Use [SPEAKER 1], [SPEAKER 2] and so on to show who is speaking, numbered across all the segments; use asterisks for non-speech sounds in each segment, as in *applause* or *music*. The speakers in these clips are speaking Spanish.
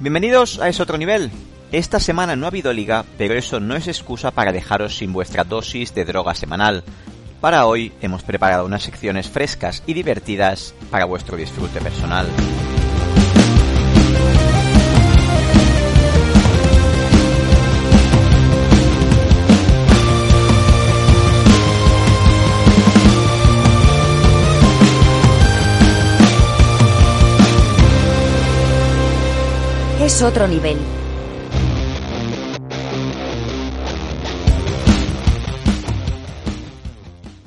[SPEAKER 1] Bienvenidos a Es Otro Nivel. Esta semana no ha habido liga, pero eso no es excusa para dejaros sin vuestra dosis de droga semanal. Para hoy hemos preparado unas secciones frescas y divertidas para vuestro disfrute personal.
[SPEAKER 2] es otro nivel.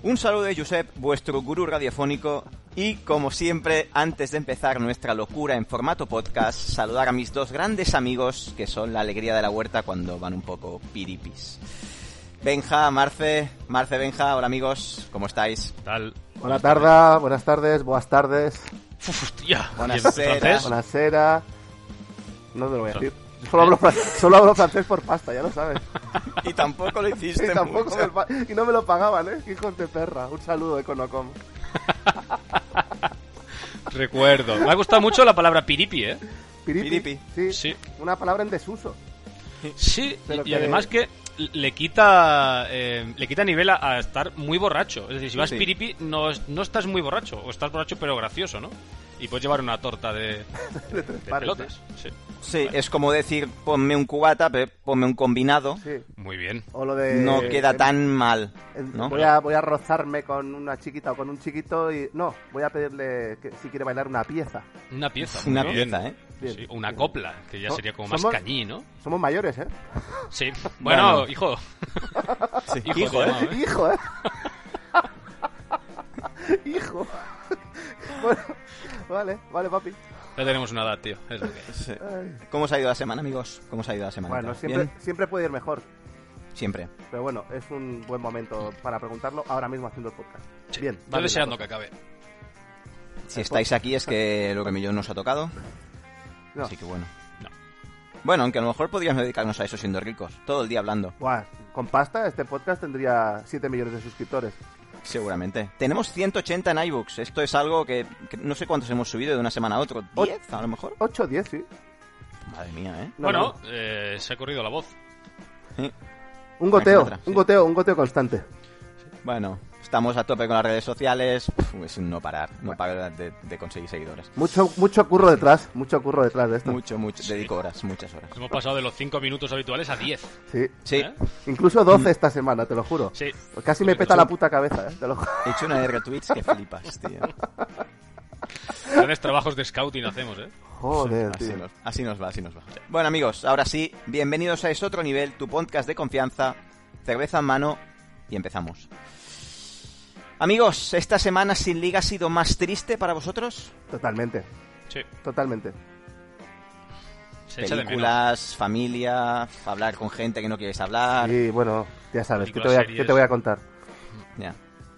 [SPEAKER 1] Un saludo de Josep, vuestro gurú radiofónico, y como siempre, antes de empezar nuestra locura en formato podcast, saludar a mis dos grandes amigos, que son la alegría de la huerta cuando van un poco piripis. Benja, Marce, Marce, Benja, hola amigos, ¿cómo estáis?
[SPEAKER 3] Tal.
[SPEAKER 4] Buenas tardes, buenas tardes, buenas tardes.
[SPEAKER 3] Uf, hostia.
[SPEAKER 1] Buenasera.
[SPEAKER 4] Buenasera. No te lo voy a decir. Solo hablo, fran- solo hablo francés por pasta, ya lo sabes.
[SPEAKER 1] *laughs* Y tampoco lo hiciste
[SPEAKER 4] Y, tampoco
[SPEAKER 1] mucho.
[SPEAKER 4] me lo pa- y no me lo pagaban, ¿eh? Hijos de perra. Un saludo eh, de Conocom.
[SPEAKER 3] Recuerdo. Me ha gustado mucho la palabra piripi, ¿eh?
[SPEAKER 4] Piripi.
[SPEAKER 1] Piripi.
[SPEAKER 4] Sí.
[SPEAKER 3] Sí.
[SPEAKER 4] Una palabra en desuso.
[SPEAKER 3] Sí,
[SPEAKER 4] Pero
[SPEAKER 3] y
[SPEAKER 4] que-
[SPEAKER 3] además que le quita eh, le quita nivel a, a estar muy borracho. Es decir, si vas
[SPEAKER 1] Sí.
[SPEAKER 3] piripi, no, es- no estás muy borracho. O estás borracho, pero gracioso, ¿no? Y puedes llevar una torta de, de
[SPEAKER 4] pares,
[SPEAKER 3] pelotas. Sí.
[SPEAKER 1] Sí, es como decir, ponme un cubata, pero ponme un combinado.
[SPEAKER 4] Sí.
[SPEAKER 3] Muy bien.
[SPEAKER 4] O lo de.
[SPEAKER 1] No queda
[SPEAKER 4] em,
[SPEAKER 1] tan mal,
[SPEAKER 4] em,
[SPEAKER 1] ¿no?
[SPEAKER 4] Voy, a, voy a rozarme con una chiquita o con un chiquito y. No, voy a pedirle que, si quiere bailar una pieza.
[SPEAKER 3] Una pieza.
[SPEAKER 1] Una
[SPEAKER 3] muy bien.
[SPEAKER 1] pieza, ¿eh.
[SPEAKER 4] Bien.
[SPEAKER 3] Sí, o una copla, que ya
[SPEAKER 4] So-
[SPEAKER 3] sería como más
[SPEAKER 4] somos-
[SPEAKER 3] cañí, ¿no?
[SPEAKER 4] Somos mayores, ¿eh?
[SPEAKER 3] Sí. Bueno,
[SPEAKER 1] Bueno.
[SPEAKER 3] hijo. hijo,
[SPEAKER 1] Hijo, ¿eh?
[SPEAKER 3] te llamaba, ¿eh?
[SPEAKER 4] Hijo, ¿eh? *laughs* Hijo. bueno, vale, vale, papi.
[SPEAKER 3] Ya tenemos una edad, tío. Es lo que es.
[SPEAKER 1] Sí.
[SPEAKER 4] Ay.
[SPEAKER 1] eh, ¿Cómo os ha ido la semana, amigos? ¿Cómo os ha ido la semana?
[SPEAKER 4] Bueno, siempre,
[SPEAKER 1] ¿Bien?
[SPEAKER 4] siempre puede ir mejor.
[SPEAKER 1] Siempre.
[SPEAKER 4] Pero bueno, es un buen momento para preguntarlo ahora mismo haciendo el podcast.
[SPEAKER 3] Sí.
[SPEAKER 4] Bien,
[SPEAKER 3] Estoy
[SPEAKER 4] vale,
[SPEAKER 3] deseando que
[SPEAKER 4] la
[SPEAKER 3] acabe.
[SPEAKER 1] Si
[SPEAKER 4] Ah,
[SPEAKER 1] estáis aquí es que lo que millón nos ha tocado,
[SPEAKER 4] pues, No.
[SPEAKER 1] así que bueno.
[SPEAKER 3] No.
[SPEAKER 1] Bueno, aunque a lo mejor podríamos dedicarnos a eso siendo ricos, todo el día hablando,
[SPEAKER 4] Buah, con pasta este podcast tendría 7 millones de suscriptores.
[SPEAKER 1] seguramente. Tenemos 180 en iBooks, esto es algo que, que no sé cuántos hemos subido de una semana a otra,
[SPEAKER 4] O-
[SPEAKER 1] 10 a lo mejor.
[SPEAKER 4] 8 o 10, sí.
[SPEAKER 1] Madre mía, ¿eh?
[SPEAKER 4] No,
[SPEAKER 3] bueno,
[SPEAKER 4] no.
[SPEAKER 3] eh, se ha corrido la voz.
[SPEAKER 4] Un goteo,
[SPEAKER 1] Una que otra,
[SPEAKER 4] un
[SPEAKER 1] sí.
[SPEAKER 4] goteo, un goteo constante.
[SPEAKER 1] Bueno, estamos a tope con las redes sociales, Pf, es un no parar, no parar de, de conseguir seguidores.
[SPEAKER 4] Mucho, mucho curro detrás, mucho curro detrás
[SPEAKER 3] Ah,
[SPEAKER 4] de esto.
[SPEAKER 1] Mucho, mucho, dedico horas, muchas horas.
[SPEAKER 4] Ah.
[SPEAKER 3] Hemos pasado de los 5 minutos habituales a 10.
[SPEAKER 4] Sí.
[SPEAKER 1] Sí,
[SPEAKER 3] ¿Eh?
[SPEAKER 4] Incluso 12 esta semana, te lo juro.
[SPEAKER 3] Sí.
[SPEAKER 4] Casi me
[SPEAKER 3] Lo que
[SPEAKER 4] peta
[SPEAKER 3] son-
[SPEAKER 4] la puta cabeza, ¿eh? Te lo juro.
[SPEAKER 1] he hecho una de retweets que flipas,
[SPEAKER 3] *laughs*
[SPEAKER 1] tío.
[SPEAKER 3] Grandes trabajos de scouting hacemos, ¿eh?
[SPEAKER 4] Joder,
[SPEAKER 1] Así
[SPEAKER 4] tío.
[SPEAKER 1] nos, así nos va, así nos va. Bueno, amigos, ahora sí, bienvenidos a Es Otro Nivel, tu podcast de confianza, cerveza en mano y empezamos. Amigos, ¿esta semana sin liga ha sido más triste para vosotros?
[SPEAKER 4] Totalmente,
[SPEAKER 3] Sí.
[SPEAKER 4] totalmente.
[SPEAKER 3] Se echa de menos.
[SPEAKER 1] Películas, familia, hablar con gente que no quieres hablar.
[SPEAKER 4] Y bueno, ya sabes, ¿qué te, voy a,
[SPEAKER 3] Películas,
[SPEAKER 4] qué te voy a contar?
[SPEAKER 1] Ya,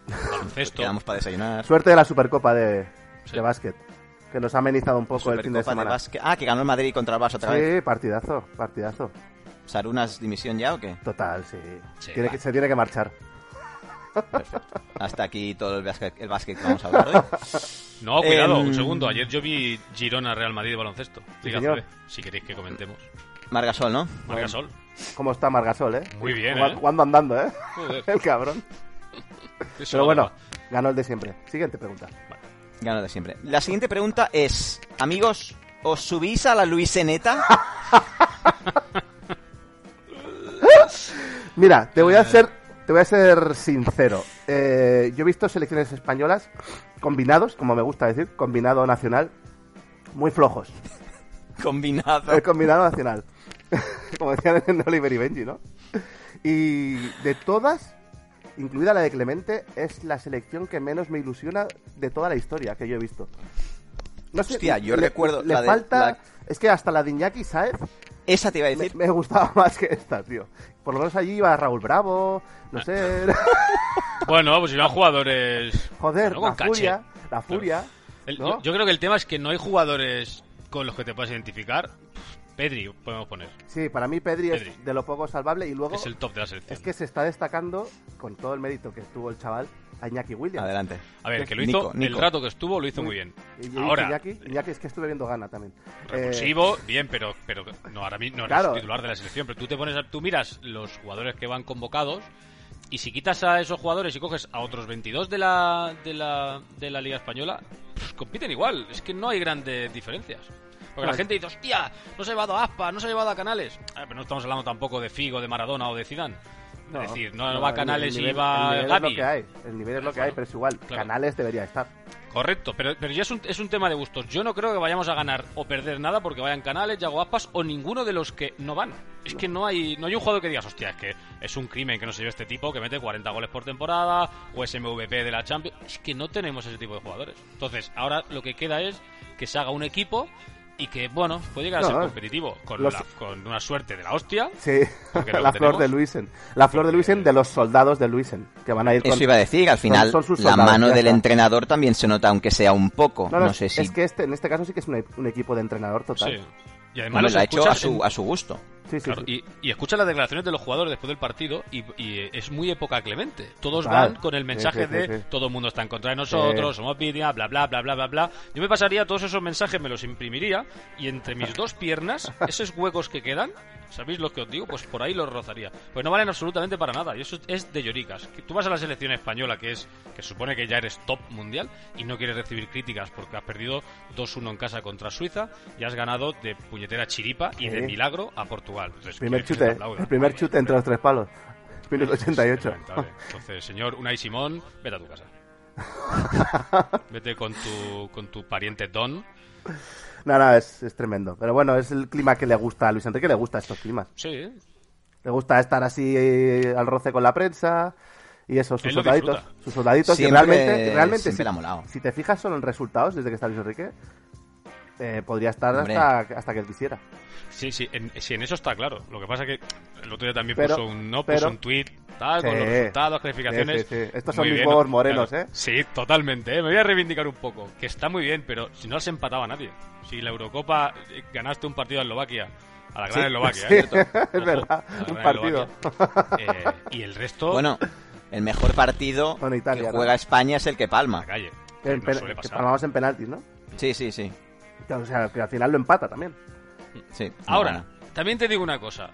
[SPEAKER 3] Baloncesto.
[SPEAKER 1] quedamos para desayunar.
[SPEAKER 4] Suerte de la Supercopa de,
[SPEAKER 3] Sí.
[SPEAKER 4] de básquet, que nos ha amenizado un poco el fin de
[SPEAKER 1] Supercopa de
[SPEAKER 4] semana.
[SPEAKER 1] básquet. Ah, que ganó el Madrid contra el Barça otra vez.
[SPEAKER 4] sí, partidazo, partidazo.
[SPEAKER 1] ¿Sarunas dimisión ya o qué?
[SPEAKER 4] Total, sí.
[SPEAKER 3] Sí,
[SPEAKER 4] Tiene
[SPEAKER 3] va.
[SPEAKER 4] que, se tiene que marchar.
[SPEAKER 1] Perfecto. Hasta aquí todo el básquet, el básquet que vamos a hablar hoy.
[SPEAKER 3] No, cuidado,
[SPEAKER 1] Em,
[SPEAKER 3] un segundo. Ayer yo vi Girona Real Madrid de baloncesto.
[SPEAKER 4] Sí,
[SPEAKER 3] Liga
[SPEAKER 4] señor.
[SPEAKER 3] CB, si queréis que comentemos.
[SPEAKER 1] Margasol, ¿no?
[SPEAKER 3] Marca Sol.
[SPEAKER 4] ¿Cómo está Margasol, eh?
[SPEAKER 3] Muy bien,
[SPEAKER 4] Juan-
[SPEAKER 3] ¿eh?
[SPEAKER 4] Jugando andando, eh.
[SPEAKER 3] Joder.
[SPEAKER 4] *laughs* El cabrón.
[SPEAKER 3] qué sola
[SPEAKER 4] Pero bueno,
[SPEAKER 3] va.
[SPEAKER 4] ganó el de siempre. Siguiente pregunta.
[SPEAKER 1] Gano de siempre. La siguiente pregunta es, amigos, ¿os subís a la Luiseneta? *laughs*
[SPEAKER 4] Mira, te voy a ser Te voy a ser sincero. Eh, yo he visto selecciones españolas combinados, como me gusta decir, combinado nacional, muy flojos.
[SPEAKER 1] Combinado.
[SPEAKER 4] El combinado nacional. *laughs* como decían en Oliver y Benji, ¿no? Y de todas, incluida la de Clemente, es la selección que menos me ilusiona de toda la historia que yo he visto. No sé,
[SPEAKER 1] Hostia, yo
[SPEAKER 4] le-
[SPEAKER 1] recuerdo
[SPEAKER 4] Le
[SPEAKER 1] la de-
[SPEAKER 4] falta.
[SPEAKER 1] la-
[SPEAKER 4] Es que hasta la de Iñaki Saez
[SPEAKER 1] Esa te iba a
[SPEAKER 4] me,
[SPEAKER 1] decir.
[SPEAKER 4] me gustaba *laughs* más que esta, tío. Por lo menos allí iba Raúl Bravo,
[SPEAKER 3] *laughs*
[SPEAKER 4] no sé. *laughs*
[SPEAKER 3] Bueno, pues si no hay jugadores.
[SPEAKER 4] Joder,
[SPEAKER 3] bueno, con
[SPEAKER 4] la
[SPEAKER 3] caché.
[SPEAKER 4] furia. La furia.
[SPEAKER 3] El-
[SPEAKER 4] ¿no?
[SPEAKER 3] yo, yo creo que el tema es que no hay jugadores con los que te puedas identificar. Pedri, podemos poner.
[SPEAKER 4] Sí, para mí Pedri,
[SPEAKER 3] Pedri.
[SPEAKER 4] es de lo poco salvable y luego
[SPEAKER 3] Es el top de la selección.
[SPEAKER 4] es que se está destacando, con todo el mérito que tuvo el chaval, a Iñaki Williams.
[SPEAKER 1] Adelante.
[SPEAKER 3] A ver, que lo hizo
[SPEAKER 1] Nico, Nico.
[SPEAKER 3] el rato que estuvo, lo hizo muy bien.
[SPEAKER 4] Y- y-
[SPEAKER 3] Ahora,
[SPEAKER 4] Iñaki, Iñaki es que estuve viendo gana también. Eh,
[SPEAKER 3] Recursivo, bien, pero, pero no, ahora mismo no
[SPEAKER 4] Claro.
[SPEAKER 3] eres titular de la selección. Pero tú te pones, a- tú miras los jugadores que van convocados y si quitas a esos jugadores y coges a otros 22 de la, de la, de la Liga Española, pues, compiten igual. Es que no hay grandes diferencias. Porque
[SPEAKER 4] Claro.
[SPEAKER 3] la gente dice, hostia, no se ha llevado a Aspa, no se ha llevado a Canales. Ah, pero no estamos hablando tampoco de Figo, de Maradona o de Zidane.
[SPEAKER 4] Eh, no,
[SPEAKER 3] es decir, no, va
[SPEAKER 4] el-
[SPEAKER 3] Canales
[SPEAKER 4] el
[SPEAKER 3] y
[SPEAKER 4] nivel-
[SPEAKER 3] va
[SPEAKER 4] el nivel
[SPEAKER 3] Gavi.
[SPEAKER 4] Es lo que hay, el nivel es lo que hay, pero es igual.
[SPEAKER 3] Claro.
[SPEAKER 4] Canales debería estar.
[SPEAKER 3] Correcto, pero, pero ya es un, es un tema de gustos. Yo no creo que vayamos a ganar o perder nada porque vayan Canales, Yago Aspas o ninguno de los que no van. Es que no hay, no hay un jugador que digas, hostia, es que es un crimen que no se lleve este tipo que mete 40 goles por temporada o es MVP de la Champions. Es que no tenemos ese tipo de jugadores. Entonces, ahora lo que queda es que se haga un equipo y que, bueno, puede llegar a
[SPEAKER 4] No,
[SPEAKER 3] ser
[SPEAKER 4] no.
[SPEAKER 3] competitivo con,
[SPEAKER 4] Los-
[SPEAKER 3] la- con una suerte de la hostia.
[SPEAKER 4] Sí,
[SPEAKER 3] Porque lo
[SPEAKER 4] la
[SPEAKER 3] que
[SPEAKER 4] flor
[SPEAKER 3] tenemos-
[SPEAKER 4] de Luisen. La flor de
[SPEAKER 3] Porque-
[SPEAKER 4] Luisen de los soldados de Luisen, que van a ir
[SPEAKER 1] Eso
[SPEAKER 4] con...
[SPEAKER 1] iba a decir, al final
[SPEAKER 4] son sus
[SPEAKER 1] la
[SPEAKER 4] soldados,
[SPEAKER 1] mano
[SPEAKER 4] ya
[SPEAKER 1] del
[SPEAKER 4] está.
[SPEAKER 1] entrenador también se nota, aunque sea un poco. No,
[SPEAKER 4] No, no,
[SPEAKER 1] sé si
[SPEAKER 4] Es que este, en este caso sí que es un, un equipo de entrenador
[SPEAKER 3] Sí.
[SPEAKER 4] total.
[SPEAKER 3] Y
[SPEAKER 1] hombre,
[SPEAKER 3] además los
[SPEAKER 1] lo ha hecho a
[SPEAKER 3] escuchas
[SPEAKER 1] su,
[SPEAKER 3] en-
[SPEAKER 1] a su gusto.
[SPEAKER 4] Sí, sí,
[SPEAKER 3] Claro,
[SPEAKER 4] sí.
[SPEAKER 3] y, y escucha las declaraciones de los jugadores después del partido y, y, eh, es muy época Clemente. Todos
[SPEAKER 4] Total.
[SPEAKER 3] van con el
[SPEAKER 4] Sí,
[SPEAKER 3] mensaje
[SPEAKER 4] sí, sí,
[SPEAKER 3] de
[SPEAKER 4] sí.
[SPEAKER 3] todo el mundo está en contra de nosotros, somos víctimas, bla, bla, bla, bla, bla, bla. Yo me pasaría todos esos mensajes, me los imprimiría y entre mis dos piernas, esos huecos que quedan, ¿sabéis lo que os digo? Pues por ahí los rozaría. Pues no valen absolutamente para nada y eso es de lloricas. Que Tú vas a la selección española, que es que supone que ya eres top mundial y no quieres recibir críticas porque has perdido 2-1 en casa contra Suiza y has ganado de puñetera chiripa y de
[SPEAKER 4] Sí.
[SPEAKER 3] milagro a Portugal. Entonces,
[SPEAKER 4] Primer
[SPEAKER 3] ¿Quieres que te
[SPEAKER 4] chute,
[SPEAKER 3] aplauda?
[SPEAKER 4] el primer chute entre los tres palos. Minuto
[SPEAKER 3] Es
[SPEAKER 4] 88.
[SPEAKER 3] lamentable. Entonces, señor Unai Simón, vete a tu casa.
[SPEAKER 4] *laughs*
[SPEAKER 3] Vete con tu, con tu pariente Don.
[SPEAKER 4] No, no, es, es tremendo. Pero bueno, es el clima que le gusta a Luis Enrique, le gusta estos climas.
[SPEAKER 3] Sí,
[SPEAKER 4] Le gusta estar así eh, al roce con la prensa y eso, sus
[SPEAKER 3] Él lo
[SPEAKER 4] soldaditos.
[SPEAKER 3] disfruta.
[SPEAKER 4] Sus soldaditos que
[SPEAKER 1] Siempre-
[SPEAKER 4] realmente, realmente
[SPEAKER 1] siempre
[SPEAKER 4] si,
[SPEAKER 1] le ha molado.
[SPEAKER 4] si te fijas solo en resultados desde que está Luis Enrique, eh, podría estar
[SPEAKER 1] Hombre.
[SPEAKER 4] hasta, hasta que él quisiera.
[SPEAKER 3] sí, sí en, sí, en eso está claro. Lo que pasa que el otro día también
[SPEAKER 4] Pero-
[SPEAKER 3] puso un no,
[SPEAKER 4] pero-
[SPEAKER 3] puso un tweet tal, con
[SPEAKER 4] Sí.
[SPEAKER 3] los resultados, clasificaciones.
[SPEAKER 4] Sí, sí, sí. Estos son
[SPEAKER 3] Muy
[SPEAKER 4] mis
[SPEAKER 3] bien,
[SPEAKER 4] huevos
[SPEAKER 3] ¿no?
[SPEAKER 4] morenos, ¿eh?
[SPEAKER 3] Sí, totalmente. ¿eh? Me voy a reivindicar un poco. Que está muy bien, pero si no has empatado a nadie. Si la Eurocopa eh, ganaste un partido a Eslovaquia, a la gran Eslovaquia, ¿eh?
[SPEAKER 4] *laughs* es
[SPEAKER 3] Ojo,
[SPEAKER 4] verdad,
[SPEAKER 3] a la
[SPEAKER 4] un
[SPEAKER 3] gran
[SPEAKER 4] partido.
[SPEAKER 3] Eslovaquia. Eh, y el resto,
[SPEAKER 1] Bueno, el mejor partido
[SPEAKER 4] Con Italia,
[SPEAKER 1] que
[SPEAKER 4] ¿no?
[SPEAKER 1] juega España es el que palma.
[SPEAKER 3] la calle.
[SPEAKER 4] En
[SPEAKER 3] No
[SPEAKER 4] pen-
[SPEAKER 3] suele
[SPEAKER 4] que
[SPEAKER 3] pasar.
[SPEAKER 4] palmamos en penaltis, ¿no?
[SPEAKER 1] Sí, sí, sí.
[SPEAKER 4] O sea, que al final lo empata también.
[SPEAKER 1] sí muy
[SPEAKER 3] Ahora,
[SPEAKER 1] buena.
[SPEAKER 3] también te digo una cosa.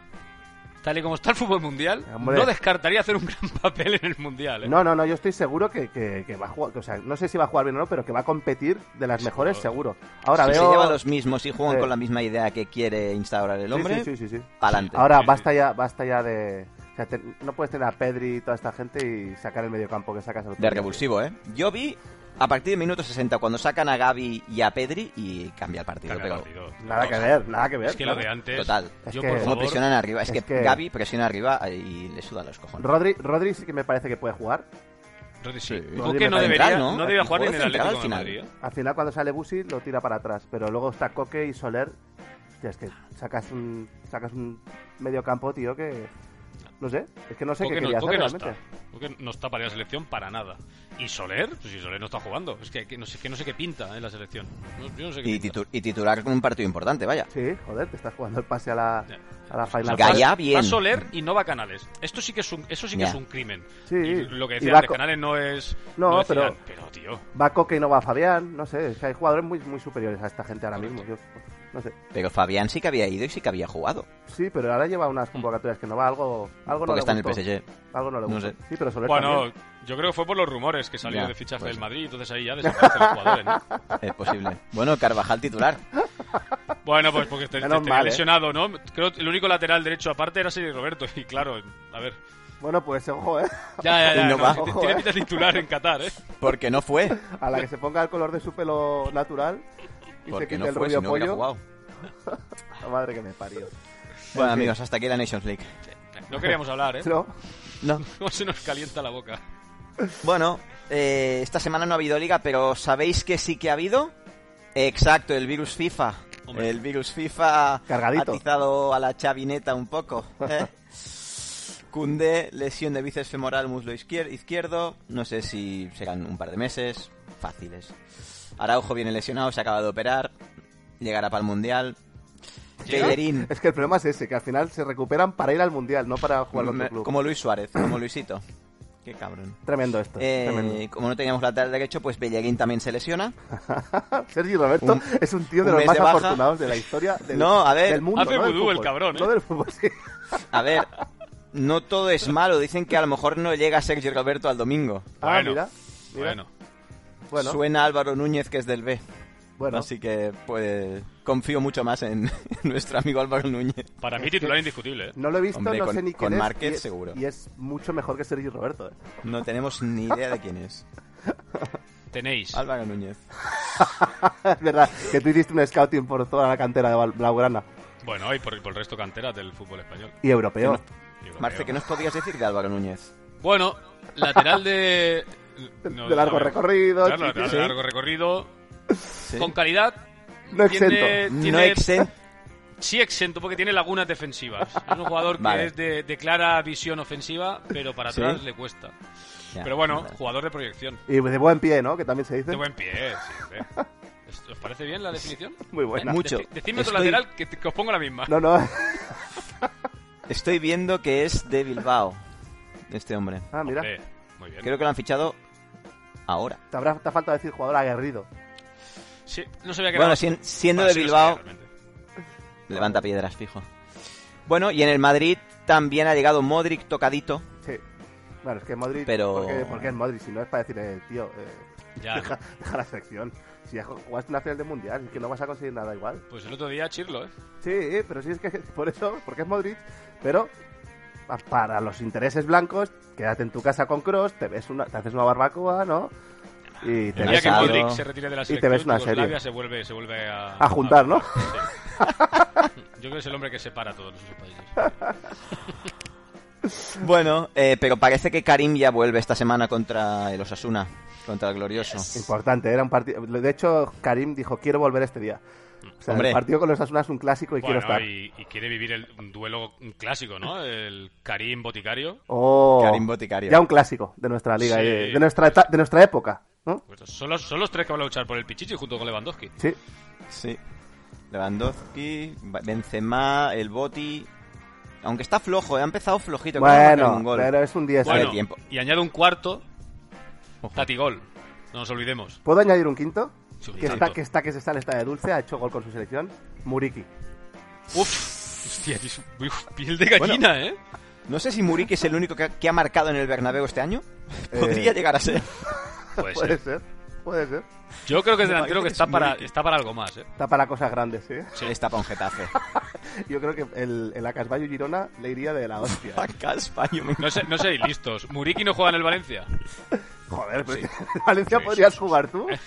[SPEAKER 3] Tal y como está el fútbol mundial,
[SPEAKER 4] Hombre.
[SPEAKER 3] no descartaría hacer un gran *laughs* papel en el mundial. ¿eh?
[SPEAKER 4] No, no, no, yo estoy seguro que, que- que va a jugar, o sea, no sé si va a jugar bien o no, pero que va a competir de las mejores seguro. Ahora
[SPEAKER 1] si
[SPEAKER 4] veo...
[SPEAKER 1] se lleva los mismos y juegan
[SPEAKER 4] Sí.
[SPEAKER 1] con la misma idea que quiere instaurar el
[SPEAKER 4] Sí,
[SPEAKER 1] hombre,
[SPEAKER 4] sí, sí, sí, sí.
[SPEAKER 1] pa'lante.
[SPEAKER 4] Ahora
[SPEAKER 3] sí.
[SPEAKER 4] basta ya, basta ya de... o sea, te- no puedes tener a Pedri y toda esta gente y sacar el mediocampo que sacas. el otro
[SPEAKER 1] De
[SPEAKER 4] día.
[SPEAKER 1] revulsivo, ¿eh? Yo vi a partir del minuto 60 cuando sacan a Gaby y a Pedri y cambia el partido.
[SPEAKER 3] Cambia el
[SPEAKER 1] pero-
[SPEAKER 3] partido.
[SPEAKER 4] Nada
[SPEAKER 3] No,
[SPEAKER 4] que ver, nada que ver.
[SPEAKER 3] Es que lo
[SPEAKER 4] claro.
[SPEAKER 3] de antes.
[SPEAKER 1] Total.
[SPEAKER 4] Es
[SPEAKER 3] Yo, por
[SPEAKER 4] que- Como
[SPEAKER 1] Como
[SPEAKER 3] favor,
[SPEAKER 1] presionan arriba. Es,
[SPEAKER 4] Es
[SPEAKER 1] que,
[SPEAKER 4] que-
[SPEAKER 1] Gaby presiona arriba y le suda los cojones.
[SPEAKER 4] Rodri, Rodri sí que me parece que puede jugar.
[SPEAKER 3] Rodri, sí.
[SPEAKER 1] Sí.
[SPEAKER 3] Coque
[SPEAKER 4] Rodri
[SPEAKER 3] no
[SPEAKER 4] me parece
[SPEAKER 3] debería,
[SPEAKER 1] central,
[SPEAKER 3] ¿no?
[SPEAKER 1] ¿no?
[SPEAKER 3] debería jugar ni en
[SPEAKER 1] Juega
[SPEAKER 3] el
[SPEAKER 1] central
[SPEAKER 3] Atlético de
[SPEAKER 1] al
[SPEAKER 3] Madrid.
[SPEAKER 1] final.
[SPEAKER 3] ¿eh?
[SPEAKER 4] Al final cuando sale Busi lo tira para atrás, pero luego está Coque y Soler. Hostia, es que sacas un, sacas un medio campo, tío, que... No sé, es que no sé
[SPEAKER 3] Coque,
[SPEAKER 4] qué
[SPEAKER 3] no,
[SPEAKER 4] quería
[SPEAKER 3] Coque
[SPEAKER 4] hacer
[SPEAKER 3] no
[SPEAKER 4] realmente.
[SPEAKER 3] está. Coque no está para ir a la selección para nada. ¿Y Soler? Pues si Soler no está jugando. Es que, que no, sé, que no sé qué pinta en la selección. No- yo no sé qué
[SPEAKER 1] Y,
[SPEAKER 3] pinta.
[SPEAKER 1] titu- y titular con un partido importante, vaya.
[SPEAKER 4] Sí, joder, te estás jugando el pase a la,
[SPEAKER 3] Ya.
[SPEAKER 4] a la
[SPEAKER 3] O sea,
[SPEAKER 4] final.
[SPEAKER 1] Gaya
[SPEAKER 4] Four.
[SPEAKER 3] va-
[SPEAKER 1] bien.
[SPEAKER 3] Va a Soler y no va a Canales. Esto sí que es un, eso sí que
[SPEAKER 1] Ya.
[SPEAKER 3] es un crimen.
[SPEAKER 4] Sí.
[SPEAKER 3] Y lo que
[SPEAKER 4] Y
[SPEAKER 3] decía
[SPEAKER 4] va
[SPEAKER 3] antes,
[SPEAKER 4] co-
[SPEAKER 3] Canales no es.
[SPEAKER 4] No,
[SPEAKER 3] es
[SPEAKER 4] pero-
[SPEAKER 3] Zidane, Pero, tío.
[SPEAKER 4] Va Coque y no va Fabián, no sé, es que hay jugadores muy, muy superiores a esta gente ahora mismo. Yo, no sé.
[SPEAKER 1] Pero Fabián sí que había ido y sí que había jugado.
[SPEAKER 4] Sí, pero ahora lleva unas convocatorias que no va, algo, algo no
[SPEAKER 1] Mm. porque
[SPEAKER 4] le
[SPEAKER 1] está en
[SPEAKER 4] gustó.
[SPEAKER 1] el PSG.
[SPEAKER 4] Algo no le
[SPEAKER 1] No
[SPEAKER 4] gusta.
[SPEAKER 1] sé.
[SPEAKER 4] Sí, pero Soler
[SPEAKER 3] Bueno,
[SPEAKER 4] también.
[SPEAKER 3] yo creo que fue por los rumores que salió
[SPEAKER 1] Ya,
[SPEAKER 3] de fichaje
[SPEAKER 1] pues
[SPEAKER 3] del
[SPEAKER 1] sí.
[SPEAKER 3] Madrid, entonces
[SPEAKER 4] *laughs*
[SPEAKER 3] ahí ya desaparecen los jugadores, ¿no?
[SPEAKER 1] Es posible. Bueno, Carvajal titular.
[SPEAKER 3] Bueno, pues porque te, te-
[SPEAKER 4] Menos
[SPEAKER 3] tenía
[SPEAKER 4] mal, ¿eh?
[SPEAKER 3] lesionado, ¿no? Creo que el único lateral derecho aparte era Sergio Roberto, y claro, a ver,
[SPEAKER 4] Bueno, pues ojo, ¿eh?
[SPEAKER 3] Ya, ya, ya.
[SPEAKER 1] Y no
[SPEAKER 3] no,
[SPEAKER 1] va.
[SPEAKER 3] si te-
[SPEAKER 4] Ojo,
[SPEAKER 3] tiene
[SPEAKER 4] eh.
[SPEAKER 3] pinta de titular en Qatar, ¿eh?
[SPEAKER 1] Porque no fue.
[SPEAKER 4] A la que se ponga el color de su pelo natural y se
[SPEAKER 1] Porque
[SPEAKER 4] quite
[SPEAKER 1] no
[SPEAKER 4] el
[SPEAKER 1] fue, si
[SPEAKER 4] rubio
[SPEAKER 1] no hubiera
[SPEAKER 4] pollo.
[SPEAKER 1] jugado.
[SPEAKER 4] La madre que me parió.
[SPEAKER 1] Bueno,
[SPEAKER 4] En fin.
[SPEAKER 1] amigos, hasta aquí la Nations League.
[SPEAKER 3] No queríamos hablar, ¿eh?
[SPEAKER 4] No,
[SPEAKER 1] No.
[SPEAKER 3] *laughs* No se nos calienta la boca.
[SPEAKER 1] Bueno, eh, esta semana no ha habido liga, pero ¿sabéis que sí que ha habido? Exacto, el virus FIFA.
[SPEAKER 3] Hombre.
[SPEAKER 1] El virus FIFA
[SPEAKER 4] Cargadito.
[SPEAKER 1] ha atizado a la chavineta un *laughs* poco. ¿eh? Cundé, lesión de bíceps femoral, muslo izquier- izquierdo. No sé si serán un par de meses. Fáciles. Araujo viene lesionado, se acaba de operar. Llegará para el Mundial.
[SPEAKER 3] ¿Llega?
[SPEAKER 1] Bellerín,
[SPEAKER 4] es que el problema es ese, que al final se recuperan para ir al mundial, no para jugar con
[SPEAKER 1] me-
[SPEAKER 4] tu club.
[SPEAKER 1] como Luis Suárez, como Luisito. Qué cabrón.
[SPEAKER 4] Tremendo esto.
[SPEAKER 1] Eh,
[SPEAKER 4] tremendo.
[SPEAKER 1] como no teníamos lateral derecho, pues Bellerín también se lesiona.
[SPEAKER 4] Sergio Roberto
[SPEAKER 1] un-
[SPEAKER 4] es un tío
[SPEAKER 1] un
[SPEAKER 4] de los
[SPEAKER 1] mes
[SPEAKER 4] más
[SPEAKER 1] de baja.
[SPEAKER 4] afortunados de la historia del,
[SPEAKER 1] No, a ver,
[SPEAKER 4] del mundo.
[SPEAKER 3] hace
[SPEAKER 4] no del
[SPEAKER 3] vudú el
[SPEAKER 4] fútbol.
[SPEAKER 3] cabrón, ¿eh?
[SPEAKER 4] No del fútbol, sí.
[SPEAKER 1] A ver, no todo es malo. Dicen que a lo mejor no llega Sergio Roberto al domingo.
[SPEAKER 4] Ah,
[SPEAKER 3] Bueno,
[SPEAKER 4] mira, mira.
[SPEAKER 3] Bueno.
[SPEAKER 4] bueno,
[SPEAKER 1] Suena Álvaro Núñez, que es del B.
[SPEAKER 4] bueno.
[SPEAKER 1] Así que pues, confío mucho más en *laughs* nuestro amigo Álvaro Núñez.
[SPEAKER 3] Para mí titular indiscutible, ¿eh?
[SPEAKER 4] No lo he visto,
[SPEAKER 1] Hombre,
[SPEAKER 4] no
[SPEAKER 1] con-
[SPEAKER 4] sé ni
[SPEAKER 1] con
[SPEAKER 4] quién es.
[SPEAKER 1] Márquez,
[SPEAKER 4] y es-
[SPEAKER 1] seguro.
[SPEAKER 4] Y es mucho mejor que Sergio Roberto. ¿eh? *laughs*
[SPEAKER 1] No tenemos ni idea de quién es.
[SPEAKER 3] Tenéis.
[SPEAKER 1] Álvaro Núñez.
[SPEAKER 4] es verdad que tú hiciste un scouting por toda la cantera de Val- Blaugrana
[SPEAKER 3] Bueno, y por, por el resto cantera del fútbol español.
[SPEAKER 4] y europeo.
[SPEAKER 3] Yo
[SPEAKER 1] Marce,
[SPEAKER 3] creo.
[SPEAKER 1] ¿qué nos podías decir de Álvaro Núñez?
[SPEAKER 3] Bueno, lateral
[SPEAKER 4] *laughs*
[SPEAKER 3] de. no,
[SPEAKER 4] de largo
[SPEAKER 3] a ver.
[SPEAKER 4] recorrido,
[SPEAKER 3] Claro, lateral
[SPEAKER 4] sí.
[SPEAKER 3] de largo recorrido.
[SPEAKER 1] Sí.
[SPEAKER 3] Con calidad.
[SPEAKER 4] No
[SPEAKER 3] tiene,
[SPEAKER 4] exento.
[SPEAKER 1] No
[SPEAKER 3] tiene-
[SPEAKER 1] exen-
[SPEAKER 3] Sí, exento, porque tiene lagunas defensivas. Es un jugador que
[SPEAKER 1] Vale.
[SPEAKER 3] es de, de clara visión ofensiva, pero para
[SPEAKER 1] Sí.
[SPEAKER 3] atrás le cuesta.
[SPEAKER 1] Ya,
[SPEAKER 3] Pero bueno,
[SPEAKER 1] vale.
[SPEAKER 3] jugador de proyección.
[SPEAKER 4] Y de buen pie, ¿no? Que también se dice.
[SPEAKER 3] De buen pie, eh, sí,
[SPEAKER 4] *laughs*
[SPEAKER 3] hombre. ¿Os- ¿Os parece bien la definición?
[SPEAKER 4] Muy buena.
[SPEAKER 1] Mucho.
[SPEAKER 3] Deci- decidme otro
[SPEAKER 1] Estoy-
[SPEAKER 3] lateral que, te- que os pongo la misma. *laughs*
[SPEAKER 4] No, no.
[SPEAKER 1] Estoy viendo que es de Bilbao, este hombre.
[SPEAKER 4] Ah, mira.
[SPEAKER 3] Eh, muy bien.
[SPEAKER 1] Creo que lo han fichado ahora.
[SPEAKER 4] Te habrá te ha falta decir jugador aguerrido.
[SPEAKER 3] Sí, no sabía que
[SPEAKER 1] Bueno,
[SPEAKER 3] era-
[SPEAKER 1] sien- siendo
[SPEAKER 3] Bueno,
[SPEAKER 1] de
[SPEAKER 3] sí lo
[SPEAKER 1] Bilbao,
[SPEAKER 3] sabía, realmente.
[SPEAKER 1] Levanta piedras, fijo. Bueno, y en el Madrid también ha llegado Modric
[SPEAKER 3] *laughs*
[SPEAKER 1] tocadito.
[SPEAKER 4] Sí. Bueno, es que Modric.
[SPEAKER 1] Pero-
[SPEAKER 4] ¿por qué, por qué es Modric? Si no es para decir, eh, tío, eh,
[SPEAKER 3] Ya,
[SPEAKER 4] deja, deja la selección. Si ya jugaste una final de mundial, es que no vas a conseguir nada igual.
[SPEAKER 3] pues el otro día Chirlo, ¿eh?
[SPEAKER 4] Sí, pero sí es que *laughs* por eso, porque es Modric. Pero pa- para los intereses blancos, quédate en tu casa con Cross, te, ves una, te haces una barbacoa, ¿no? Y te
[SPEAKER 3] El
[SPEAKER 1] Tenía
[SPEAKER 3] día
[SPEAKER 4] ves
[SPEAKER 3] que
[SPEAKER 1] algo.
[SPEAKER 3] Modric se retire de la
[SPEAKER 4] te
[SPEAKER 3] selección,
[SPEAKER 4] ves una
[SPEAKER 3] Yugoslavia
[SPEAKER 4] serie.
[SPEAKER 3] se vuelve, se vuelve a...
[SPEAKER 4] A
[SPEAKER 3] *laughs*
[SPEAKER 4] juntar, ¿no?
[SPEAKER 3] Sí. Yo creo que es el hombre que separa a todos esos
[SPEAKER 4] *laughs*
[SPEAKER 3] países.
[SPEAKER 1] Bueno, eh, pero parece que Karim ya vuelve esta semana contra el Osasuna, contra el Glorioso.
[SPEAKER 4] Importante, era un partido. De hecho, Karim dijo: Quiero volver este día. O sea,
[SPEAKER 1] Hombre.
[SPEAKER 4] el partido con los Asuna es un clásico y
[SPEAKER 3] Bueno,
[SPEAKER 4] quiero estar.
[SPEAKER 3] y, y quiere vivir el, un duelo clásico, ¿no? El Karim Boticario.
[SPEAKER 4] Oh,
[SPEAKER 1] Karim Boticario.
[SPEAKER 4] Ya un clásico de nuestra liga,
[SPEAKER 3] Sí.
[SPEAKER 4] eh, de, nuestra, eta- de nuestra época. ¿no?
[SPEAKER 3] Pues son, los, son los tres que van a luchar por el Pichichi junto con Lewandowski.
[SPEAKER 4] Sí,
[SPEAKER 1] Sí. Lewandowski, Ba- Benzema, el Boti. Aunque está flojo, eh, ha empezado flojito. creo que ha marcado
[SPEAKER 4] bueno,
[SPEAKER 1] un gol.
[SPEAKER 4] pero es un 10.
[SPEAKER 1] Bueno.
[SPEAKER 4] ¿eh?
[SPEAKER 1] tiempo.
[SPEAKER 3] y añado un cuarto,
[SPEAKER 1] Ojo.
[SPEAKER 3] Tatigol. No nos olvidemos.
[SPEAKER 4] ¿Puedo añadir un quinto?
[SPEAKER 3] Sí, un
[SPEAKER 4] que, está,
[SPEAKER 3] quinto.
[SPEAKER 4] que está que se sale, está de dulce, ha hecho gol con su selección. Muriki.
[SPEAKER 3] Uf, hostia, que es- uf, piel de gallina, ¿eh?
[SPEAKER 1] No sé si Muriqui es el único que ha, que ha marcado en el Bernabéu este año. Podría
[SPEAKER 4] Eh,
[SPEAKER 1] llegar a ser.
[SPEAKER 3] Puede
[SPEAKER 4] Puede
[SPEAKER 3] ser.
[SPEAKER 4] ser, puede ser.
[SPEAKER 3] Yo creo que es
[SPEAKER 1] Me parece
[SPEAKER 3] delantero que
[SPEAKER 1] que
[SPEAKER 3] está
[SPEAKER 4] *laughs*
[SPEAKER 1] es
[SPEAKER 3] para,
[SPEAKER 1] Muriqui.
[SPEAKER 3] está para algo más, ¿eh?
[SPEAKER 4] Está para cosas grandes, ¿eh?
[SPEAKER 3] Sí.
[SPEAKER 1] Está para un
[SPEAKER 3] *laughs*
[SPEAKER 1] Getafe.
[SPEAKER 4] Yo creo que el, el Acasballo Girona le iría de la hostia. ¿eh?
[SPEAKER 1] *laughs* Pa' Caspaño, me-
[SPEAKER 4] *laughs*
[SPEAKER 3] No, sé, no seáis listos. Muriqui no juega en el Valencia.
[SPEAKER 4] Joder,
[SPEAKER 1] pues,
[SPEAKER 4] *laughs* pero Valencia
[SPEAKER 3] Sí,
[SPEAKER 4] podrías
[SPEAKER 3] sí, sí.
[SPEAKER 4] jugar tú
[SPEAKER 1] Eh,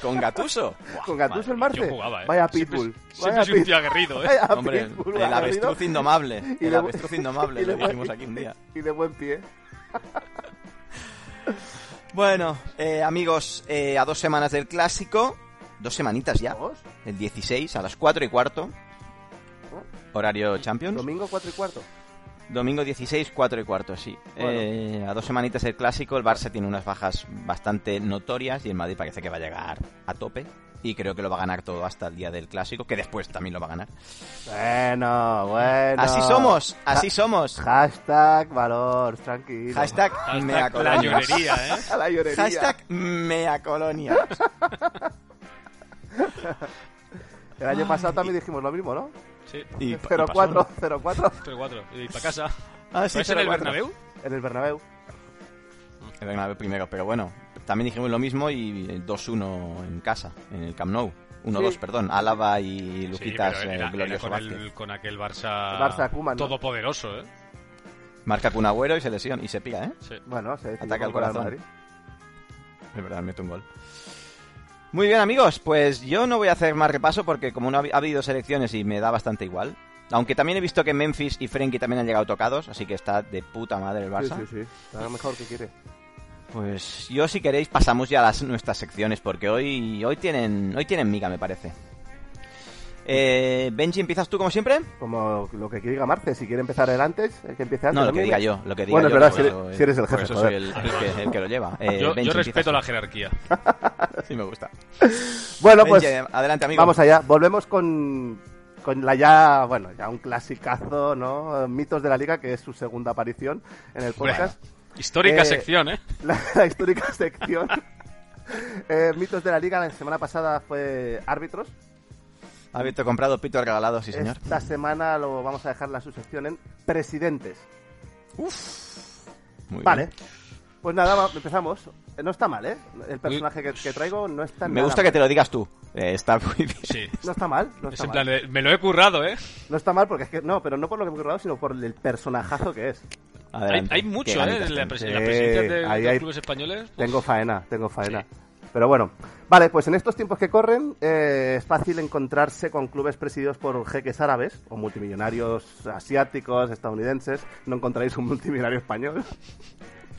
[SPEAKER 1] Con Gatuso.
[SPEAKER 4] con Gattuso el
[SPEAKER 3] Yo
[SPEAKER 4] Marce.
[SPEAKER 3] jugaba, ¿eh?
[SPEAKER 4] Vaya
[SPEAKER 3] Siempre-
[SPEAKER 4] pitbull.
[SPEAKER 3] Siempre
[SPEAKER 4] vaya
[SPEAKER 3] soy un tío
[SPEAKER 4] pit-
[SPEAKER 3] aguerrido, ¿eh?
[SPEAKER 4] vaya
[SPEAKER 1] Hombre,
[SPEAKER 4] pitbull,
[SPEAKER 1] el
[SPEAKER 4] vaya
[SPEAKER 1] avestruz
[SPEAKER 4] aguerrido.
[SPEAKER 1] indomable.
[SPEAKER 4] Y
[SPEAKER 1] El
[SPEAKER 4] de-
[SPEAKER 1] avestruz indomable,
[SPEAKER 4] *laughs* y de
[SPEAKER 1] lo
[SPEAKER 4] buen-
[SPEAKER 1] dijimos aquí un día.
[SPEAKER 4] Y de buen pie.
[SPEAKER 1] Bueno, eh, amigos, eh, a dos semanas del clásico, dos semanitas ya,
[SPEAKER 4] Vamos,
[SPEAKER 1] el 16 a las 4 y cuarto, horario Champions.
[SPEAKER 4] Domingo 4 y cuarto.
[SPEAKER 1] Domingo 16, 4 y cuarto, sí.
[SPEAKER 4] Bueno.
[SPEAKER 1] Eh, a dos semanitas del clásico, el Barça tiene unas bajas bastante notorias y el Madrid parece que va a llegar a tope. Y creo que lo va a ganar todo hasta el día del clásico, que después también lo va a ganar.
[SPEAKER 4] Bueno, bueno.
[SPEAKER 1] Así somos, así
[SPEAKER 4] Ha-
[SPEAKER 1] somos.
[SPEAKER 4] Hashtag valor, tranquilo.
[SPEAKER 1] Hashtag
[SPEAKER 3] Hasta la
[SPEAKER 1] meacolonias.
[SPEAKER 3] llorería, ¿eh?
[SPEAKER 4] A la llorería.
[SPEAKER 1] Hashtag meacolonias.
[SPEAKER 4] El año pasado también dijimos lo mismo, ¿no?
[SPEAKER 3] Sí.
[SPEAKER 1] Y, y pasó,
[SPEAKER 4] 04,
[SPEAKER 1] ¿no?
[SPEAKER 4] 04
[SPEAKER 3] 3-4. Y para casa.
[SPEAKER 1] Ah,
[SPEAKER 3] ¿Vais en el
[SPEAKER 1] 04.
[SPEAKER 3] Bernabéu?
[SPEAKER 4] en el Bernabéu.
[SPEAKER 1] El Bernabéu primero, pero bueno, También dijimos lo mismo y 2-1 en casa, en el Camp Nou. 1-2, perdón. Álava y
[SPEAKER 3] Sí,
[SPEAKER 1] Luquitas
[SPEAKER 3] pero
[SPEAKER 1] eh,
[SPEAKER 3] era- era
[SPEAKER 1] Glorioso
[SPEAKER 3] con, el-
[SPEAKER 1] Vázquez.
[SPEAKER 3] con aquel Barça,
[SPEAKER 4] Barça Koeman, ¿no?
[SPEAKER 3] todopoderoso, ¿eh?
[SPEAKER 1] Marca Kun Agüero y se lesiona y se pira, ¿eh?
[SPEAKER 3] Sí.
[SPEAKER 4] Bueno, se decidió
[SPEAKER 1] Ataca al
[SPEAKER 4] por el
[SPEAKER 1] corazón.
[SPEAKER 4] Madrid.
[SPEAKER 1] Es verdad, mete un gol. Muy bien, amigos, pues yo no voy a hacer más repaso porque como no ha ha habido selecciones y me da bastante igual. Aunque también he visto que Memphis y Frenkie también han llegado tocados, así que está de puta madre el Barça.
[SPEAKER 4] Sí, sí, sí. Está lo mejor que quiere.
[SPEAKER 1] Pues yo si queréis pasamos ya a las, nuestras secciones porque hoy hoy tienen hoy tienen miga me parece. Eh, Benji, empiezas tú como siempre.
[SPEAKER 4] Como lo que diga Marce, si quiere empezar él antes, el que empiece antes.
[SPEAKER 1] No, lo que
[SPEAKER 4] también.
[SPEAKER 1] diga yo, lo que diga
[SPEAKER 4] Bueno, es
[SPEAKER 1] yo,
[SPEAKER 4] verdad,
[SPEAKER 1] por
[SPEAKER 4] si eres-
[SPEAKER 1] eso, eh,
[SPEAKER 4] si eres el
[SPEAKER 1] por
[SPEAKER 4] jefe,
[SPEAKER 1] eso
[SPEAKER 4] joder.
[SPEAKER 1] soy el, el que, el que lo lleva. Eh,
[SPEAKER 3] *laughs* yo,
[SPEAKER 1] Benji,
[SPEAKER 3] yo
[SPEAKER 1] empiezas
[SPEAKER 3] respeto
[SPEAKER 1] tú.
[SPEAKER 3] la jerarquía.
[SPEAKER 1] Sí, me gusta.
[SPEAKER 4] Bueno, pues
[SPEAKER 1] Benji, adelante, amigo.
[SPEAKER 4] vamos allá. Volvemos con, con la ya, bueno, ya un clasicazo, ¿no? Mitos de la Liga, que es su segunda aparición en el
[SPEAKER 3] Bueno.
[SPEAKER 4] podcast. *laughs*
[SPEAKER 3] Histórica
[SPEAKER 4] Eh,
[SPEAKER 3] sección,
[SPEAKER 4] *laughs*
[SPEAKER 3] ¿eh?
[SPEAKER 4] la, la histórica sección. *laughs* Eh, mitos de la Liga, la semana pasada fue árbitros.
[SPEAKER 1] Ha visto comprado pito regalado, sí, señor.
[SPEAKER 4] Esta semana lo vamos a dejar la subsección en presidentes.
[SPEAKER 1] Muy
[SPEAKER 4] vale.
[SPEAKER 1] bien.
[SPEAKER 4] Pues nada, va- empezamos. Eh, No está mal, ¿eh? El personaje que, que traigo no está
[SPEAKER 1] Me
[SPEAKER 4] nada
[SPEAKER 1] gusta que
[SPEAKER 4] mal.
[SPEAKER 1] te lo digas tú. Eh, está muy bien.
[SPEAKER 3] Sí.
[SPEAKER 4] No está mal, no
[SPEAKER 3] Es
[SPEAKER 4] está
[SPEAKER 3] en
[SPEAKER 4] mal.
[SPEAKER 3] plan de, me lo he currado, ¿eh?
[SPEAKER 4] No está mal porque es que no, pero no por lo que me he currado, sino por el personajazo que es.
[SPEAKER 3] Hay,
[SPEAKER 1] Adelante.
[SPEAKER 3] hay
[SPEAKER 1] Qué
[SPEAKER 3] mucho, ¿eh?
[SPEAKER 1] ganitas
[SPEAKER 3] En la,
[SPEAKER 1] tengo.
[SPEAKER 3] pres- en la
[SPEAKER 4] Sí,
[SPEAKER 3] presidencia de, de
[SPEAKER 4] ahí
[SPEAKER 3] los
[SPEAKER 4] hay-
[SPEAKER 3] clubes españoles.
[SPEAKER 4] Tengo faena, tengo faena. Pero bueno, vale, pues en estos tiempos que corren eh, es fácil encontrarse con clubes presididos por jeques árabes o multimillonarios asiáticos, estadounidenses. No encontraréis un multimillonario español.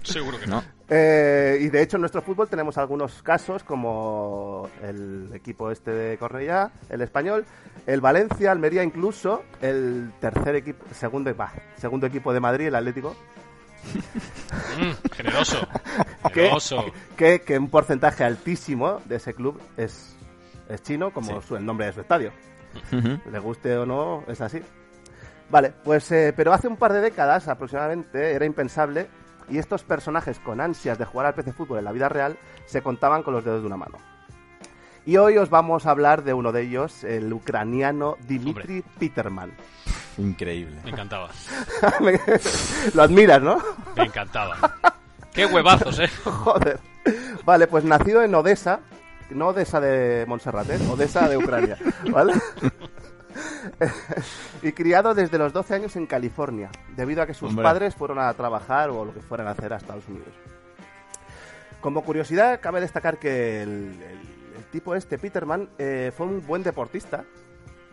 [SPEAKER 3] Seguro que
[SPEAKER 1] No.
[SPEAKER 3] no.
[SPEAKER 4] Eh, y de hecho en nuestro fútbol tenemos algunos casos como el equipo este de Cornellá, el español, el Valencia, Almería incluso, el tercer equipo, segundo, bah, segundo equipo de Madrid, el Atlético,
[SPEAKER 3] Mm, generoso.
[SPEAKER 1] *laughs*
[SPEAKER 4] que-
[SPEAKER 3] Generoso.
[SPEAKER 4] que, que un porcentaje altísimo de ese club es, es chino, como su- el nombre de su estadio.
[SPEAKER 1] Ujú.
[SPEAKER 4] Le guste o no, es así. Vale, pues eh, pero hace un par de décadas aproximadamente era impensable y estos personajes con ansias de jugar al PC Fútbol en la vida real se contaban con los dedos de una mano. Y hoy os vamos a hablar de uno de ellos, el ucraniano Dmitry Peterman. *laughs*
[SPEAKER 1] Increíble.
[SPEAKER 3] Me encantaba.
[SPEAKER 4] Lo admiras, ¿no?
[SPEAKER 3] Me encantaba. Qué
[SPEAKER 1] *laughs*
[SPEAKER 3] huevazos, ¿eh?
[SPEAKER 4] *laughs* Joder. Vale, pues nacido en Odessa, no Odessa de Montserrat, ¿eh? Odessa de Ucrania, ¿vale? *laughs* y criado desde los 12 años en California, debido a que sus
[SPEAKER 1] Hombre.
[SPEAKER 4] padres fueron a trabajar o lo que fueran a hacer a Estados Unidos. Como curiosidad, cabe destacar que el, el- el tipo este, Peterman, eh, fue un buen deportista.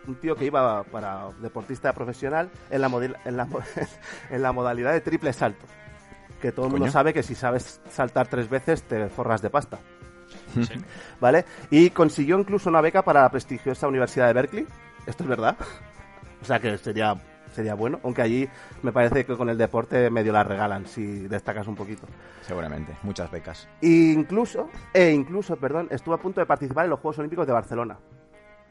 [SPEAKER 4] Un tío que iba para deportista profesional en la, model- en la, *laughs* mo- en la modalidad de triple salto. Que todo el mundo
[SPEAKER 1] Coño.
[SPEAKER 4] sabe que si sabes saltar tres veces te forras de pasta.
[SPEAKER 3] Sí.
[SPEAKER 4] ¿Vale? Y consiguió incluso una beca para la prestigiosa Universidad de Berkeley. Esto es verdad. *laughs* O sea que sería, sería bueno. Aunque allí me parece que con el deporte medio la regalan si destacas un poquito.
[SPEAKER 1] Seguramente. Muchas becas.
[SPEAKER 4] E incluso, e incluso, perdón, estuvo a punto de participar en los Juegos Olímpicos de Barcelona.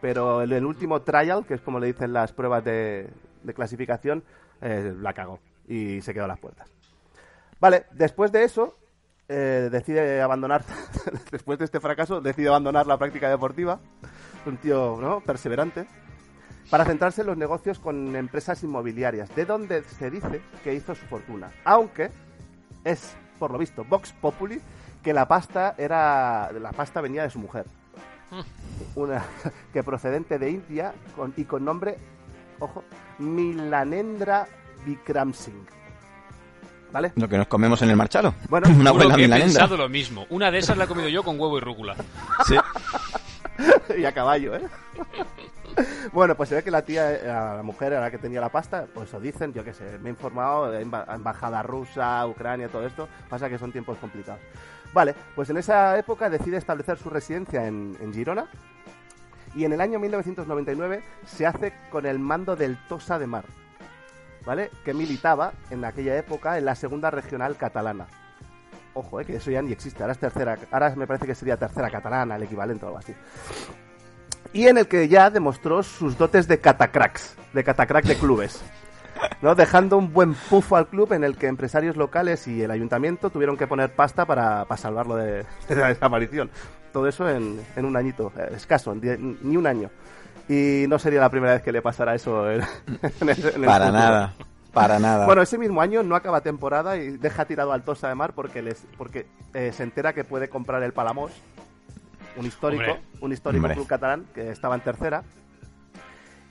[SPEAKER 4] Pero en el último trial, que es como le dicen las pruebas de, de clasificación, eh, la cagó y se quedó a las puertas. Vale, después de eso, eh, decide abandonar, *laughs* después de este fracaso, decide abandonar la práctica deportiva. Un tío, ¿no? Perseverante. Para centrarse en los negocios con empresas inmobiliarias, de donde se dice que hizo su fortuna. Aunque es, por lo visto, Vox Populi, que la pasta era. La pasta venía de su mujer. Una *laughs* que procedente de India con- y con nombre, ojo, Milanendra Vikram Singh. ¿Vale?
[SPEAKER 1] Lo que nos comemos en el marchalo.
[SPEAKER 4] Bueno,
[SPEAKER 1] *laughs* una
[SPEAKER 3] Juro
[SPEAKER 1] buena
[SPEAKER 3] que he
[SPEAKER 1] milanenda.
[SPEAKER 3] pensado lo mismo. Una de esas la he comido yo con huevo y rúcula.
[SPEAKER 4] *laughs*
[SPEAKER 1] Sí.
[SPEAKER 4] y a caballo, ¿eh? *laughs* bueno, pues se ve que la tía, eh, la mujer a la que tenía la pasta, pues lo dicen, yo qué sé, me he informado, eh, emba- embajada rusa, Ucrania, todo esto, pasa que son tiempos complicados. Vale, pues en esa época decide establecer su residencia en, en Girona y en el año 1999 se hace con el mando del Tosa de Mar, ¿vale? Que militaba en aquella época en la segunda regional catalana. Ojo, eh, que eso ya ni existe, ahora es tercera, ahora me parece que sería tercera catalana, el equivalente o algo así y en el que ya demostró sus dotes de catacracks, de catacrack de clubes. ¿no? Dejando un buen pufo al club en el que empresarios locales y el ayuntamiento tuvieron que poner pasta para, para salvarlo de, *laughs* de la desaparición. Todo eso en, en un añito, eh, escaso, en die- ni un año. Y no sería la primera vez que le pasará eso en, *laughs* en el- en el
[SPEAKER 1] Para
[SPEAKER 4] futuro.
[SPEAKER 1] nada. Para nada.
[SPEAKER 4] Bueno, ese mismo año no acaba temporada y deja tirado al Tosa de Mar porque, les, porque eh, se entera que puede comprar el Palamos, un histórico,
[SPEAKER 3] Hombre.
[SPEAKER 4] un histórico
[SPEAKER 1] Hombre.
[SPEAKER 4] club catalán que estaba en tercera.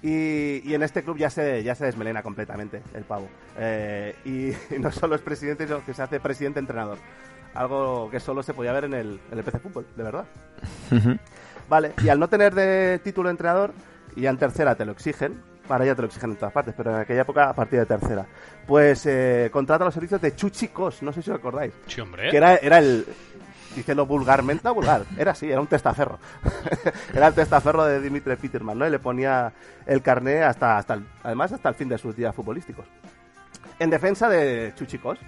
[SPEAKER 4] Y, y en este club ya se, ya se desmelena completamente el pavo. Eh, y, *laughs* y no solo es presidente, sino que se hace presidente-entrenador. Algo que solo se podía ver en el, en el PC Fútbol, de verdad.
[SPEAKER 1] Ujú.
[SPEAKER 4] Vale, y al no tener de título de entrenador, y en tercera te lo exigen, para ya te lo exigen en todas partes, pero en aquella época a partir de tercera, pues eh, contrata los servicios de Chuchicos, no sé si os acordáis,
[SPEAKER 3] Sí, hombre.
[SPEAKER 1] ¿Eh?
[SPEAKER 4] que era, era el... Dicelo vulgarmente, no vulgar, era así, era un testaferro. *laughs* era el testaferro de Dimitri Peterman, ¿no? Y le ponía el carné hasta, hasta el- además hasta el fin de sus días futbolísticos. En defensa de Chuchicos,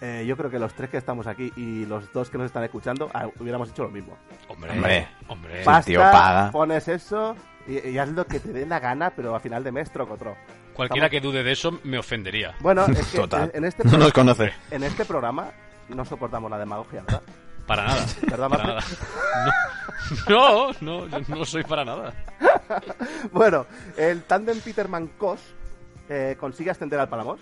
[SPEAKER 4] eh, yo creo que los tres que estamos aquí y los dos que nos están escuchando ah, hubiéramos hecho lo mismo
[SPEAKER 3] Hombre.
[SPEAKER 1] Hombre.
[SPEAKER 3] hombre.
[SPEAKER 1] Pa-
[SPEAKER 4] pasta,
[SPEAKER 1] tío paga.
[SPEAKER 4] pones eso y, y haz lo que te dé la gana, pero a final de mes trocotro.
[SPEAKER 3] Cualquiera
[SPEAKER 4] estamos-
[SPEAKER 3] que dude de eso me ofendería.
[SPEAKER 4] Bueno, es
[SPEAKER 1] *laughs*
[SPEAKER 4] que
[SPEAKER 1] Total.
[SPEAKER 4] en, en este
[SPEAKER 1] No nos
[SPEAKER 4] programa,
[SPEAKER 1] conoce.
[SPEAKER 4] en este programa no soportamos la demagogia, ¿verdad?
[SPEAKER 3] Para
[SPEAKER 4] *laughs*
[SPEAKER 3] nada. Para
[SPEAKER 4] ¿Verdad, Marta?
[SPEAKER 3] nada. *laughs* No, no, no, yo no soy para nada.
[SPEAKER 4] Bueno, el tándem Peterman Cos consigue ascender al Palamos.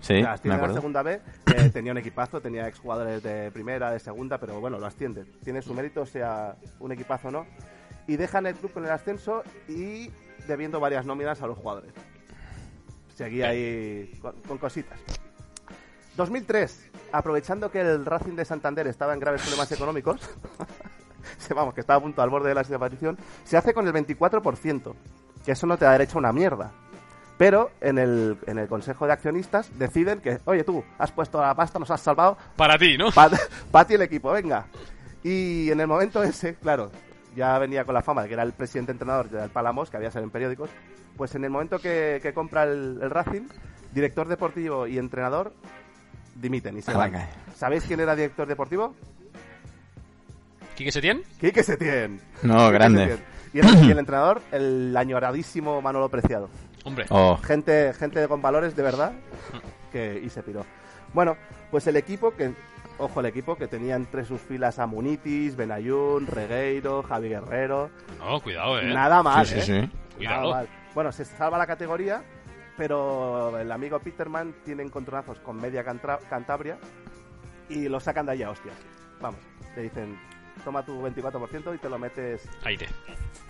[SPEAKER 1] Sí,
[SPEAKER 4] La
[SPEAKER 1] me
[SPEAKER 4] asciende a la
[SPEAKER 1] acuerdo.
[SPEAKER 4] segunda B,
[SPEAKER 1] *coughs*
[SPEAKER 4] eh, tenía un equipazo, tenía exjugadores de primera, de segunda, pero bueno, lo asciende. Tiene su mérito, sea un equipazo o no. Y dejan el club con el ascenso y debiendo varias nóminas a los jugadores. Seguía ahí con, con cositas. 2003, aprovechando que el Racing de Santander estaba en graves problemas económicos, *laughs* se- vamos, que estaba a punto al borde de la desaparición, se hace con el 24%, que eso no te da derecho a una mierda. Pero en el, en el Consejo de Accionistas deciden que, oye tú, has puesto la pasta, nos has salvado,
[SPEAKER 3] Para ti, ¿no?
[SPEAKER 4] *laughs* Pat, Pat y el equipo, venga. Y en el momento ese, claro, ya venía con la fama de que era el presidente entrenador del Palamos, que había salido en periódicos, pues en el momento que, que compra el, el Racing, director deportivo y entrenador dimiten y se
[SPEAKER 1] A la
[SPEAKER 4] van.
[SPEAKER 1] calle.
[SPEAKER 4] ¿Sabéis quién era director deportivo?
[SPEAKER 3] ¿Quique Setién?
[SPEAKER 4] Quique Setién.
[SPEAKER 1] No,
[SPEAKER 4] Quique
[SPEAKER 1] grande.
[SPEAKER 4] Setién. Y el, y el entrenador, el añoradísimo Manolo Preciado.
[SPEAKER 3] Hombre.
[SPEAKER 1] Oh,
[SPEAKER 4] gente, gente con valores de verdad que y se piró. Bueno, pues el equipo que ojo el equipo que tenía entre sus filas a Munitis, Benayun, Regueiro, Javi Guerrero,
[SPEAKER 3] No, cuidado, eh.
[SPEAKER 4] nada mal,
[SPEAKER 1] sí,
[SPEAKER 4] ¿eh?
[SPEAKER 1] sí, sí.
[SPEAKER 4] Nada
[SPEAKER 3] Cuidado.
[SPEAKER 4] mal. Bueno, se salva la categoría, pero el amigo Peterman tiene encontronazos con media Cantra- Cantabria y lo sacan de allá, hostias. Vamos, le dicen, toma tu 24% y te lo metes
[SPEAKER 3] Aire.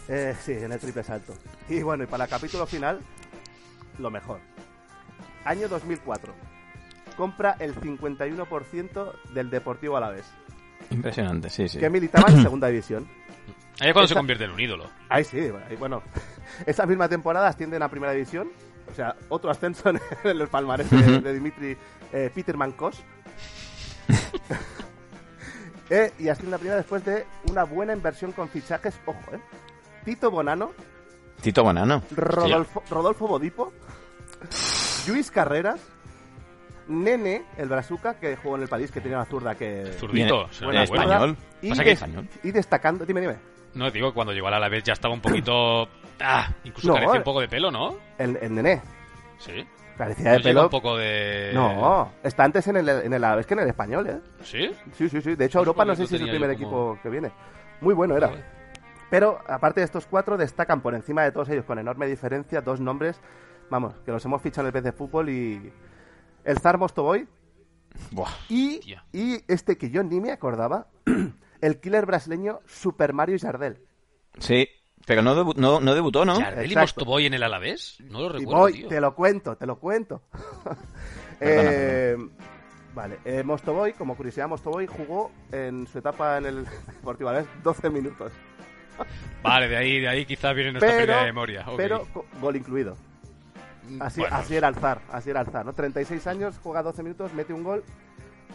[SPEAKER 4] eh, sí, en el triple salto. Y bueno, y para el capítulo final, lo mejor. Año 2004. Compra el 51% del Deportivo Alavés,
[SPEAKER 1] Impresionante, sí, sí.
[SPEAKER 4] que militaba en segunda división.
[SPEAKER 3] Ahí es cuando se
[SPEAKER 4] Esa-
[SPEAKER 3] convierte en un ídolo.
[SPEAKER 4] Ahí sí, bueno, y bueno. *laughs* Esa misma temporada ascienden a primera división. O sea, otro ascenso *laughs* en el palmarés de, de Dimitri eh, Peterman Kos. Eh, y ascienden a primera después de una buena inversión con fichajes, ojo, eh. Tito Bonano,
[SPEAKER 1] Tito Bonano.
[SPEAKER 4] Rodolfo, Rodolfo Bodipo, Luis Carreras, Nene, el Brazuca, que jugó en el París, que tenía una zurda que.
[SPEAKER 3] Zurdito.
[SPEAKER 1] Bien,
[SPEAKER 3] se
[SPEAKER 4] buena
[SPEAKER 3] da cuenta.
[SPEAKER 4] zurda,
[SPEAKER 1] español.
[SPEAKER 4] Y,
[SPEAKER 3] Pasa que-
[SPEAKER 4] des-
[SPEAKER 1] español.
[SPEAKER 4] y destacando, dime, dime.
[SPEAKER 3] No, digo, cuando llegó a la vez ya estaba un poquito. Ah, incluso
[SPEAKER 4] No,
[SPEAKER 3] carecía
[SPEAKER 4] eh.
[SPEAKER 3] un poco de pelo, ¿no?
[SPEAKER 4] El, el Nene.
[SPEAKER 3] Sí.
[SPEAKER 4] Carecía
[SPEAKER 3] No
[SPEAKER 4] de
[SPEAKER 3] llega
[SPEAKER 4] pelo.
[SPEAKER 3] un poco de.
[SPEAKER 4] No, está antes en el, en el Alavés que en el español, ¿eh?
[SPEAKER 3] ¿Sí?
[SPEAKER 4] Sí, sí, sí. De hecho,
[SPEAKER 3] No
[SPEAKER 4] Europa no sé
[SPEAKER 3] recuerdo
[SPEAKER 4] si es el
[SPEAKER 3] tenía
[SPEAKER 4] primer
[SPEAKER 3] yo como-
[SPEAKER 4] equipo que viene. Muy bueno era.
[SPEAKER 3] Vale.
[SPEAKER 4] Pero aparte de estos cuatro, destacan por encima de todos ellos, con enorme diferencia, dos nombres. Vamos, que los hemos fichado en el de Fútbol y. El Zar Mostovoy,
[SPEAKER 1] Buah.
[SPEAKER 4] Y,
[SPEAKER 3] Hostia.
[SPEAKER 4] y este que yo ni me acordaba, *clears throat* el killer brasileño Super Mario Jardel.
[SPEAKER 1] Sí, pero no, debu- no, no debutó, ¿no?
[SPEAKER 3] ¿Yardel y
[SPEAKER 4] Exacto.
[SPEAKER 3] Mostoboy en el Alavés? No lo
[SPEAKER 4] Y
[SPEAKER 3] recuerdo,
[SPEAKER 4] voy,
[SPEAKER 3] tío.
[SPEAKER 4] te lo cuento, te lo cuento. *laughs*
[SPEAKER 1] Perdona,
[SPEAKER 4] Eh, Vale, eh, Mostoboy, como curiosidad, Mostoboy jugó en su etapa en el *laughs* Deportivo Alavés 12 minutos.
[SPEAKER 3] Vale, de ahí, de ahí quizás viene nuestra
[SPEAKER 4] Pero,
[SPEAKER 3] pelea de memoria. ok.
[SPEAKER 4] pero co- gol incluido. Así,
[SPEAKER 3] Bueno,
[SPEAKER 4] así era Alzar, así era Alzar, ¿no? 36 años, juega 12 minutos, mete un gol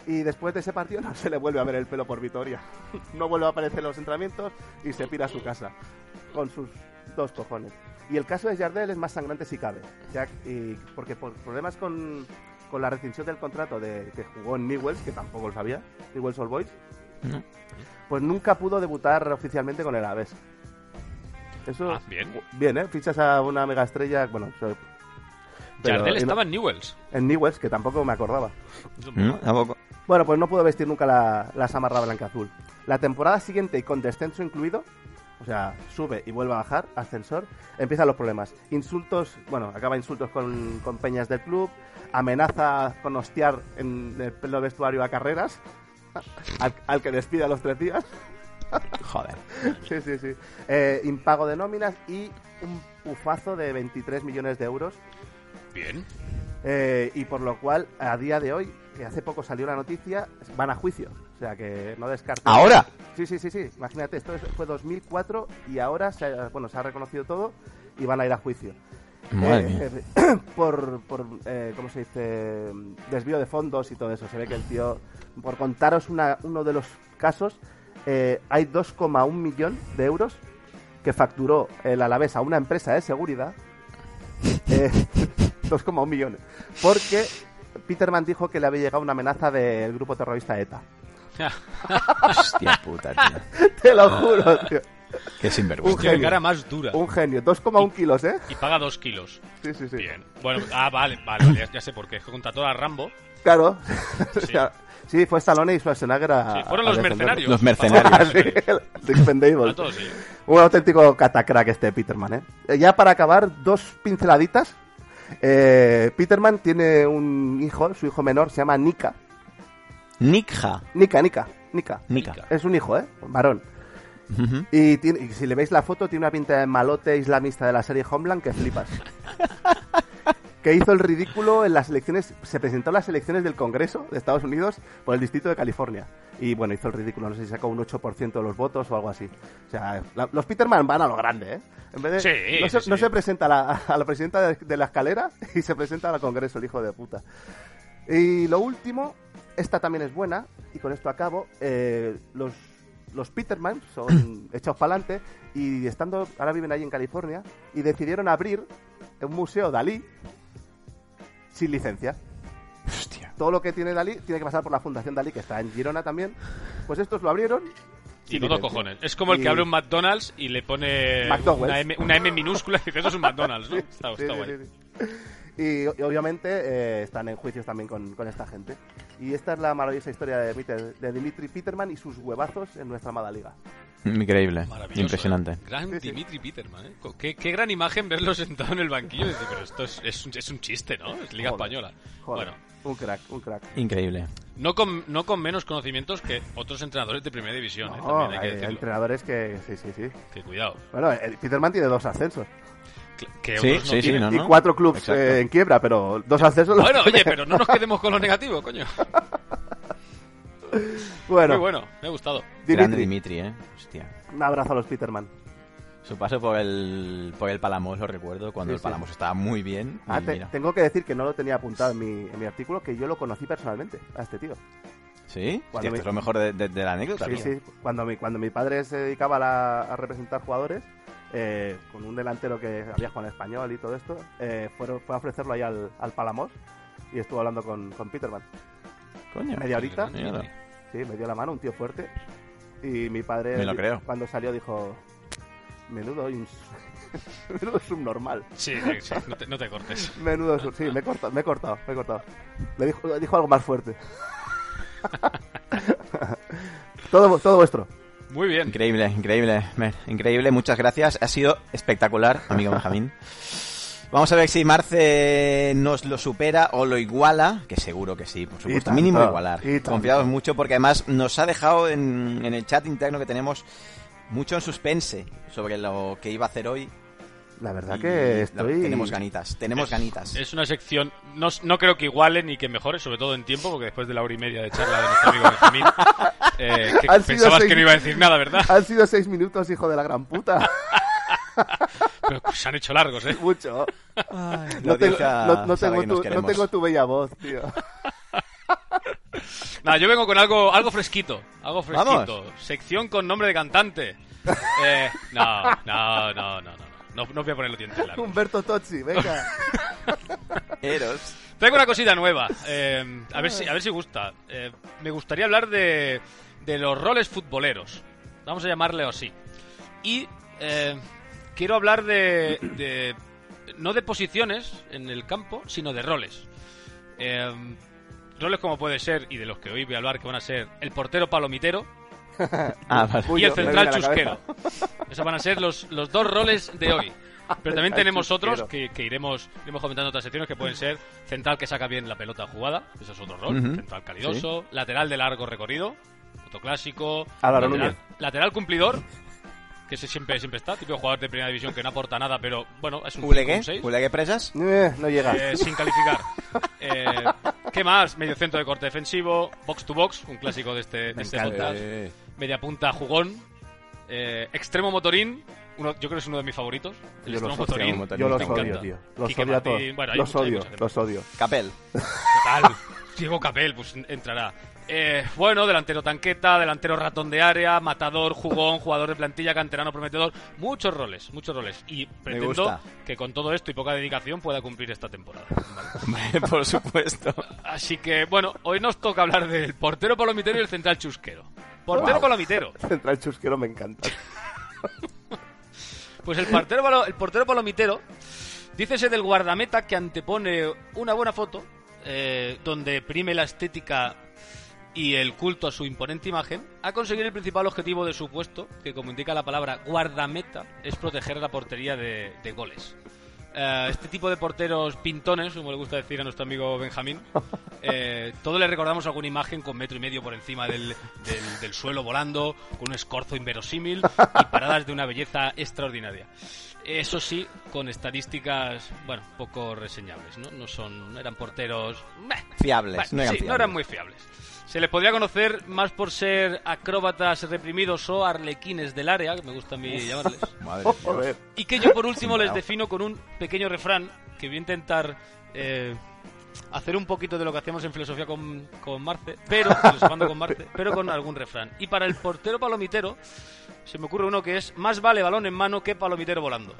[SPEAKER 4] y después de ese partido *laughs* no se le vuelve a ver el pelo por Vitoria. *laughs* No vuelve a aparecer en los entrenamientos y se pira a su casa con sus dos cojones. Y el caso de Jardel es más sangrante si cabe, ya que- y- porque por problemas con, con la rescisión del contrato de, que jugó en Newells, que tampoco lo sabía, Newells All Boys,
[SPEAKER 1] No.
[SPEAKER 4] pues nunca pudo debutar oficialmente con el Aves. Eso
[SPEAKER 3] Ah, bien.
[SPEAKER 4] bien, ¿eh? Fichas a una mega estrella, bueno, so- pero
[SPEAKER 3] Yardel
[SPEAKER 4] en-
[SPEAKER 3] estaba en Newells.
[SPEAKER 4] en Newells, que tampoco me acordaba.
[SPEAKER 1] ¿Mm? Tampoco.
[SPEAKER 4] Bueno, pues no pudo vestir nunca la, la samarra blanca azul. La temporada siguiente y con descenso incluido, O sea, sube y vuelve a bajar, ascensor, empiezan los problemas. Insultos, bueno, acaba insultos con, con peñas del club, amenaza con hostiar en el pleno vestuario a carreras, *laughs* al, al que despida los tres días. *laughs*
[SPEAKER 1] Joder.
[SPEAKER 4] Sí, sí, sí. Eh, impago de nóminas y un pufazo de 23 millones de euros. *laughs*
[SPEAKER 3] Bien. *laughs*
[SPEAKER 4] Eh, y por lo cual, a día de hoy, que hace poco salió la noticia, van a juicio. O sea que no descarto.
[SPEAKER 1] ¿Ahora?
[SPEAKER 4] Sí, sí, sí, sí. Imagínate, esto es- fue 2004 y ahora se, ha- bueno, se ha reconocido todo y van a ir a juicio.
[SPEAKER 1] Madre
[SPEAKER 4] Eh,
[SPEAKER 1] mía.
[SPEAKER 4] eh, *coughs* por, por eh, ¿cómo se dice? Desvío de fondos y todo eso. Se ve que el tío, por contaros una- uno de los casos, eh, hay 2,1 millón de euros que facturó el Alavés a una empresa de seguridad. Eh, *laughs* 2,1 millones. Porque Peterman dijo que le había llegado una amenaza del grupo terrorista ETA. *laughs*
[SPEAKER 1] Hostia puta, tío.
[SPEAKER 4] Te lo juro, tío.
[SPEAKER 1] Qué
[SPEAKER 4] Un
[SPEAKER 1] sinvergüenza.
[SPEAKER 3] Qué
[SPEAKER 4] genio.
[SPEAKER 3] cara más dura.
[SPEAKER 4] Un genio. 2,1 kilos, ¿eh?
[SPEAKER 3] Y paga dos kilos.
[SPEAKER 4] Sí, Oh. sí, sí.
[SPEAKER 3] Bien. Bueno, ah, vale, vale, vale, ya, ya sé por qué. Es que contrató a Rambo.
[SPEAKER 4] Claro. *laughs* O sea, sí, fue Stallone y Schwarzenegger a...
[SPEAKER 3] Sí, fueron
[SPEAKER 4] Ah, a
[SPEAKER 3] los
[SPEAKER 4] defenderlo.
[SPEAKER 3] mercenarios.
[SPEAKER 1] Los
[SPEAKER 3] *laughs*
[SPEAKER 1] mercenarios.
[SPEAKER 4] Ah, *laughs* sí, el The Expendables.
[SPEAKER 3] A todos ellos.
[SPEAKER 4] Un auténtico catacrack este Peterman, ¿eh? Eh, Ya para acabar, dos pinceladitas. Eh, Peterman tiene un hijo, su hijo menor se llama Nika.
[SPEAKER 1] Nikja.
[SPEAKER 4] Nika, Nika, Nika.
[SPEAKER 1] Nika.
[SPEAKER 4] Es un hijo, ¿eh? Varón.
[SPEAKER 1] Ujú.
[SPEAKER 4] Y, tiene- y si le veis la foto, tiene una pinta de malote islamista de la serie Homeland que flipas. que hizo el ridículo en las elecciones, se presentó a las elecciones del Congreso de Estados Unidos por el Distrito de California. Y bueno, hizo el ridículo, no sé si sacó un 8% de los votos o algo así. O sea, la- los Peterman van a lo grande, ¿eh? En vez de,
[SPEAKER 3] Sí,
[SPEAKER 4] no, se,
[SPEAKER 3] sí,
[SPEAKER 4] no
[SPEAKER 3] sí.
[SPEAKER 4] se presenta a la, a la presidenta de, de la escalera *laughs* y se presenta al Congreso, el hijo de puta. Y lo último, esta también es buena, y con esto acabo. eh, los, los Peterman
[SPEAKER 3] *coughs*
[SPEAKER 4] son echados para adelante y estando, ahora viven ahí en California y decidieron abrir un museo Dalí sin licencia.
[SPEAKER 1] Hostia.
[SPEAKER 4] Todo lo que tiene Dalí tiene que pasar por la Fundación Dalí, que está en Girona también. Pues estos lo abrieron.
[SPEAKER 3] Y
[SPEAKER 4] sin
[SPEAKER 3] todo
[SPEAKER 4] licencia.
[SPEAKER 3] cojones. Es como el
[SPEAKER 4] Y-
[SPEAKER 3] que abre un McDonald's y le pone
[SPEAKER 4] McDowell's.
[SPEAKER 3] una M, una M minúscula y dice, eso es un McDonald's, ¿no? Está,
[SPEAKER 4] Sí,
[SPEAKER 3] está
[SPEAKER 4] sí,
[SPEAKER 3] guay.
[SPEAKER 4] sí, sí. Y, o- y obviamente eh, están en juicios también con, con esta gente. Y esta es la maravillosa historia de, Peter- de Dimitri Peterman y sus huevazos en nuestra amada liga.
[SPEAKER 1] Increíble.
[SPEAKER 3] Maravilloso,
[SPEAKER 1] Impresionante.
[SPEAKER 3] ¿eh? Gran
[SPEAKER 4] Sí, sí.
[SPEAKER 3] Dimitri Peterman, ¿eh? Co- Qué, qué gran imagen verlo sentado en el banquillo y decir, pero esto es, es un, es un chiste, ¿no? Es Liga
[SPEAKER 4] Joder,
[SPEAKER 3] Española.
[SPEAKER 4] Joder,
[SPEAKER 3] Bueno,
[SPEAKER 4] un crack, un crack.
[SPEAKER 1] Increíble.
[SPEAKER 3] no con, no con menos conocimientos que otros entrenadores de primera división, ¿eh?
[SPEAKER 4] No,
[SPEAKER 3] También hay que
[SPEAKER 4] Oh, hay
[SPEAKER 3] decirlo.
[SPEAKER 4] entrenadores que. Sí, sí, sí.
[SPEAKER 3] Que cuidado.
[SPEAKER 4] Bueno, el Peterman tiene dos ascensos.
[SPEAKER 3] Que- Que
[SPEAKER 1] Sí,
[SPEAKER 3] otros no
[SPEAKER 1] sí, sí,
[SPEAKER 3] tienen.
[SPEAKER 1] no,
[SPEAKER 4] y
[SPEAKER 1] no.
[SPEAKER 4] cuatro clubes
[SPEAKER 1] Exacto.
[SPEAKER 4] en quiebra, pero dos ascensos. los
[SPEAKER 3] Bueno,
[SPEAKER 4] tiene.
[SPEAKER 3] oye, pero no nos quedemos con lo negativo, coño.
[SPEAKER 4] *laughs* bueno,
[SPEAKER 3] Muy bueno, me ha gustado.
[SPEAKER 1] Grande
[SPEAKER 4] Dimitri,
[SPEAKER 1] Dimitri, eh. Hostia.
[SPEAKER 4] un abrazo a los Peterman.
[SPEAKER 1] Su paso por el, por el Palamos, lo recuerdo, cuando
[SPEAKER 4] Sí,
[SPEAKER 1] el
[SPEAKER 4] sí.
[SPEAKER 1] Palamos estaba muy bien.
[SPEAKER 4] Ah,
[SPEAKER 1] y
[SPEAKER 4] te-
[SPEAKER 1] mira.
[SPEAKER 4] tengo que decir que no lo tenía apuntado en mi, en mi artículo, que yo lo conocí personalmente a este tío.
[SPEAKER 1] ¿Sí? Hostia,
[SPEAKER 4] Cuando
[SPEAKER 1] esto
[SPEAKER 4] me-
[SPEAKER 1] es lo mejor de, de- de la anécdota.
[SPEAKER 4] Sí,
[SPEAKER 1] tío.
[SPEAKER 4] sí. Cuando mi, cuando mi padre se dedicaba a, la- a representar jugadores, eh, con un delantero que había jugado en español y todo esto, eh, fueron- fue a ofrecerlo ahí al, al Palamos y estuvo hablando con, con Peterman.
[SPEAKER 1] Coño.
[SPEAKER 4] Media horita,
[SPEAKER 1] Mierda.
[SPEAKER 4] sí, me dio la mano, un tío fuerte. Y mi padre,
[SPEAKER 1] Me lo creo.
[SPEAKER 4] cuando salió, dijo: Menudo, ins- *laughs* menudo subnormal.
[SPEAKER 3] Sí, sí, sí, no te, no te cortes.
[SPEAKER 4] Menudo, sur- sí, me he cortado, me he cortado, me he cortado. Le dijo, dijo algo más fuerte. *laughs* todo, todo vuestro.
[SPEAKER 3] Muy bien.
[SPEAKER 1] Increíble, increíble, Mer, increíble, muchas gracias. Ha sido espectacular,
[SPEAKER 4] *laughs*
[SPEAKER 1] amigo Benjamín. Vamos a ver si Marce nos lo supera o lo iguala, que seguro que sí, por supuesto.
[SPEAKER 4] tanto,
[SPEAKER 1] Mínimo igualar.
[SPEAKER 4] y tanto.
[SPEAKER 1] Confiados mucho porque además nos ha dejado en, en el chat interno que tenemos mucho en suspense sobre lo que iba a hacer hoy.
[SPEAKER 4] La verdad
[SPEAKER 1] Y
[SPEAKER 4] que
[SPEAKER 1] la-
[SPEAKER 4] estoy.
[SPEAKER 1] Tenemos ganitas, tenemos ganitas.
[SPEAKER 3] Es una sección, no, no creo que iguale ni que mejore, sobre todo en tiempo, porque después de la hora y media de charla de nuestro amigo Benjamín, eh, que
[SPEAKER 4] Han sido
[SPEAKER 3] pensabas
[SPEAKER 4] seis-
[SPEAKER 3] que no iba a decir nada, ¿verdad?
[SPEAKER 4] Han sido seis minutos, hijo de la gran puta. *laughs*
[SPEAKER 3] Pero se han hecho largos, ¿eh?
[SPEAKER 4] Mucho.
[SPEAKER 1] La
[SPEAKER 4] No tengo,
[SPEAKER 1] audiencia
[SPEAKER 4] no- no
[SPEAKER 1] sabe
[SPEAKER 4] tengo
[SPEAKER 1] que nos
[SPEAKER 4] tu, no
[SPEAKER 1] queremos.
[SPEAKER 4] tengo tu bella voz, tío.
[SPEAKER 3] Nada, yo vengo con algo, algo fresquito. Algo fresquito.
[SPEAKER 1] Vamos.
[SPEAKER 3] Sección con nombre de cantante. Eh, no, no, no, no, no. No, no voy a poner los dientes largos.
[SPEAKER 4] Humberto Tozzi, venga.
[SPEAKER 1] Eros.
[SPEAKER 3] Traigo una cosita nueva. eh, a, ver si, a ver si gusta. Eh, me gustaría hablar de, de los roles futboleros. Vamos a llamarle así. Y eh, quiero hablar de, de- No de posiciones en el campo, sino de roles. Eh, roles como puede ser, y de los que hoy voy a hablar, que van a ser el portero palomitero
[SPEAKER 1] Ah, vale.
[SPEAKER 3] *laughs*
[SPEAKER 4] Uy,
[SPEAKER 3] y el
[SPEAKER 4] yo, me
[SPEAKER 3] central
[SPEAKER 4] viene a la
[SPEAKER 3] chusquero. Esos van a ser los, los dos roles de hoy.
[SPEAKER 4] *laughs*
[SPEAKER 3] Pero también
[SPEAKER 4] Al
[SPEAKER 3] tenemos otros
[SPEAKER 4] chusquero.
[SPEAKER 3] que, que iremos, iremos comentando otras secciones que pueden ser central que saca bien la pelota jugada, ese es otro rol,
[SPEAKER 1] Ujú,
[SPEAKER 3] central calidoso, lateral de largo recorrido, otro clásico,
[SPEAKER 4] Álvaro
[SPEAKER 3] lateral,
[SPEAKER 4] Núñez.
[SPEAKER 3] lateral cumplidor, que ese siempre, siempre está, típico jugador de primera división que no aporta nada, pero bueno, es un cinco,
[SPEAKER 1] ¿Julegue?
[SPEAKER 3] un seis.
[SPEAKER 1] ¿Julegue presas?
[SPEAKER 4] Eh, no llega.
[SPEAKER 3] Eh, sin calificar. Eh, ¿Qué más? Medio centro de corte defensivo, box to box, un clásico de este, de este
[SPEAKER 1] encanta.
[SPEAKER 4] eh.
[SPEAKER 1] Eh,
[SPEAKER 3] podcast. Media punta jugón, eh, extremo motorín, uno, yo creo que es uno de mis favoritos. El
[SPEAKER 4] Yo
[SPEAKER 3] extremo
[SPEAKER 4] los
[SPEAKER 3] motorín.
[SPEAKER 1] extremo
[SPEAKER 4] Yo los
[SPEAKER 3] Me
[SPEAKER 4] odio,
[SPEAKER 3] encanta.
[SPEAKER 4] tío. Los
[SPEAKER 3] Quique
[SPEAKER 4] odio a
[SPEAKER 3] Martín,
[SPEAKER 4] todos.
[SPEAKER 3] bueno, hay
[SPEAKER 4] los
[SPEAKER 3] mucha- hay
[SPEAKER 4] odio,
[SPEAKER 3] mucha gente.
[SPEAKER 4] los odio. *laughs*
[SPEAKER 1] Capel.
[SPEAKER 3] Total. Diego Capel, pues entrará. Eh, bueno, delantero tanqueta, delantero ratón de área, matador, jugón, jugador de plantilla, canterano prometedor. Muchos roles, muchos roles. Y pretendo
[SPEAKER 1] gusta.
[SPEAKER 3] que con todo esto y poca dedicación pueda cumplir esta temporada. Vale. *laughs*
[SPEAKER 1] Hombre, Por supuesto.
[SPEAKER 3] Así que, bueno, hoy nos toca hablar del portero palomitero y el central chusquero. Portero
[SPEAKER 4] Wow.
[SPEAKER 3] palomitero.
[SPEAKER 4] Central chusquero me encanta.
[SPEAKER 3] Pues el portero, palo- el portero palomitero, dícese del guardameta que antepone una buena foto, eh, donde prime la estética y el culto a su imponente imagen, a conseguir el principal objetivo de su puesto, que como indica la palabra guardameta, es proteger la portería de, de goles. Eh, este tipo de porteros pintones, como le gusta decir a nuestro amigo Benjamín, eh, todos le recordamos alguna imagen con metro y medio por encima del, del- del suelo volando, con un escorzo inverosímil y paradas de una belleza extraordinaria. Eso sí, con estadísticas, bueno, poco reseñables, ¿no? No son, no eran porteros... meh,
[SPEAKER 1] Fiables.
[SPEAKER 3] bueno,
[SPEAKER 1] no eran
[SPEAKER 3] sí,
[SPEAKER 1] fiables.
[SPEAKER 3] no eran muy fiables. Se les podría conocer más por ser acróbatas reprimidos o arlequines del área, que me gusta a mí llamarles.
[SPEAKER 1] Madre de Dios.
[SPEAKER 4] Joder.
[SPEAKER 3] Y que
[SPEAKER 1] *laughs*
[SPEAKER 3] yo por último les
[SPEAKER 1] Bravo.
[SPEAKER 3] defino con un pequeño refrán que voy a intentar eh, hacer un poquito de lo que hacíamos en filosofía con, con Marce,
[SPEAKER 1] *laughs*
[SPEAKER 3] pero filosofando con Marce, pero con algún refrán. Y para el portero palomitero se me ocurre uno que es más vale balón en mano que
[SPEAKER 1] *laughs*
[SPEAKER 3] palomitero volando.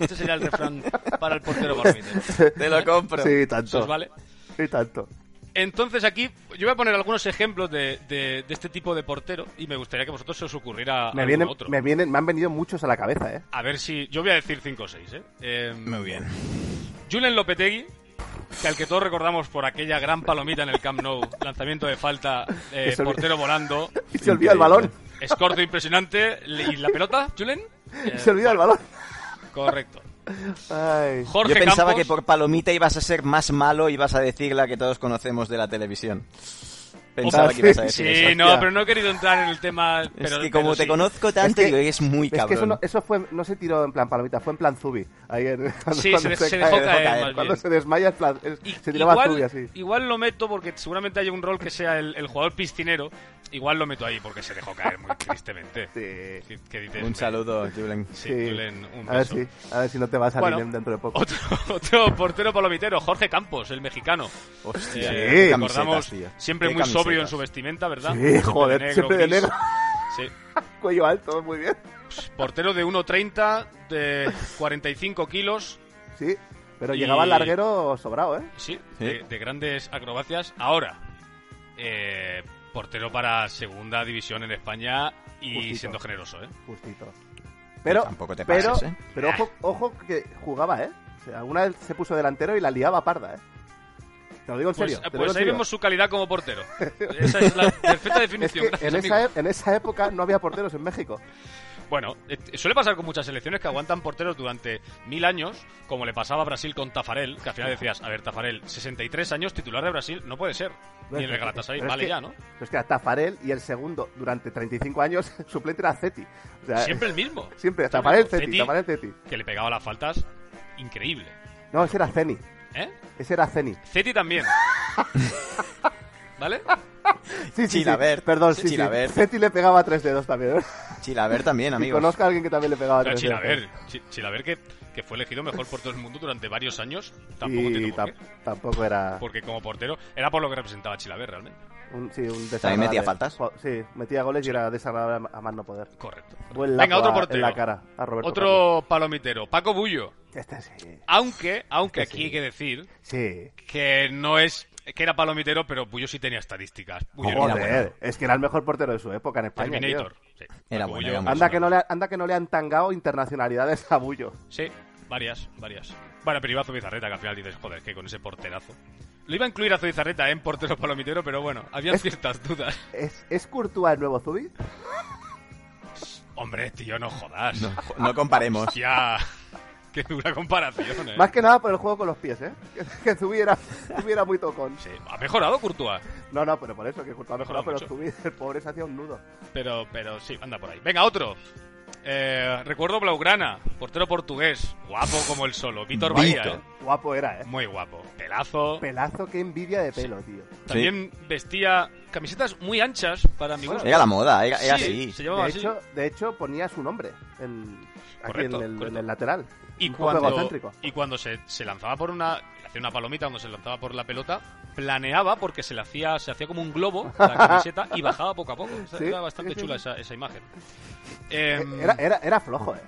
[SPEAKER 3] Este sería el refrán para el portero palomitero.
[SPEAKER 1] Te lo compro.
[SPEAKER 4] Sí,
[SPEAKER 3] ¿Se os
[SPEAKER 4] tanto.
[SPEAKER 3] Pues vale?
[SPEAKER 4] Sí, tanto.
[SPEAKER 3] Entonces aquí yo voy a poner algunos ejemplos de, de- de este tipo de portero y me gustaría que vosotros se os ocurriera
[SPEAKER 4] Me
[SPEAKER 3] alguno
[SPEAKER 4] vienen,
[SPEAKER 3] otro.
[SPEAKER 4] me vienen, me han venido muchos a la cabeza, eh. *laughs*
[SPEAKER 3] A ver si... Yo voy a decir 5 o 6, ¿eh? Eh,
[SPEAKER 1] Muy bien.
[SPEAKER 3] Julen Lopetegui, que al que todos recordamos por aquella gran palomita en el Camp Nou, *laughs* lanzamiento de falta, eh,
[SPEAKER 4] Eso-
[SPEAKER 3] portero volando,
[SPEAKER 4] Y se olvida el balón.
[SPEAKER 3] escorto impresionante, le- ¿y la pelota,
[SPEAKER 1] *laughs*
[SPEAKER 3] Julen? Eh,
[SPEAKER 4] Y *laughs* se olvida el balón.
[SPEAKER 3] correcto.
[SPEAKER 4] Ay.
[SPEAKER 3] Jorge
[SPEAKER 1] Yo pensaba
[SPEAKER 3] Campos,
[SPEAKER 1] que por palomita ibas a ser más malo y ibas a decir la que todos conocemos de la televisión. Pensaba
[SPEAKER 4] Ah,
[SPEAKER 1] que ibas a
[SPEAKER 4] sí,
[SPEAKER 1] decir
[SPEAKER 3] Sí,
[SPEAKER 1] eso.
[SPEAKER 3] no,
[SPEAKER 4] hostia.
[SPEAKER 3] pero no he querido entrar en el tema...
[SPEAKER 1] Es
[SPEAKER 3] pero-
[SPEAKER 1] que como
[SPEAKER 3] pero
[SPEAKER 1] te
[SPEAKER 3] sí.
[SPEAKER 1] conozco tanto,
[SPEAKER 4] que-
[SPEAKER 1] digo, es muy
[SPEAKER 4] Es
[SPEAKER 1] cabrón.
[SPEAKER 4] que eso no, eso fue, no se tiró en plan palomita, fue en plan zubi. Ahí en, *laughs* cuando,
[SPEAKER 3] Sí, se de- se dejó caer, más
[SPEAKER 4] cuando
[SPEAKER 3] bien.
[SPEAKER 4] se desmaya, en plan- es-
[SPEAKER 3] Y-
[SPEAKER 4] se tiraba
[SPEAKER 3] igual,
[SPEAKER 4] zubi así.
[SPEAKER 3] igual lo meto porque seguramente hay un rol que sea el, el jugador piscinero. Igual lo meto ahí porque se dejó caer muy tristemente.
[SPEAKER 4] Sí.
[SPEAKER 3] Que- que dices,
[SPEAKER 1] Un
[SPEAKER 3] me-
[SPEAKER 1] saludo, Julen.
[SPEAKER 3] sí,
[SPEAKER 4] Sí.
[SPEAKER 3] Julen, un
[SPEAKER 4] a, ver
[SPEAKER 3] beso.
[SPEAKER 4] si, a ver si no te vas a
[SPEAKER 3] Bueno,
[SPEAKER 4] Linem dentro de poco.
[SPEAKER 3] Otro, otro portero palomitero, Jorge Campos, el mexicano.
[SPEAKER 1] Hostia,
[SPEAKER 3] Eh,
[SPEAKER 4] Sí.
[SPEAKER 1] qué
[SPEAKER 3] recordamos
[SPEAKER 1] camisetas, tío.
[SPEAKER 3] siempre
[SPEAKER 1] Qué
[SPEAKER 3] muy sobrio en
[SPEAKER 1] camisetas.
[SPEAKER 3] su vestimenta, ¿verdad?
[SPEAKER 4] Sí, joder, siempre de
[SPEAKER 3] gris.
[SPEAKER 4] negro.
[SPEAKER 3] Sí.
[SPEAKER 4] *laughs* Cuello alto, muy bien.
[SPEAKER 3] Portero de 1.30, de 45 kilos,
[SPEAKER 4] Sí, pero
[SPEAKER 3] Y-
[SPEAKER 4] llegaba el larguero sobrado, ¿eh?
[SPEAKER 3] sí,
[SPEAKER 1] Sí.
[SPEAKER 3] De, de grandes acrobacias. Ahora, eh, portero para segunda división en España y
[SPEAKER 4] Justito.
[SPEAKER 3] siendo generoso, ¿eh?
[SPEAKER 4] Justito. Pero,
[SPEAKER 1] Tampoco te
[SPEAKER 4] pero,
[SPEAKER 1] pases, ¿eh?
[SPEAKER 4] pero ojo,
[SPEAKER 3] Ah.
[SPEAKER 4] ojo que jugaba, ¿eh? O sea, alguna vez se puso delantero y la liaba parda, ¿eh? Te lo digo en
[SPEAKER 3] Pues,
[SPEAKER 4] serio. te
[SPEAKER 3] pues
[SPEAKER 4] lo digo en
[SPEAKER 3] ahí
[SPEAKER 4] serio.
[SPEAKER 3] vemos su calidad como portero. Esa es la
[SPEAKER 4] *laughs*
[SPEAKER 3] perfecta
[SPEAKER 4] Es
[SPEAKER 3] definición.
[SPEAKER 4] que
[SPEAKER 3] gracias,
[SPEAKER 4] en
[SPEAKER 3] amigo.
[SPEAKER 4] esa, e- en esa época no había porteros en México.
[SPEAKER 3] Bueno, eh, suele pasar con muchas selecciones que aguantan porteros durante mil años, como le pasaba a Brasil con Tafarel, que al final decías, a ver, Tafarel, 63 años titular de Brasil, no puede ser. Ni en el Galatasaray,
[SPEAKER 4] Pero es
[SPEAKER 3] vale
[SPEAKER 4] que-
[SPEAKER 3] ya, ¿no?
[SPEAKER 4] pero Es que era Tafarel y el segundo, durante 35 años, *laughs* suplente era Zeti. O sea,
[SPEAKER 3] Siempre el mismo.
[SPEAKER 4] Siempre, Tafarel,
[SPEAKER 3] Zeti,
[SPEAKER 4] Zeti, Tafarel, Zeti.
[SPEAKER 3] Que le pegaba las faltas, increíble.
[SPEAKER 4] No, ese era Zeni.
[SPEAKER 3] ¿Eh?
[SPEAKER 4] Ese era Zeni.
[SPEAKER 3] Zeti
[SPEAKER 4] *laughs*
[SPEAKER 3] también. ¿Vale?
[SPEAKER 4] Sí, sí,
[SPEAKER 1] Chilaver.
[SPEAKER 4] sí. Perdón, sí, sí.
[SPEAKER 1] Chilaver.
[SPEAKER 4] Zeti le pegaba tres dedos también.
[SPEAKER 1] Chilaver también,
[SPEAKER 4] Y
[SPEAKER 1] amigos.
[SPEAKER 4] conozco a alguien que también le pegaba
[SPEAKER 3] Pero
[SPEAKER 4] tres dedos.
[SPEAKER 3] Chilaver, Chi- Chilaver que, que fue elegido mejor por todo el mundo durante varios años, tampoco
[SPEAKER 4] y
[SPEAKER 3] entiendo por qué.
[SPEAKER 4] tam- tampoco era
[SPEAKER 3] Porque como portero, era por lo que representaba a Chilaver realmente.
[SPEAKER 4] un, sí, un
[SPEAKER 1] También metía
[SPEAKER 4] desagradable.
[SPEAKER 1] faltas.
[SPEAKER 4] Jo- Sí, metía goles y era desagradable a más no poder.
[SPEAKER 3] Correcto.
[SPEAKER 4] Buen
[SPEAKER 3] Venga,
[SPEAKER 4] lazo
[SPEAKER 3] otro
[SPEAKER 4] a-
[SPEAKER 3] portero.
[SPEAKER 4] En la cara a Roberto
[SPEAKER 3] Otro palomitero, Paco Bullo.
[SPEAKER 4] Carlos. Este sí.
[SPEAKER 3] Aunque, aunque
[SPEAKER 4] Este
[SPEAKER 3] aquí hay
[SPEAKER 4] sí.
[SPEAKER 3] que decir
[SPEAKER 4] Sí.
[SPEAKER 3] que no es que era palomitero, pero Puyo sí tenía estadísticas. Puyo era
[SPEAKER 4] Joder,
[SPEAKER 3] bueno.
[SPEAKER 4] es que era el mejor portero de su época en España. tío.
[SPEAKER 3] Terminator. Sí.
[SPEAKER 1] Era bueno,
[SPEAKER 3] Paco Bullo, pues,
[SPEAKER 1] era muy
[SPEAKER 4] Anda que, no le, anda que no le han tangado internacionalidades a Bullo.
[SPEAKER 3] Sí, varias, varias. Bueno, pero iba Azu Bizarreta, que al final dices, joder, que con ese porterazo. Lo iba a incluir a Azu Bizarreta ¿eh? en portero palomitero,
[SPEAKER 4] *laughs*
[SPEAKER 3] pero bueno, había
[SPEAKER 4] Es-
[SPEAKER 3] ciertas dudas. Eh.
[SPEAKER 4] ¿Es, ¿Es Courtois el nuevo Zubi?
[SPEAKER 3] Hombre, tío, no jodas.
[SPEAKER 1] No, no comparemos.
[SPEAKER 3] Hostia, *laughs* qué dura comparación, eh.
[SPEAKER 4] Más que nada por el juego con los pies, ¿eh? *laughs* Que, que Zubi era, Zubi era muy tocón.
[SPEAKER 3] Sí, ha mejorado Courtois.
[SPEAKER 4] No, no, pero por eso, que Courtois ha mejorado, pero
[SPEAKER 3] Mejorado
[SPEAKER 4] Zubi, el pobre, se hacía un nudo.
[SPEAKER 3] Pero, pero sí, anda por ahí. Venga, otro. Eh, recuerdo Blaugrana, portero portugués, guapo como el solo, Víctor Bahía,
[SPEAKER 1] Víctor.
[SPEAKER 3] eh.
[SPEAKER 4] Guapo era, ¿eh?
[SPEAKER 3] muy guapo, pelazo,
[SPEAKER 4] Pelazo, qué envidia de pelo, tío.
[SPEAKER 3] también vestía camisetas muy anchas para mi gusto.
[SPEAKER 1] Era la moda, era, era
[SPEAKER 3] Sí, se
[SPEAKER 1] así.
[SPEAKER 3] llamaba
[SPEAKER 4] De
[SPEAKER 3] así.
[SPEAKER 4] hecho, de hecho, ponía su nombre en, aquí
[SPEAKER 3] Correcto,
[SPEAKER 4] en, el,
[SPEAKER 3] correcto.
[SPEAKER 4] en el lateral.
[SPEAKER 3] Y
[SPEAKER 4] Un poco
[SPEAKER 3] cuando,
[SPEAKER 4] egocéntrico. Eh,
[SPEAKER 3] y cuando se, se lanzaba por una. Hacía una palomita cuando se lanzaba por la pelota, planeaba porque se le hacía, se hacía como un globo
[SPEAKER 4] *laughs*
[SPEAKER 3] la camiseta y bajaba poco a poco. Esa-
[SPEAKER 4] Sí,
[SPEAKER 3] Era bastante
[SPEAKER 4] sí, sí,
[SPEAKER 3] chula esa, esa imagen. Em,
[SPEAKER 4] Eh, Era, era, era flojo, ¿eh?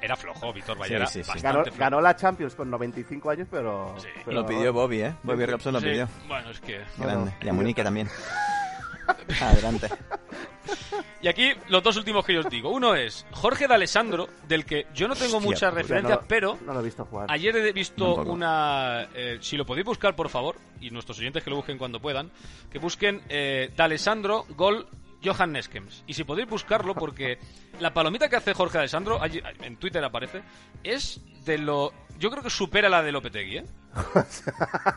[SPEAKER 3] era flojo, Víctor
[SPEAKER 1] Sí,
[SPEAKER 3] Vallera.
[SPEAKER 1] sí, sí.
[SPEAKER 3] bastante
[SPEAKER 4] Ganó,
[SPEAKER 3] flojo.
[SPEAKER 4] ganó la Champions con 95 años, pero...
[SPEAKER 3] Sí.
[SPEAKER 4] pero-
[SPEAKER 1] Lo pidió Bobby, ¿eh? Bobby Robson lo
[SPEAKER 3] Sí,
[SPEAKER 1] pidió.
[SPEAKER 3] Bueno, es que.
[SPEAKER 4] No,
[SPEAKER 1] Grande.
[SPEAKER 4] no.
[SPEAKER 1] Y a Monique
[SPEAKER 3] *laughs*
[SPEAKER 1] también. Adelante.
[SPEAKER 3] Y aquí los dos últimos que yo os digo. Uno es Jorge de Alessandro, del que yo no tengo
[SPEAKER 1] Hostia,
[SPEAKER 3] muchas
[SPEAKER 1] pues.
[SPEAKER 4] Hostia, no
[SPEAKER 3] referencias,
[SPEAKER 4] lo-
[SPEAKER 3] pero
[SPEAKER 4] No lo he visto jugar.
[SPEAKER 3] Ayer he visto
[SPEAKER 1] Tampoco.
[SPEAKER 3] una. eh, si lo podéis buscar, por favor, y nuestros oyentes que lo busquen cuando puedan, que busquen eh, D'Alessandro Gol Johan Neskems. Y si podéis
[SPEAKER 1] *laughs*
[SPEAKER 3] buscarlo, porque la palomita que hace Jorge D'Alessandro, allí- en Twitter aparece, es de lo. Yo creo que supera la de
[SPEAKER 1] *laughs*
[SPEAKER 3] Lopetegui, ¿eh?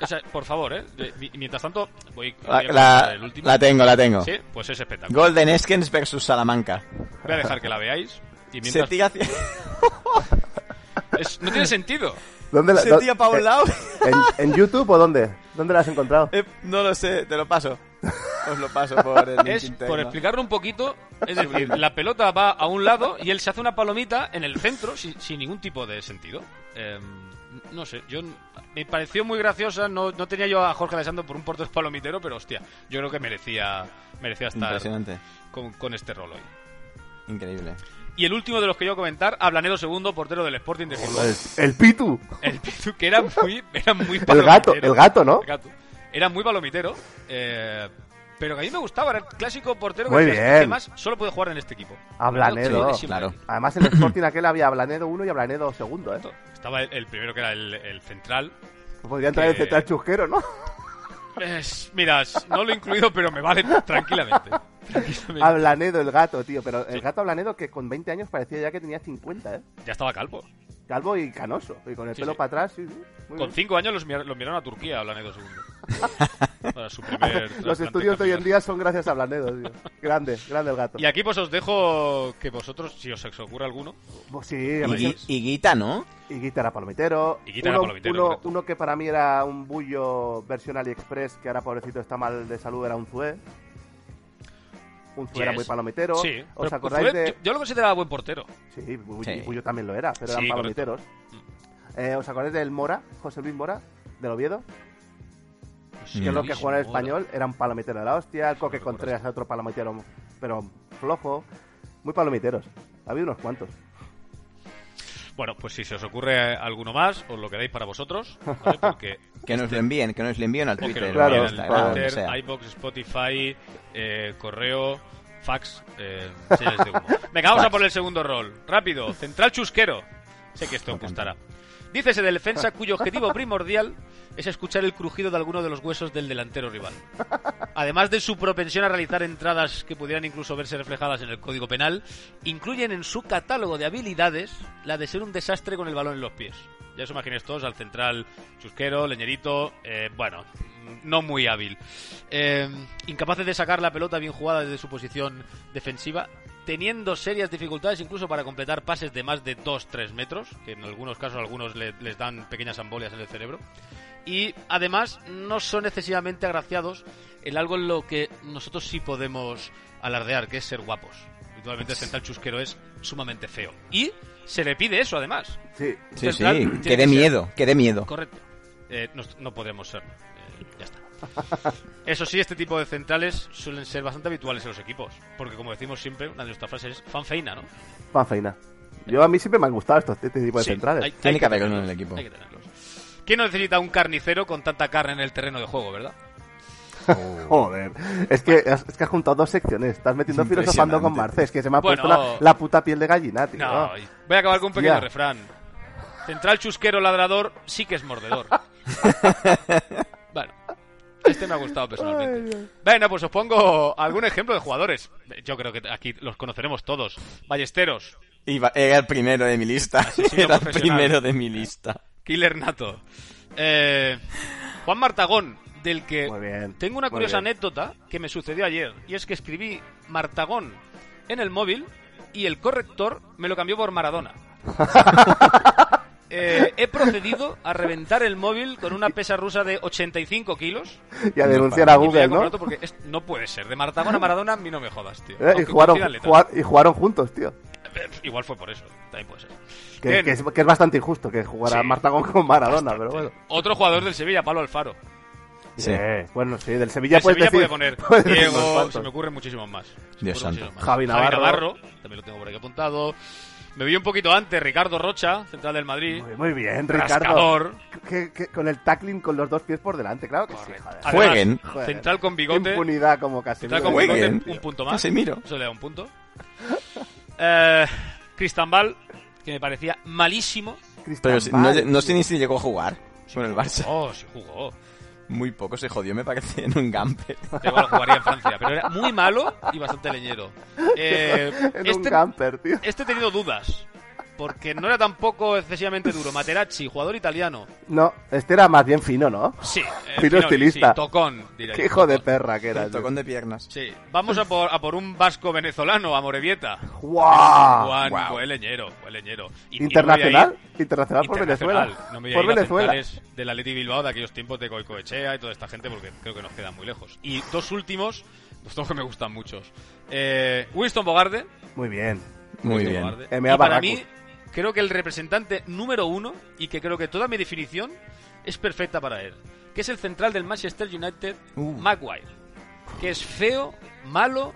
[SPEAKER 3] O sea, por favor, ¿eh? De- mi- Mientras tanto, voy, voy a
[SPEAKER 1] La,
[SPEAKER 3] comentar
[SPEAKER 1] la-
[SPEAKER 3] el último.
[SPEAKER 1] la tengo, la tengo.
[SPEAKER 3] Sí, pues es espectacular.
[SPEAKER 1] Golden Eskens versus Salamanca.
[SPEAKER 3] Voy a dejar que la veáis. Y
[SPEAKER 1] Se
[SPEAKER 3] mientras...
[SPEAKER 1] tira
[SPEAKER 3] *laughs*
[SPEAKER 1] hacia,
[SPEAKER 3] es- no tiene sentido.
[SPEAKER 4] ¿Dónde eh,
[SPEAKER 1] se tira pa'
[SPEAKER 3] *laughs*
[SPEAKER 1] un lado. *laughs*
[SPEAKER 4] ¿En, en YouTube o dónde? ¿Dónde la has encontrado?
[SPEAKER 1] Eh, no lo sé, te lo paso. Os lo paso por el link
[SPEAKER 3] *laughs* Es, por
[SPEAKER 1] interno.
[SPEAKER 3] explicarlo un poquito, es decir, la pelota va a un lado y él se hace una palomita en el centro sin, sin ningún tipo de sentido. Eh, no sé, yo me pareció muy graciosa, no, no tenía yo a Jorge Alessandro por un portero palomitero, pero hostia, yo creo que merecía, merecía estar
[SPEAKER 1] Impresionante.
[SPEAKER 3] con, con este rol hoy.
[SPEAKER 1] Increíble.
[SPEAKER 3] Y el último de los que yo voy a comentar, Ablanedo II, portero del Sporting de Gijón.
[SPEAKER 4] El,
[SPEAKER 1] Pues,
[SPEAKER 4] el Pitu.
[SPEAKER 3] El Pitu, que era muy, era muy
[SPEAKER 4] El gato,
[SPEAKER 3] palomitero.
[SPEAKER 4] el gato, ¿no?
[SPEAKER 3] El gato. Era muy palomitero, eh, pero que a mí me gustaba, era el clásico portero que,
[SPEAKER 4] Muy
[SPEAKER 3] decías,
[SPEAKER 4] bien.
[SPEAKER 3] que más solo puede jugar en este equipo.
[SPEAKER 4] Ablanedo.
[SPEAKER 3] Sí, sí,
[SPEAKER 1] Claro.
[SPEAKER 3] sí.
[SPEAKER 4] Además, en el Sporting aquel había Ablanedo 1 y Ablanedo 2, ¿eh?
[SPEAKER 3] Estaba el, el primero que era el, el central.
[SPEAKER 4] Podría entrar el
[SPEAKER 3] Que-
[SPEAKER 4] central chusquero, ¿no?
[SPEAKER 3] Es- mira, s- no lo he incluido, pero me vale tranquilamente. Tranquilamente.
[SPEAKER 4] Ablanedo, el gato, tío. Pero el
[SPEAKER 3] Sí.
[SPEAKER 4] gato Ablanedo que con 20 años parecía ya que tenía 50, ¿eh?
[SPEAKER 3] Ya estaba calvo.
[SPEAKER 4] Calvo y canoso. Y con el
[SPEAKER 3] Sí,
[SPEAKER 4] pelo
[SPEAKER 3] sí.
[SPEAKER 4] para atrás, sí, sí. Muy
[SPEAKER 3] Con
[SPEAKER 4] bien.
[SPEAKER 3] cinco años los, enviar- lo enviaron a Turquía, Ablanedo II. Para
[SPEAKER 4] *laughs*
[SPEAKER 3] su primer
[SPEAKER 4] Los
[SPEAKER 3] trasplante
[SPEAKER 4] estudios de hoy en
[SPEAKER 3] capilar.
[SPEAKER 4] día son gracias a Ablanedo, tío. Grande, grande el gato.
[SPEAKER 3] Y aquí pues os dejo que vosotros, si os ocurre alguno,
[SPEAKER 4] Pues sí, a
[SPEAKER 1] Y,
[SPEAKER 4] mí-
[SPEAKER 1] Gui- y Guita, ¿no?
[SPEAKER 4] Y guitarra palomitero.
[SPEAKER 3] Y Guita era
[SPEAKER 4] uno,
[SPEAKER 3] palomitero,
[SPEAKER 4] uno,
[SPEAKER 3] correcto.
[SPEAKER 4] uno que para mí era un bullo versión AliExpress, que ahora pobrecito está mal de salud, era un Zue. Un Zue era
[SPEAKER 3] Yes.
[SPEAKER 4] muy palomitero.
[SPEAKER 3] Pues, sí.
[SPEAKER 4] ¿Os
[SPEAKER 3] Pero
[SPEAKER 4] acordáis
[SPEAKER 3] Zubet,
[SPEAKER 4] de...?
[SPEAKER 3] yo, yo lo consideraba buen portero.
[SPEAKER 4] Sí, Bu-
[SPEAKER 1] Sí.
[SPEAKER 4] y Bullo también lo era, pero
[SPEAKER 3] Sí,
[SPEAKER 4] eran
[SPEAKER 3] correcto. Mm.
[SPEAKER 4] palomiteros. Eh, ¿Os acordáis del Mora, José Luis Mora, del Oviedo? Que es lo que jugaba en el español, era un palomitero de la hostia. El Coque
[SPEAKER 3] recuerdo
[SPEAKER 4] Contreras era otro palomitero, pero flojo. Muy palomiteros. Ha habido unos cuantos.
[SPEAKER 3] Bueno, pues si se os ocurre alguno más, os lo quedáis para
[SPEAKER 4] *laughs*
[SPEAKER 3] vosotros. ¿vale? Porque
[SPEAKER 1] Que nos lo envíen, que nos lo envíen al
[SPEAKER 3] O que
[SPEAKER 1] Twitter.
[SPEAKER 3] lo
[SPEAKER 4] Claro,
[SPEAKER 3] envíen al
[SPEAKER 4] está,
[SPEAKER 1] Instagram,
[SPEAKER 3] Twitter,
[SPEAKER 1] o sea.
[SPEAKER 3] iVoox, Spotify, eh, correo, fax, eh, señales de
[SPEAKER 4] *laughs*
[SPEAKER 3] humo. Venga, vamos a
[SPEAKER 1] Fax.
[SPEAKER 3] por el segundo rol. Rápido, central chusquero. Sé que esto os
[SPEAKER 1] Me
[SPEAKER 3] gustará.
[SPEAKER 1] encanta.
[SPEAKER 3] Dícese de defensa cuyo objetivo primordial es escuchar el crujido de alguno de los huesos del delantero rival. Además de su propensión a realizar entradas que pudieran incluso verse reflejadas en el Código Penal, incluyen en su catálogo de habilidades la de ser un desastre con el balón en los pies. Ya os imagináis todos al central chusquero, leñerito, eh, bueno, no muy hábil. Eh, incapaces de sacar la pelota bien jugada desde su posición defensiva, teniendo serias dificultades incluso para completar pases de más de 2-3 metros, que en algunos casos algunos le- les dan pequeñas ambolias en el cerebro y además no son excesivamente agraciados en algo en lo que nosotros sí podemos alardear, que es ser guapos. Habitualmente el central chusquero es sumamente feo. Y se le pide eso además.
[SPEAKER 4] Sí.
[SPEAKER 1] Sí,
[SPEAKER 3] Central
[SPEAKER 1] sí,
[SPEAKER 3] tiene
[SPEAKER 1] que dé
[SPEAKER 3] ser-
[SPEAKER 1] miedo, que dé miedo.
[SPEAKER 3] Correcto. Eh, no, no podemos ser. Eh, ya está. *laughs* Eso sí, este tipo de centrales suelen ser bastante habituales en los equipos. Porque como decimos siempre, una de nuestras frases es fanfeina, ¿no?
[SPEAKER 4] Panfeina. Yo a mí siempre me han gustado estos este tipo de
[SPEAKER 3] Sí,
[SPEAKER 4] centrales.
[SPEAKER 3] hay-
[SPEAKER 1] Tiene
[SPEAKER 3] hay
[SPEAKER 1] que haber uno en
[SPEAKER 3] tenerlos,
[SPEAKER 1] el equipo.
[SPEAKER 3] hay que tenerlos. ¿Quién no necesita un carnicero con tanta carne en el terreno de juego, verdad?
[SPEAKER 4] Joder, es que, es que has juntado dos secciones. Estás metiendo filosofando con
[SPEAKER 1] Impresionante.
[SPEAKER 4] Marce. Es que se me ha
[SPEAKER 3] Bueno.
[SPEAKER 4] puesto la, la puta piel de gallina, tío.
[SPEAKER 3] No, voy a acabar con un pequeño
[SPEAKER 4] Hostia.
[SPEAKER 3] refrán. Central chusquero ladrador sí que es mordedor. bueno, este me ha gustado personalmente. Venga, pues os pongo algún ejemplo de jugadores. Yo creo que aquí los conoceremos todos. Ballesteros,
[SPEAKER 1] Iba- era el primero de mi lista. *laughs*
[SPEAKER 3] Asesino
[SPEAKER 1] Era el
[SPEAKER 3] profesional.
[SPEAKER 1] primero de mi lista.
[SPEAKER 3] Killer Nato. Eh, Juan Martagón, del que
[SPEAKER 4] Muy bien,
[SPEAKER 3] tengo una
[SPEAKER 4] muy
[SPEAKER 3] curiosa
[SPEAKER 4] bien.
[SPEAKER 3] anécdota que me sucedió ayer. Y es que escribí Martagón en el móvil y el corrector me lo cambió por
[SPEAKER 4] *laughs*
[SPEAKER 3] Maradona. Eh, he procedido a reventar el móvil con una pesa rusa de 85 kilos.
[SPEAKER 4] Y a denunciar
[SPEAKER 1] para
[SPEAKER 4] a
[SPEAKER 3] Y me voy a
[SPEAKER 4] Google,
[SPEAKER 3] comprar
[SPEAKER 4] ¿no?
[SPEAKER 3] otro porque es- no puede ser. De Martagón a Maradona, a mí no me jodas, tío.
[SPEAKER 4] Eh, Y
[SPEAKER 3] Aunque
[SPEAKER 4] jugaron,
[SPEAKER 3] coincidan letras.
[SPEAKER 4] jugar- y jugaron juntos, tío.
[SPEAKER 3] Eh, Igual fue por eso. También puede ser.
[SPEAKER 4] Que,
[SPEAKER 3] Bien.
[SPEAKER 4] que es, que es bastante injusto que jugara
[SPEAKER 3] Sí.
[SPEAKER 4] Martagón con Maradona, pero bueno.
[SPEAKER 3] Otro jugador del Sevilla, Pablo Alfaro.
[SPEAKER 1] Sí.
[SPEAKER 4] Bien. Bueno, sí, del Sevilla
[SPEAKER 3] Ya
[SPEAKER 4] puedes
[SPEAKER 3] Sevilla puede
[SPEAKER 4] decir- *laughs*
[SPEAKER 3] poner
[SPEAKER 4] puedes decir unos
[SPEAKER 3] Diego,
[SPEAKER 4] cuantos.
[SPEAKER 3] se me ocurren muchísimos más. Se me
[SPEAKER 1] Dios
[SPEAKER 3] ocurren
[SPEAKER 1] santo.
[SPEAKER 3] muchísimos más.
[SPEAKER 4] Javi Navarro.
[SPEAKER 3] también lo tengo por aquí apuntado. Me vi un poquito antes, Ricardo Rocha, central del Madrid.
[SPEAKER 4] Muy, muy bien, Ricardo.
[SPEAKER 3] Rascador.
[SPEAKER 4] Que- que- con el tackling con los dos pies por delante, claro que sí, joder.
[SPEAKER 3] Además,
[SPEAKER 1] Jueguen.
[SPEAKER 4] Joder.
[SPEAKER 3] Central con
[SPEAKER 4] Qué
[SPEAKER 3] bigote.
[SPEAKER 4] Impunidad como casi.
[SPEAKER 3] Central con
[SPEAKER 1] Jueguen,
[SPEAKER 3] bigote, un punto más.
[SPEAKER 1] Casemiro.
[SPEAKER 3] Eso le da un punto. Eh, Cristambal, que me parecía malísimo.
[SPEAKER 1] Pero si- no, no sé ni si llegó a jugar con el Barça.
[SPEAKER 3] Oh, sí jugó.
[SPEAKER 1] *laughs* Muy poco se jodió, me parece, en un *laughs* gamper.
[SPEAKER 3] Da Igual jugaría en Francia, pero era muy malo y bastante
[SPEAKER 4] *laughs*
[SPEAKER 3] leñero. Eh,
[SPEAKER 4] En un
[SPEAKER 3] este
[SPEAKER 4] camper, tío.
[SPEAKER 3] Este he tenido dudas. Porque no era tampoco excesivamente duro. Materazzi, jugador italiano.
[SPEAKER 4] No, este era más bien fino, ¿no?
[SPEAKER 3] Sí. eh,
[SPEAKER 4] Fino estilista.
[SPEAKER 3] sí, tocón, diría
[SPEAKER 4] Qué
[SPEAKER 3] yo,
[SPEAKER 4] hijo de
[SPEAKER 3] tocón.
[SPEAKER 4] perra que era. tío.
[SPEAKER 1] Tocón de piernas.
[SPEAKER 3] Sí. Vamos a por, a por un vasco venezolano, a Morevieta.
[SPEAKER 4] Ah, ¡Guau!
[SPEAKER 3] Juan,
[SPEAKER 1] guau.
[SPEAKER 3] fue leñero, fue leñero. Y- y no
[SPEAKER 4] ¿Internacional?
[SPEAKER 3] voy a ir-
[SPEAKER 4] Internacional por
[SPEAKER 3] internacional.
[SPEAKER 4] Venezuela.
[SPEAKER 3] No me voy a
[SPEAKER 4] por
[SPEAKER 3] ir a
[SPEAKER 4] Venezuela.
[SPEAKER 3] centrales del Atleti Bilbao de aquellos tiempos de Goicoechea y toda esta gente porque creo que nos quedan muy lejos. Y dos últimos, dos dos que me gustan muchos. Eh, Winston Bogarde,
[SPEAKER 4] Muy bien.
[SPEAKER 1] Muy
[SPEAKER 3] Cristo
[SPEAKER 1] bien.
[SPEAKER 3] Bogarde.
[SPEAKER 4] M.A.
[SPEAKER 3] Y para
[SPEAKER 4] Barracus.
[SPEAKER 3] mí, creo que el representante número uno, y que creo que toda mi definición es perfecta para él, que es el central del Manchester United,
[SPEAKER 1] Uh.
[SPEAKER 3] Maguire, que es feo, malo,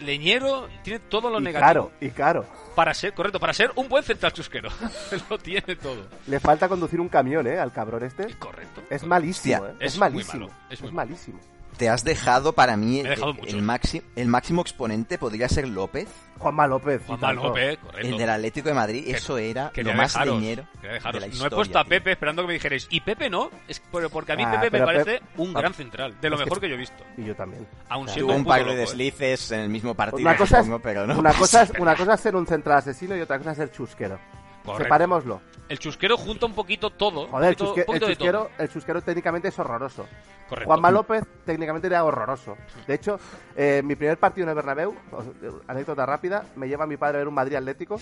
[SPEAKER 3] leñero, tiene todo lo
[SPEAKER 4] Y
[SPEAKER 3] negativo.
[SPEAKER 4] caro, y caro.
[SPEAKER 3] Para ser, correcto, para ser un buen central chusquero. *laughs* lo tiene todo.
[SPEAKER 4] Le falta conducir un camión, ¿eh? Al cabrón este.
[SPEAKER 3] Correcto.
[SPEAKER 4] Es malísimo,
[SPEAKER 1] Hostia,
[SPEAKER 4] ¿eh? Es,
[SPEAKER 3] es muy
[SPEAKER 4] malísimo.
[SPEAKER 3] malo, es muy
[SPEAKER 4] es
[SPEAKER 3] malo.
[SPEAKER 4] malísimo.
[SPEAKER 1] Te has dejado para mí
[SPEAKER 3] Me he dejado
[SPEAKER 1] el,
[SPEAKER 3] mucho.
[SPEAKER 1] el máximo, el máximo exponente podría ser López,
[SPEAKER 4] Juanma López. y
[SPEAKER 3] Juanma
[SPEAKER 4] tanto.
[SPEAKER 3] López, correcto.
[SPEAKER 1] el del Atlético de Madrid. Eso era
[SPEAKER 3] Quería
[SPEAKER 1] lo más
[SPEAKER 3] dejaros,
[SPEAKER 1] leñero
[SPEAKER 3] quería
[SPEAKER 1] de
[SPEAKER 3] dejaros.
[SPEAKER 1] la
[SPEAKER 3] no he
[SPEAKER 1] historia,
[SPEAKER 3] puesto a
[SPEAKER 1] tío.
[SPEAKER 3] Pepe esperando que me dijerais, y Pepe no, es, pero porque a mí
[SPEAKER 4] Ah,
[SPEAKER 3] Pepe me
[SPEAKER 4] pero
[SPEAKER 3] parece
[SPEAKER 4] Pep-
[SPEAKER 3] un
[SPEAKER 4] Pep-
[SPEAKER 3] gran central, de lo
[SPEAKER 4] es que-
[SPEAKER 3] mejor que yo he visto.
[SPEAKER 4] Y yo también.
[SPEAKER 3] Aún
[SPEAKER 4] Claro.
[SPEAKER 3] siendo
[SPEAKER 1] Tuvo un par de
[SPEAKER 3] poco loco, ¿eh?
[SPEAKER 1] deslices en el mismo partido,
[SPEAKER 4] Una cosa, es,
[SPEAKER 1] supongo, pero no. *laughs*
[SPEAKER 4] una, cosa es, una cosa es ser un central asesino y otra cosa es ser chusquero.
[SPEAKER 3] Correcto.
[SPEAKER 4] Separémoslo.
[SPEAKER 3] El chusquero junta un poquito todo.
[SPEAKER 4] Joder, el,
[SPEAKER 3] un poquito,
[SPEAKER 4] chusque-
[SPEAKER 3] un poquito
[SPEAKER 4] el
[SPEAKER 3] de todo.
[SPEAKER 4] chusquero, el chusquero técnicamente es horroroso.
[SPEAKER 3] Correcto.
[SPEAKER 4] Juanma López técnicamente era horroroso. De hecho, eh, mi primer partido en el Bernabéu, os- eh, anécdota rápida, me lleva mi padre a ver un Madrid Atlético.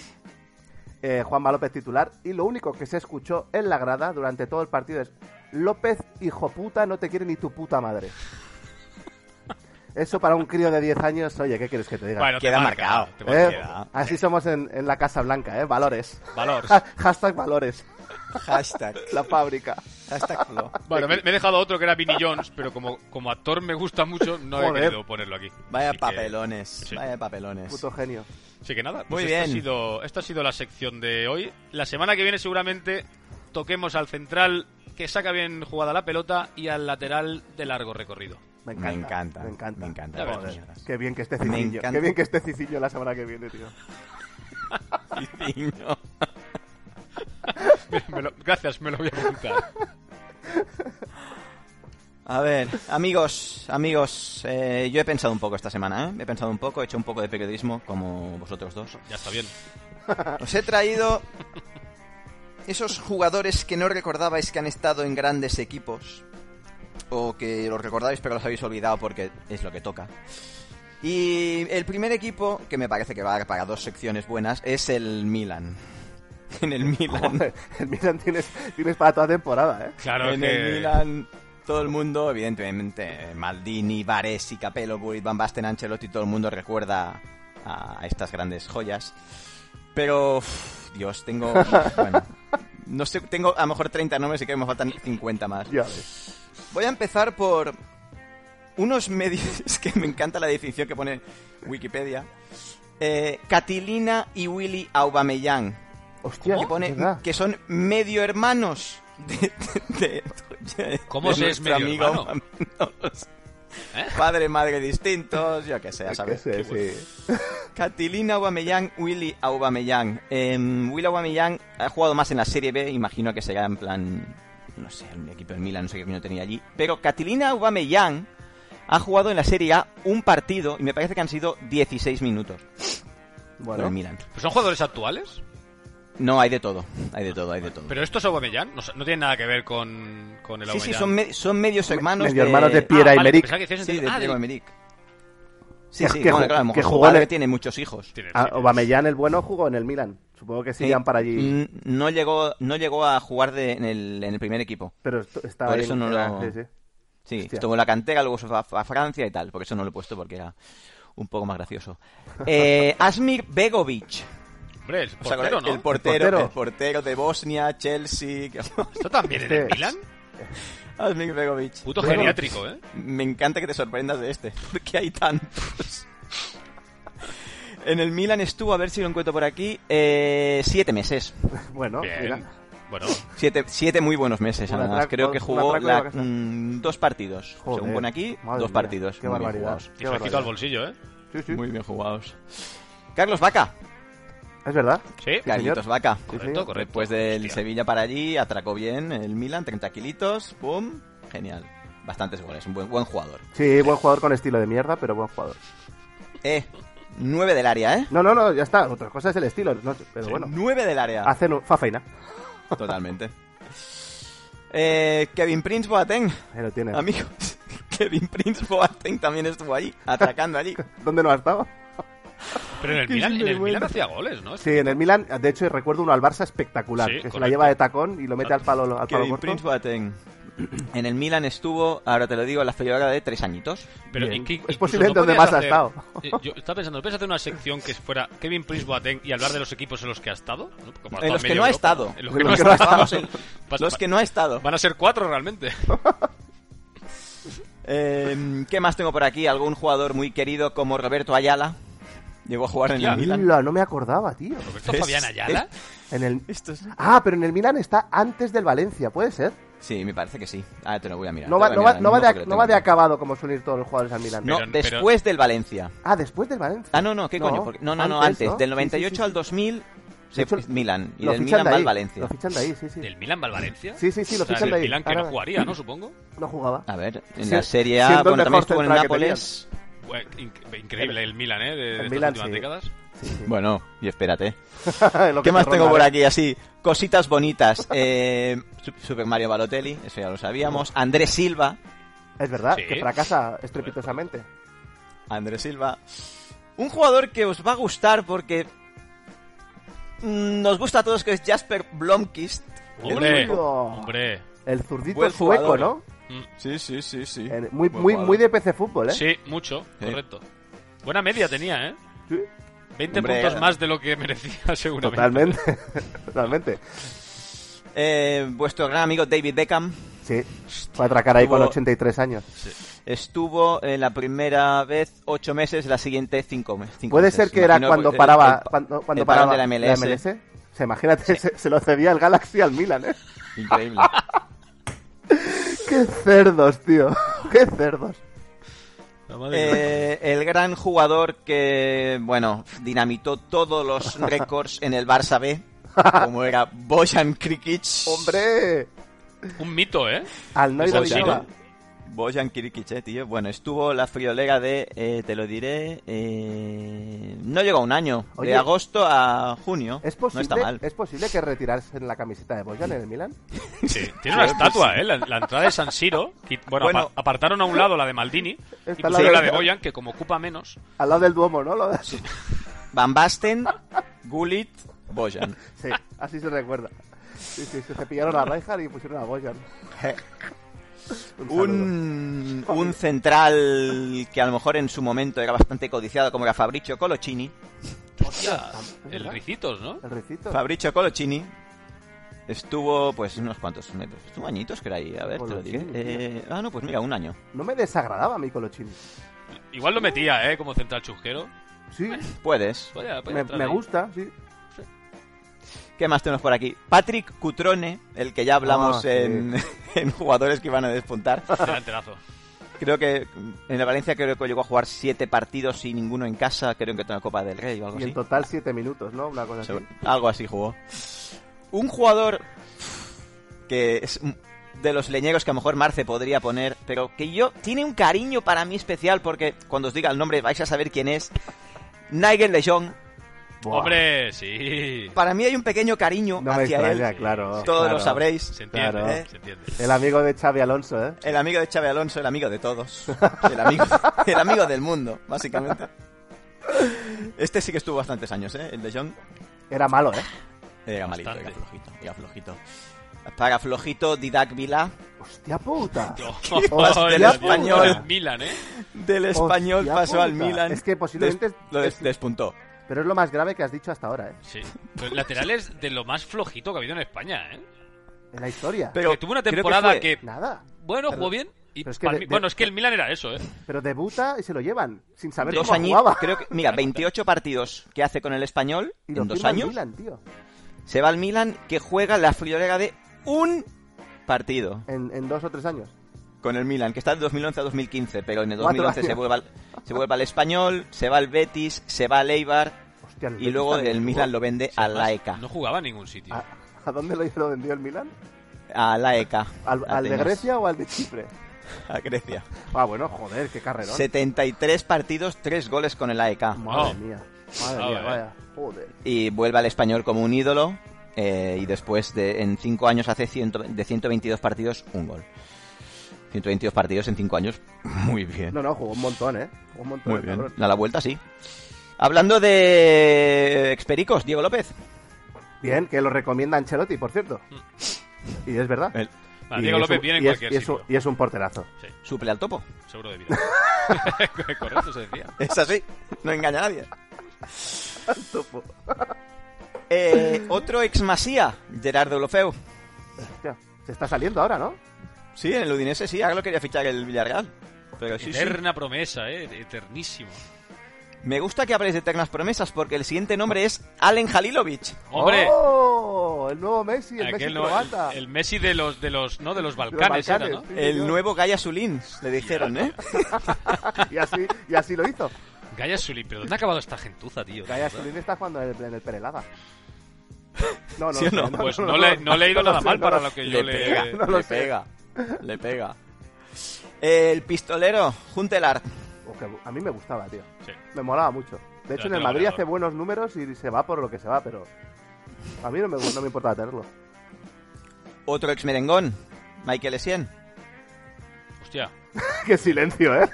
[SPEAKER 4] eh, Juanma López titular y lo único que se escuchó en la grada durante todo el partido es López, hijo puta, no te quiere ni tu
[SPEAKER 3] *laughs*
[SPEAKER 4] puta madre. Eso para un crío de 10 años, oye, ¿qué quieres que te diga?
[SPEAKER 3] Bueno, te
[SPEAKER 1] Queda
[SPEAKER 3] marca,
[SPEAKER 1] marcado.
[SPEAKER 3] te
[SPEAKER 4] Eh,
[SPEAKER 3] marca.
[SPEAKER 4] así somos en, en la Casa Blanca, ¿eh? Valores.
[SPEAKER 3] *laughs* Valores.
[SPEAKER 4] Hashtag valores.
[SPEAKER 1] Hashtag.
[SPEAKER 4] La fábrica.
[SPEAKER 1] Hashtag Flo.
[SPEAKER 3] Bueno, me, me he dejado otro que era Vinnie Jones, pero como, como actor me gusta mucho, no he
[SPEAKER 4] Joder.
[SPEAKER 3] querido ponerlo aquí.
[SPEAKER 1] Vaya
[SPEAKER 3] Así que-
[SPEAKER 1] papelones,
[SPEAKER 3] sí.
[SPEAKER 1] vaya papelones.
[SPEAKER 4] Puto genio.
[SPEAKER 3] Así que nada,
[SPEAKER 1] Muy
[SPEAKER 3] pues esta
[SPEAKER 1] bien.
[SPEAKER 3] Ha sido, esta ha sido la sección de hoy. La semana que viene seguramente toquemos al central que saca bien jugada la pelota y al lateral de largo recorrido.
[SPEAKER 4] Me
[SPEAKER 1] Me encanta,
[SPEAKER 4] encanta. Me encanta.
[SPEAKER 1] me encanta.
[SPEAKER 3] Ya verás.
[SPEAKER 4] Joder,
[SPEAKER 1] Mierdas.
[SPEAKER 4] qué bien que esté
[SPEAKER 1] Me
[SPEAKER 4] Ciciño.
[SPEAKER 1] encanta.
[SPEAKER 4] Qué bien que esté Ciciño la semana que viene, tío. *laughs*
[SPEAKER 1] Ciciño.
[SPEAKER 3] *laughs* Me lo- gracias, me lo voy a apuntar.
[SPEAKER 1] A ver, amigos, amigos, eh, yo he pensado un poco esta semana, ¿eh? He pensado un poco, he hecho un poco de periodismo, como vosotros dos.
[SPEAKER 3] Ya está bien.
[SPEAKER 1] Os he traído esos jugadores que no recordabais que han estado en grandes equipos, o que los recordabais pero los habéis olvidado porque es lo que toca. Y el primer equipo, que me parece que va a dar para dos secciones buenas, es el Milan. *laughs* En el Milan.
[SPEAKER 4] Joder, el Milan tienes, tienes para toda temporada, ¿eh?
[SPEAKER 3] Claro
[SPEAKER 1] en
[SPEAKER 3] que...
[SPEAKER 1] el Milan todo el mundo, evidentemente, Maldini, Baresi, Capello, Buit, Van Basten, Ancelotti, todo el mundo recuerda a estas grandes joyas. Pero, uf, Dios, tengo... bueno, no sé, tengo a lo mejor 30 nombres y que me faltan 50 más.
[SPEAKER 4] Ya ves.
[SPEAKER 1] Voy a empezar por unos medios *laughs* es que me encanta la definición que pone Wikipedia. Eh, Catilina y Willy Aubameyang
[SPEAKER 4] Hostia,
[SPEAKER 1] que pone
[SPEAKER 4] ¿verdad?
[SPEAKER 1] que son medio hermanos de, de- de-
[SPEAKER 3] ¿Cómo
[SPEAKER 1] de
[SPEAKER 3] se es
[SPEAKER 1] nuestro
[SPEAKER 3] medio
[SPEAKER 1] amigo
[SPEAKER 3] hermano?
[SPEAKER 1] Manolos.
[SPEAKER 3] ¿Eh?
[SPEAKER 1] Padre, madre distintos, yo qué sé, ya
[SPEAKER 4] Qué
[SPEAKER 1] sabes.
[SPEAKER 4] sé, Pues sí.
[SPEAKER 1] Catilina Aubameyang, Willy Em, Aubameyang. Eh, Willy Aubameyang ha jugado más en la Serie B, imagino que será en plan no sé, un equipo del Milan, no sé qué no tenía allí. Pero Catilina Aubameyang ha jugado en la Serie A un partido y me parece que han sido 16 minutos con
[SPEAKER 4] Bueno,
[SPEAKER 1] el Milan.
[SPEAKER 3] ¿Pero son jugadores actuales?
[SPEAKER 1] No, hay de todo, hay de todo, hay de todo.
[SPEAKER 3] Pero estos Aubameyang no, no tienen nada que ver con, con el
[SPEAKER 1] sí, sí,
[SPEAKER 3] Aubameyang.
[SPEAKER 1] son, me- son medios hermanos
[SPEAKER 4] medio hermanos de Pierre
[SPEAKER 3] ah, vale,
[SPEAKER 4] Aymeric.
[SPEAKER 3] pensaba que decías
[SPEAKER 1] Sí,
[SPEAKER 3] entonces-
[SPEAKER 1] de
[SPEAKER 3] ah,
[SPEAKER 1] Diego
[SPEAKER 3] del-
[SPEAKER 1] Emerick. Sí,
[SPEAKER 4] Que-
[SPEAKER 1] sí,
[SPEAKER 4] que
[SPEAKER 1] bueno,
[SPEAKER 4] ju-
[SPEAKER 1] claro, a lo mejor
[SPEAKER 4] que
[SPEAKER 1] su
[SPEAKER 4] jugó
[SPEAKER 1] padre
[SPEAKER 4] en el-
[SPEAKER 1] tiene muchos hijos.
[SPEAKER 3] Tiene-
[SPEAKER 4] Ah,
[SPEAKER 3] tiene-
[SPEAKER 4] Aubameyang el bueno jugó en el Milan. Supongo que sí,
[SPEAKER 1] Sí.
[SPEAKER 4] iban para allí.
[SPEAKER 1] Mm, No llegó, no llegó a jugar de- en, el, en el primer equipo.
[SPEAKER 4] Pero esto- estaba
[SPEAKER 1] Por
[SPEAKER 4] ahí
[SPEAKER 1] eso
[SPEAKER 4] en-
[SPEAKER 1] no
[SPEAKER 4] en la-
[SPEAKER 1] lo-
[SPEAKER 4] sí, sí.
[SPEAKER 1] Sí,
[SPEAKER 4] Hostia.
[SPEAKER 1] estuvo en la cantera, luego se fue a, a Francia y tal. Por eso no lo he puesto porque era un poco más gracioso.
[SPEAKER 4] *laughs*
[SPEAKER 1] Eh, Asmir Begovic.
[SPEAKER 3] Hombre, el
[SPEAKER 1] ¿Os acordáis?
[SPEAKER 3] portero, ¿no?
[SPEAKER 1] El portero,
[SPEAKER 4] portero.
[SPEAKER 1] el portero de Bosnia, Chelsea. que- *laughs*
[SPEAKER 3] ¿Esto también en el
[SPEAKER 4] Este-
[SPEAKER 3] Milan?
[SPEAKER 1] Asmir Begovic.
[SPEAKER 3] Puto
[SPEAKER 4] Bueno.
[SPEAKER 3] geriátrico, ¿eh?
[SPEAKER 1] Me encanta que te sorprendas de este, *laughs* porque hay tantos. En el Milan estuvo, a ver si lo encuentro por aquí, eh, siete meses.
[SPEAKER 4] Bueno,
[SPEAKER 3] Bien.
[SPEAKER 4] mira.
[SPEAKER 3] Bueno,
[SPEAKER 1] Siete, siete muy buenos meses,
[SPEAKER 4] Un
[SPEAKER 1] además.
[SPEAKER 4] atraco-
[SPEAKER 1] Creo que
[SPEAKER 4] un
[SPEAKER 1] jugó
[SPEAKER 4] atraco de
[SPEAKER 1] la-
[SPEAKER 4] vacaciones.
[SPEAKER 1] mm, dos partidos.
[SPEAKER 4] Joder,
[SPEAKER 1] Según pone aquí,
[SPEAKER 4] madre
[SPEAKER 1] dos
[SPEAKER 4] mía,
[SPEAKER 1] partidos.
[SPEAKER 4] Qué
[SPEAKER 1] muy bien
[SPEAKER 4] barbaridad.
[SPEAKER 1] jugados.
[SPEAKER 3] tienes
[SPEAKER 4] qué
[SPEAKER 3] quitado al
[SPEAKER 4] barbaridad.
[SPEAKER 3] bolsillo, ¿eh?
[SPEAKER 4] Sí, sí.
[SPEAKER 1] Muy bien jugados. Carlos Vaca.
[SPEAKER 4] Es verdad.
[SPEAKER 3] Sí.
[SPEAKER 1] Carlitos Vaca.
[SPEAKER 3] Correcto, correcto.
[SPEAKER 1] Después del
[SPEAKER 3] Hostia.
[SPEAKER 1] Sevilla para allí, atracó bien el Milan, 30 kilitos, boom, genial. Bastantes goles, un buen, buen jugador.
[SPEAKER 4] Sí, buen jugador con estilo de mierda, pero buen jugador.
[SPEAKER 1] Eh, 9 del área, ¿eh?
[SPEAKER 4] No, no, no, ya está. Otra cosa es el estilo, no, pero
[SPEAKER 1] Sí,
[SPEAKER 4] bueno.
[SPEAKER 1] Nueve del área.
[SPEAKER 4] Hacen un- fafaina.
[SPEAKER 1] Totalmente. Eh, Kevin Prince Boateng,
[SPEAKER 4] Ahí lo tienes. *laughs*
[SPEAKER 1] amigos. Kevin Prince Boateng también estuvo allí, atacando
[SPEAKER 4] *laughs*
[SPEAKER 1] allí.
[SPEAKER 4] ¿Dónde no has estado?
[SPEAKER 3] Pero en el
[SPEAKER 1] Qué
[SPEAKER 3] Milan, en el
[SPEAKER 1] sinvergüenza.
[SPEAKER 3] Milan hacía goles, ¿no?
[SPEAKER 4] Sí, en el Milan, de hecho, recuerdo uno al Barça espectacular,
[SPEAKER 3] Sí,
[SPEAKER 4] que se
[SPEAKER 3] correcto.
[SPEAKER 4] la lleva de tacón y lo mete al palo, al palo
[SPEAKER 1] Kevin
[SPEAKER 4] corto.
[SPEAKER 1] Prince Boateng. En el Milan estuvo, ahora te lo digo, a la febrera de tres añitos.
[SPEAKER 3] Pero
[SPEAKER 4] Bien.
[SPEAKER 3] es que
[SPEAKER 4] Es
[SPEAKER 3] incluso no
[SPEAKER 4] posiblemente donde
[SPEAKER 3] podías
[SPEAKER 4] más ha
[SPEAKER 3] hacer-
[SPEAKER 4] estado.
[SPEAKER 3] Eh, Yo estaba pensando, ¿no puedes hacer una sección que fuera Kevin Prince Boateng y hablar de los equipos en los que ha estado? ¿No? Como toda
[SPEAKER 1] En los que
[SPEAKER 3] media
[SPEAKER 1] no ha
[SPEAKER 3] Europa.
[SPEAKER 1] estado.
[SPEAKER 3] En los que no ha estado.
[SPEAKER 1] Vamos, en-
[SPEAKER 3] *laughs* Vas-
[SPEAKER 1] Los
[SPEAKER 3] va-
[SPEAKER 1] que no ha estado.
[SPEAKER 3] Van a ser cuatro realmente.
[SPEAKER 1] Eh, ¿Qué más tengo por aquí? Algún jugador muy querido como Roberto Ayala. Llegó a jugar en
[SPEAKER 3] Hostia.
[SPEAKER 1] el Milan.
[SPEAKER 4] Mila, no me acordaba, tío.
[SPEAKER 3] Roberto
[SPEAKER 1] Es-
[SPEAKER 3] Fabián Ayala.
[SPEAKER 4] En el...
[SPEAKER 1] Esto es-
[SPEAKER 4] Ah, pero en el Milan está antes del Valencia, ¿puede ser?
[SPEAKER 1] Sí, me parece que sí. Ah, te lo voy a mirar.
[SPEAKER 4] No
[SPEAKER 1] te
[SPEAKER 4] va,
[SPEAKER 1] lo
[SPEAKER 4] no
[SPEAKER 1] voy a
[SPEAKER 4] va-
[SPEAKER 1] mirar
[SPEAKER 4] no va
[SPEAKER 1] ahora mismo
[SPEAKER 4] de,
[SPEAKER 1] porque
[SPEAKER 4] no
[SPEAKER 1] lo
[SPEAKER 4] va de
[SPEAKER 1] tengo.
[SPEAKER 4] acabado como suelen ir todos los jugadores al Milan.
[SPEAKER 1] No,
[SPEAKER 3] Pero- pero-
[SPEAKER 1] después del Valencia.
[SPEAKER 4] Ah, después del Valencia.
[SPEAKER 1] Ah, no, no, ¿qué
[SPEAKER 4] No,
[SPEAKER 1] coño? Porque- No, no, no,
[SPEAKER 4] antes,
[SPEAKER 1] antes.
[SPEAKER 4] ¿no?
[SPEAKER 1] Del
[SPEAKER 4] Sí,
[SPEAKER 1] 98
[SPEAKER 4] sí, sí,
[SPEAKER 1] al
[SPEAKER 4] sí.
[SPEAKER 1] 2000
[SPEAKER 4] De
[SPEAKER 1] se
[SPEAKER 4] hecho,
[SPEAKER 1] fue Milan. Y
[SPEAKER 4] lo
[SPEAKER 1] del
[SPEAKER 4] fichan
[SPEAKER 1] Milan
[SPEAKER 4] de
[SPEAKER 1] va
[SPEAKER 4] ahí,
[SPEAKER 1] al Valencia.
[SPEAKER 4] Lo fichan de ahí, sí, sí.
[SPEAKER 3] ¿Del Milan va al Valencia?
[SPEAKER 4] Sí, sí, sí, lo
[SPEAKER 3] O sea,
[SPEAKER 4] fichan
[SPEAKER 3] del
[SPEAKER 4] de ahí.
[SPEAKER 3] Milan que
[SPEAKER 4] Ahora-
[SPEAKER 3] no jugaría, ¿no? Supongo.
[SPEAKER 4] No jugaba.
[SPEAKER 1] A ver, en
[SPEAKER 4] Sí,
[SPEAKER 1] la Serie A,
[SPEAKER 4] siendo el
[SPEAKER 1] bueno, también
[SPEAKER 4] mejor
[SPEAKER 1] estuvo en
[SPEAKER 4] central que
[SPEAKER 1] Nápoles.
[SPEAKER 3] Bueno, Pues, inc- Increíble el Milan, ¿eh? De, de estas
[SPEAKER 4] Milan,
[SPEAKER 3] últimas
[SPEAKER 4] sí.
[SPEAKER 3] décadas.
[SPEAKER 4] Sí, sí.
[SPEAKER 1] Bueno, y espérate.
[SPEAKER 4] *laughs* Lo que
[SPEAKER 1] ¿Qué más
[SPEAKER 4] te
[SPEAKER 1] tengo
[SPEAKER 4] ronda,
[SPEAKER 1] por
[SPEAKER 4] ¿eh?
[SPEAKER 1] aquí así? Cositas bonitas. *laughs* Eh, Su- Super Mario Balotelli, eso ya lo sabíamos. Andrés Silva.
[SPEAKER 4] Es verdad,
[SPEAKER 3] Sí.
[SPEAKER 4] que fracasa estrepitosamente.
[SPEAKER 1] Andrés Silva. Un jugador que os va a gustar porque mm, nos gusta a todos que es Jasper Blomqvist.
[SPEAKER 3] Hombre,
[SPEAKER 4] único.
[SPEAKER 3] hombre.
[SPEAKER 4] El zurdito
[SPEAKER 1] Buen
[SPEAKER 4] sueco,
[SPEAKER 1] jugador.
[SPEAKER 4] ¿no?
[SPEAKER 3] Mm.
[SPEAKER 1] Sí, sí, sí, sí.
[SPEAKER 4] En- Muy, muy, muy de PC fútbol, ¿eh?
[SPEAKER 3] Sí, mucho,
[SPEAKER 1] Sí.
[SPEAKER 3] correcto. Buena media tenía, ¿eh?
[SPEAKER 4] Sí.
[SPEAKER 3] 20
[SPEAKER 1] Hombre,
[SPEAKER 3] puntos
[SPEAKER 1] era-
[SPEAKER 3] más de lo que merecía, *laughs* seguramente.
[SPEAKER 4] Totalmente.
[SPEAKER 1] *laughs*
[SPEAKER 4] Totalmente.
[SPEAKER 1] Eh, vuestro gran amigo David Beckham
[SPEAKER 4] Sí. Fue a atracar ahí con
[SPEAKER 1] Tuvo-
[SPEAKER 4] 83 años.
[SPEAKER 1] estuvo en la primera vez ocho meses, la siguiente cinco, me- cinco meses.
[SPEAKER 4] Puede ser que era
[SPEAKER 1] Imagino
[SPEAKER 4] cuando
[SPEAKER 1] el-
[SPEAKER 4] paraba,
[SPEAKER 1] el-
[SPEAKER 4] cuando, cuando
[SPEAKER 1] el parón
[SPEAKER 4] paraba
[SPEAKER 1] de la MLS.
[SPEAKER 4] O sea, imagínate, se, se lo cedía el Galaxy al Milan, ¿eh? *laughs*
[SPEAKER 1] Increíble.
[SPEAKER 4] Qué cerdos, tío. *laughs* Qué cerdos.
[SPEAKER 3] La madre que-
[SPEAKER 1] Eh, el gran jugador que, bueno, dinamitó todos los
[SPEAKER 4] *laughs*
[SPEAKER 1] récords en el Barça B, como era Bojan Krikic.
[SPEAKER 4] Hombre,
[SPEAKER 3] Un mito,
[SPEAKER 4] *laughs*
[SPEAKER 3] ¿eh?
[SPEAKER 4] al no ir a
[SPEAKER 3] Pues sí,
[SPEAKER 4] Bilbao.
[SPEAKER 3] ¿no?
[SPEAKER 1] Bojan Krikic, eh, tío. Bueno, estuvo la friolera de, eh, te lo diré, eh, no llegó a un año,
[SPEAKER 4] Oye.
[SPEAKER 1] de agosto a junio.
[SPEAKER 4] ¿Es posible,
[SPEAKER 1] no está mal.
[SPEAKER 4] ¿Es posible que retirarse en la camiseta de Boyan en el Milan?
[SPEAKER 3] Sí, tiene
[SPEAKER 4] pues
[SPEAKER 3] una estatua, ¿eh? La, la entrada de San Siro. qui- Bueno,
[SPEAKER 1] Bueno.
[SPEAKER 3] apa- apartaron a un lado la de
[SPEAKER 4] *laughs*
[SPEAKER 3] Maldini y
[SPEAKER 4] Está
[SPEAKER 3] pusieron
[SPEAKER 4] al lado
[SPEAKER 3] la
[SPEAKER 4] de-
[SPEAKER 3] de Boyan, que como ocupa menos.
[SPEAKER 4] Al lado del Duomo, ¿no? Lo-
[SPEAKER 1] Van Basten, Gullit, Bojan.
[SPEAKER 4] *laughs* Sí, así se recuerda. Sí, sí, se cepillaron a Rijkaard y pusieron
[SPEAKER 1] *laughs*
[SPEAKER 4] a Boyan. saludo.
[SPEAKER 1] Un, un central que a lo mejor en su momento era bastante codiciado, como era Fabricio Colocini.
[SPEAKER 3] Hostia, el Ricitos, ¿no?
[SPEAKER 4] El recito.
[SPEAKER 1] Fabricio Colocini estuvo, pues, unos cuantos, estuvo añitos, creo, ahí. A ver, te lo diré.
[SPEAKER 4] Colocini, tío.
[SPEAKER 1] Eh, ah, no, pues mira, un año.
[SPEAKER 4] No me desagradaba a mí Colochini.
[SPEAKER 3] Igual lo metía, ¿eh? Como central chusquero.
[SPEAKER 4] Sí,
[SPEAKER 1] Puedes.
[SPEAKER 3] Vaya, vaya
[SPEAKER 4] me,
[SPEAKER 3] entrar
[SPEAKER 4] me
[SPEAKER 3] ahí.
[SPEAKER 4] gusta, sí.
[SPEAKER 1] ¿Qué más tenemos por aquí? Patrick Cutrone, el que ya hablamos
[SPEAKER 4] Ah, sí.
[SPEAKER 1] en, *laughs* en jugadores que iban a despuntar.
[SPEAKER 3] Delanterazo.
[SPEAKER 1] Creo que en la Valencia creo que llegó a jugar siete partidos y ninguno en casa. Creo que en la Copa del Rey o algo
[SPEAKER 4] Y en
[SPEAKER 1] así.
[SPEAKER 4] total siete minutos, ¿no? Una cosa así.
[SPEAKER 1] Seguro. Algo así jugó. Un jugador que es de los leñeros que a lo mejor Marce podría poner, pero que yo tiene un cariño para mí especial porque cuando os diga el nombre vais a saber quién es. Nigel de Jong.
[SPEAKER 4] Buah.
[SPEAKER 3] Hombre, sí.
[SPEAKER 1] Para mí hay un pequeño cariño
[SPEAKER 4] No me
[SPEAKER 1] hacia
[SPEAKER 4] extraña,
[SPEAKER 1] él.
[SPEAKER 4] claro.
[SPEAKER 1] Todos
[SPEAKER 4] claro.
[SPEAKER 1] lo sabréis.
[SPEAKER 3] Se entiende,
[SPEAKER 4] Claro.
[SPEAKER 3] ¿eh? se entiende.
[SPEAKER 4] El amigo de Xavi Alonso, ¿eh?
[SPEAKER 1] El amigo de Chávez Alonso, el amigo de
[SPEAKER 4] *laughs*
[SPEAKER 1] todos. El amigo, el amigo del mundo, básicamente. Este sí que estuvo bastantes años, ¿eh? El de Jong.
[SPEAKER 4] Era malo, ¿eh?
[SPEAKER 1] Era malito, era
[SPEAKER 3] Bastante.
[SPEAKER 1] flojito, era flojito. Para flojito, Didac
[SPEAKER 4] *laughs*
[SPEAKER 1] Vila,
[SPEAKER 4] ¡Hostia puta!
[SPEAKER 3] *laughs* Oh, el
[SPEAKER 4] hostia
[SPEAKER 3] español
[SPEAKER 1] puta.
[SPEAKER 3] en Milan, ¿eh?
[SPEAKER 1] del español,
[SPEAKER 4] Hostia
[SPEAKER 1] pasó al
[SPEAKER 4] puta.
[SPEAKER 1] Milan.
[SPEAKER 4] Es que posiblemente-
[SPEAKER 1] lo des- despuntó.
[SPEAKER 4] Pero es lo más grave que has dicho hasta ahora, ¿eh?
[SPEAKER 3] Sí. Los laterales de lo más flojito que ha habido en España, ¿eh?
[SPEAKER 4] En la historia.
[SPEAKER 1] Pero
[SPEAKER 3] que tuvo una
[SPEAKER 1] creo que
[SPEAKER 3] temporada
[SPEAKER 1] fue-
[SPEAKER 3] que,
[SPEAKER 4] Nada.
[SPEAKER 3] bueno,
[SPEAKER 4] Pero-
[SPEAKER 3] jugó bien. Y
[SPEAKER 4] pero es que
[SPEAKER 3] pa'l
[SPEAKER 4] de-
[SPEAKER 3] Mi-
[SPEAKER 4] de-
[SPEAKER 3] bueno, es que el Milan era eso, ¿eh?
[SPEAKER 4] Pero debuta y se lo llevan, sin saber
[SPEAKER 1] dos
[SPEAKER 4] cómo
[SPEAKER 1] añitos,
[SPEAKER 4] jugaba.
[SPEAKER 1] creo que, mira, 28 partidos que hace con el español
[SPEAKER 4] Y lo
[SPEAKER 1] en dos
[SPEAKER 4] firma el
[SPEAKER 1] años.
[SPEAKER 4] Milan, tío.
[SPEAKER 1] Se va al Milan que juega la friolera de un partido
[SPEAKER 4] En, en dos o tres años.
[SPEAKER 1] con el Milan, que está de 2011 a 2015, pero en el
[SPEAKER 4] Cuatro
[SPEAKER 1] 2011 se
[SPEAKER 4] años.
[SPEAKER 1] vuelve, al, se vuelve al español, se va al Betis, se va al Eibar
[SPEAKER 4] Hostia, el
[SPEAKER 1] y
[SPEAKER 4] Betis
[SPEAKER 1] luego
[SPEAKER 4] también
[SPEAKER 1] el
[SPEAKER 4] estuvo.
[SPEAKER 1] Milan lo vende a la ECA.
[SPEAKER 3] No jugaba en ningún sitio.
[SPEAKER 4] ¿A, a dónde lo, lo vendió el Milan?
[SPEAKER 1] A la ECA.
[SPEAKER 4] ¿Al, al de
[SPEAKER 1] Atenas.
[SPEAKER 4] Grecia o al de Chipre?
[SPEAKER 1] A Grecia.
[SPEAKER 4] Ah, bueno, joder, qué carrerón.
[SPEAKER 1] 73 partidos, 3 goles con el AEK.
[SPEAKER 4] Madre
[SPEAKER 3] Oh.
[SPEAKER 4] mía. Madre
[SPEAKER 3] Ah,
[SPEAKER 4] mía,
[SPEAKER 3] vale.
[SPEAKER 4] vaya. Joder.
[SPEAKER 1] Y vuelve al español como un ídolo. eh, y después, de, en 5 años, hace 100 de 122 partidos, un gol. 122 partidos en 5 años. *laughs* Muy bien.
[SPEAKER 4] No, no, jugó un montón, ¿eh? Jugó un montón,
[SPEAKER 1] Muy
[SPEAKER 4] el
[SPEAKER 1] bien.
[SPEAKER 4] cabrón.
[SPEAKER 1] A la vuelta, sí. Hablando de expericos, Diego López.
[SPEAKER 4] Bien, que lo recomienda Ancelotti, por cierto. Y es verdad.
[SPEAKER 1] El-
[SPEAKER 3] Vale, Mm.
[SPEAKER 4] Y
[SPEAKER 3] Eh, Diego
[SPEAKER 4] es
[SPEAKER 3] López
[SPEAKER 4] un-
[SPEAKER 3] viene en
[SPEAKER 4] y es-
[SPEAKER 3] cualquier
[SPEAKER 4] y es un-
[SPEAKER 3] sitio.
[SPEAKER 4] Y es un porterazo.
[SPEAKER 1] Suple al topo.
[SPEAKER 3] Seguro de vida.
[SPEAKER 4] *laughs*
[SPEAKER 3] Correcto, se decía.
[SPEAKER 1] Es así. No engaña a *laughs* nadie. Eh, otro ex Masía, Gerardo Olofeu.
[SPEAKER 4] Hostia, se está saliendo ahora, ¿no?
[SPEAKER 1] Sí, en el Udinese sí, ahora lo quería fichar el Villarreal. Pero sí, sí.
[SPEAKER 3] Eterna promesa, ¿eh? Eternísimo.
[SPEAKER 1] Me gusta que habléis de eternas promesas porque el siguiente nombre es Allen Halilovic.
[SPEAKER 3] Hombre,
[SPEAKER 4] ¡Oh! El nuevo Messi, el Messi
[SPEAKER 3] aquel no-
[SPEAKER 4] croata.
[SPEAKER 3] el, el Messi de los, de los, no, de los Balcanes,
[SPEAKER 4] Balcanes,
[SPEAKER 3] era, ¿no?
[SPEAKER 4] sí.
[SPEAKER 1] El
[SPEAKER 4] señor.
[SPEAKER 1] nuevo Gaia Sulín, le dijeron, ¿eh?
[SPEAKER 4] Y así, y así lo
[SPEAKER 3] *laughs*
[SPEAKER 4] hizo.
[SPEAKER 3] Gaia Sulín, pero ¿dónde ha acabado esta gentuza, tío?
[SPEAKER 4] Gaia Solín está jugando en el, en
[SPEAKER 3] *laughs*
[SPEAKER 4] el Perelada. No, no,
[SPEAKER 1] ¿Sí o
[SPEAKER 4] sé,
[SPEAKER 1] no?
[SPEAKER 3] Pues no le, no le he ido
[SPEAKER 4] *laughs* no lo
[SPEAKER 3] nada
[SPEAKER 4] sé,
[SPEAKER 3] mal
[SPEAKER 4] no
[SPEAKER 3] para
[SPEAKER 4] lo
[SPEAKER 3] lo *laughs*
[SPEAKER 4] sé.
[SPEAKER 3] que yo le... *laughs*
[SPEAKER 1] pega,
[SPEAKER 4] no lo
[SPEAKER 1] le
[SPEAKER 4] sé.
[SPEAKER 1] pega, le pega. El pistolero, Juntelar.
[SPEAKER 4] O que A mí me gustaba, tío.
[SPEAKER 3] Sí.
[SPEAKER 4] Me molaba mucho. De hecho, en el
[SPEAKER 3] tengo
[SPEAKER 4] Madrid
[SPEAKER 3] ganador.
[SPEAKER 4] hace buenos números y se va por lo que se va, pero a mí no me, no me importaba tenerlo. *laughs*
[SPEAKER 1] Otro ex merengón, Michael Essien.
[SPEAKER 3] Hostia.
[SPEAKER 4] Qué silencio, ¿eh?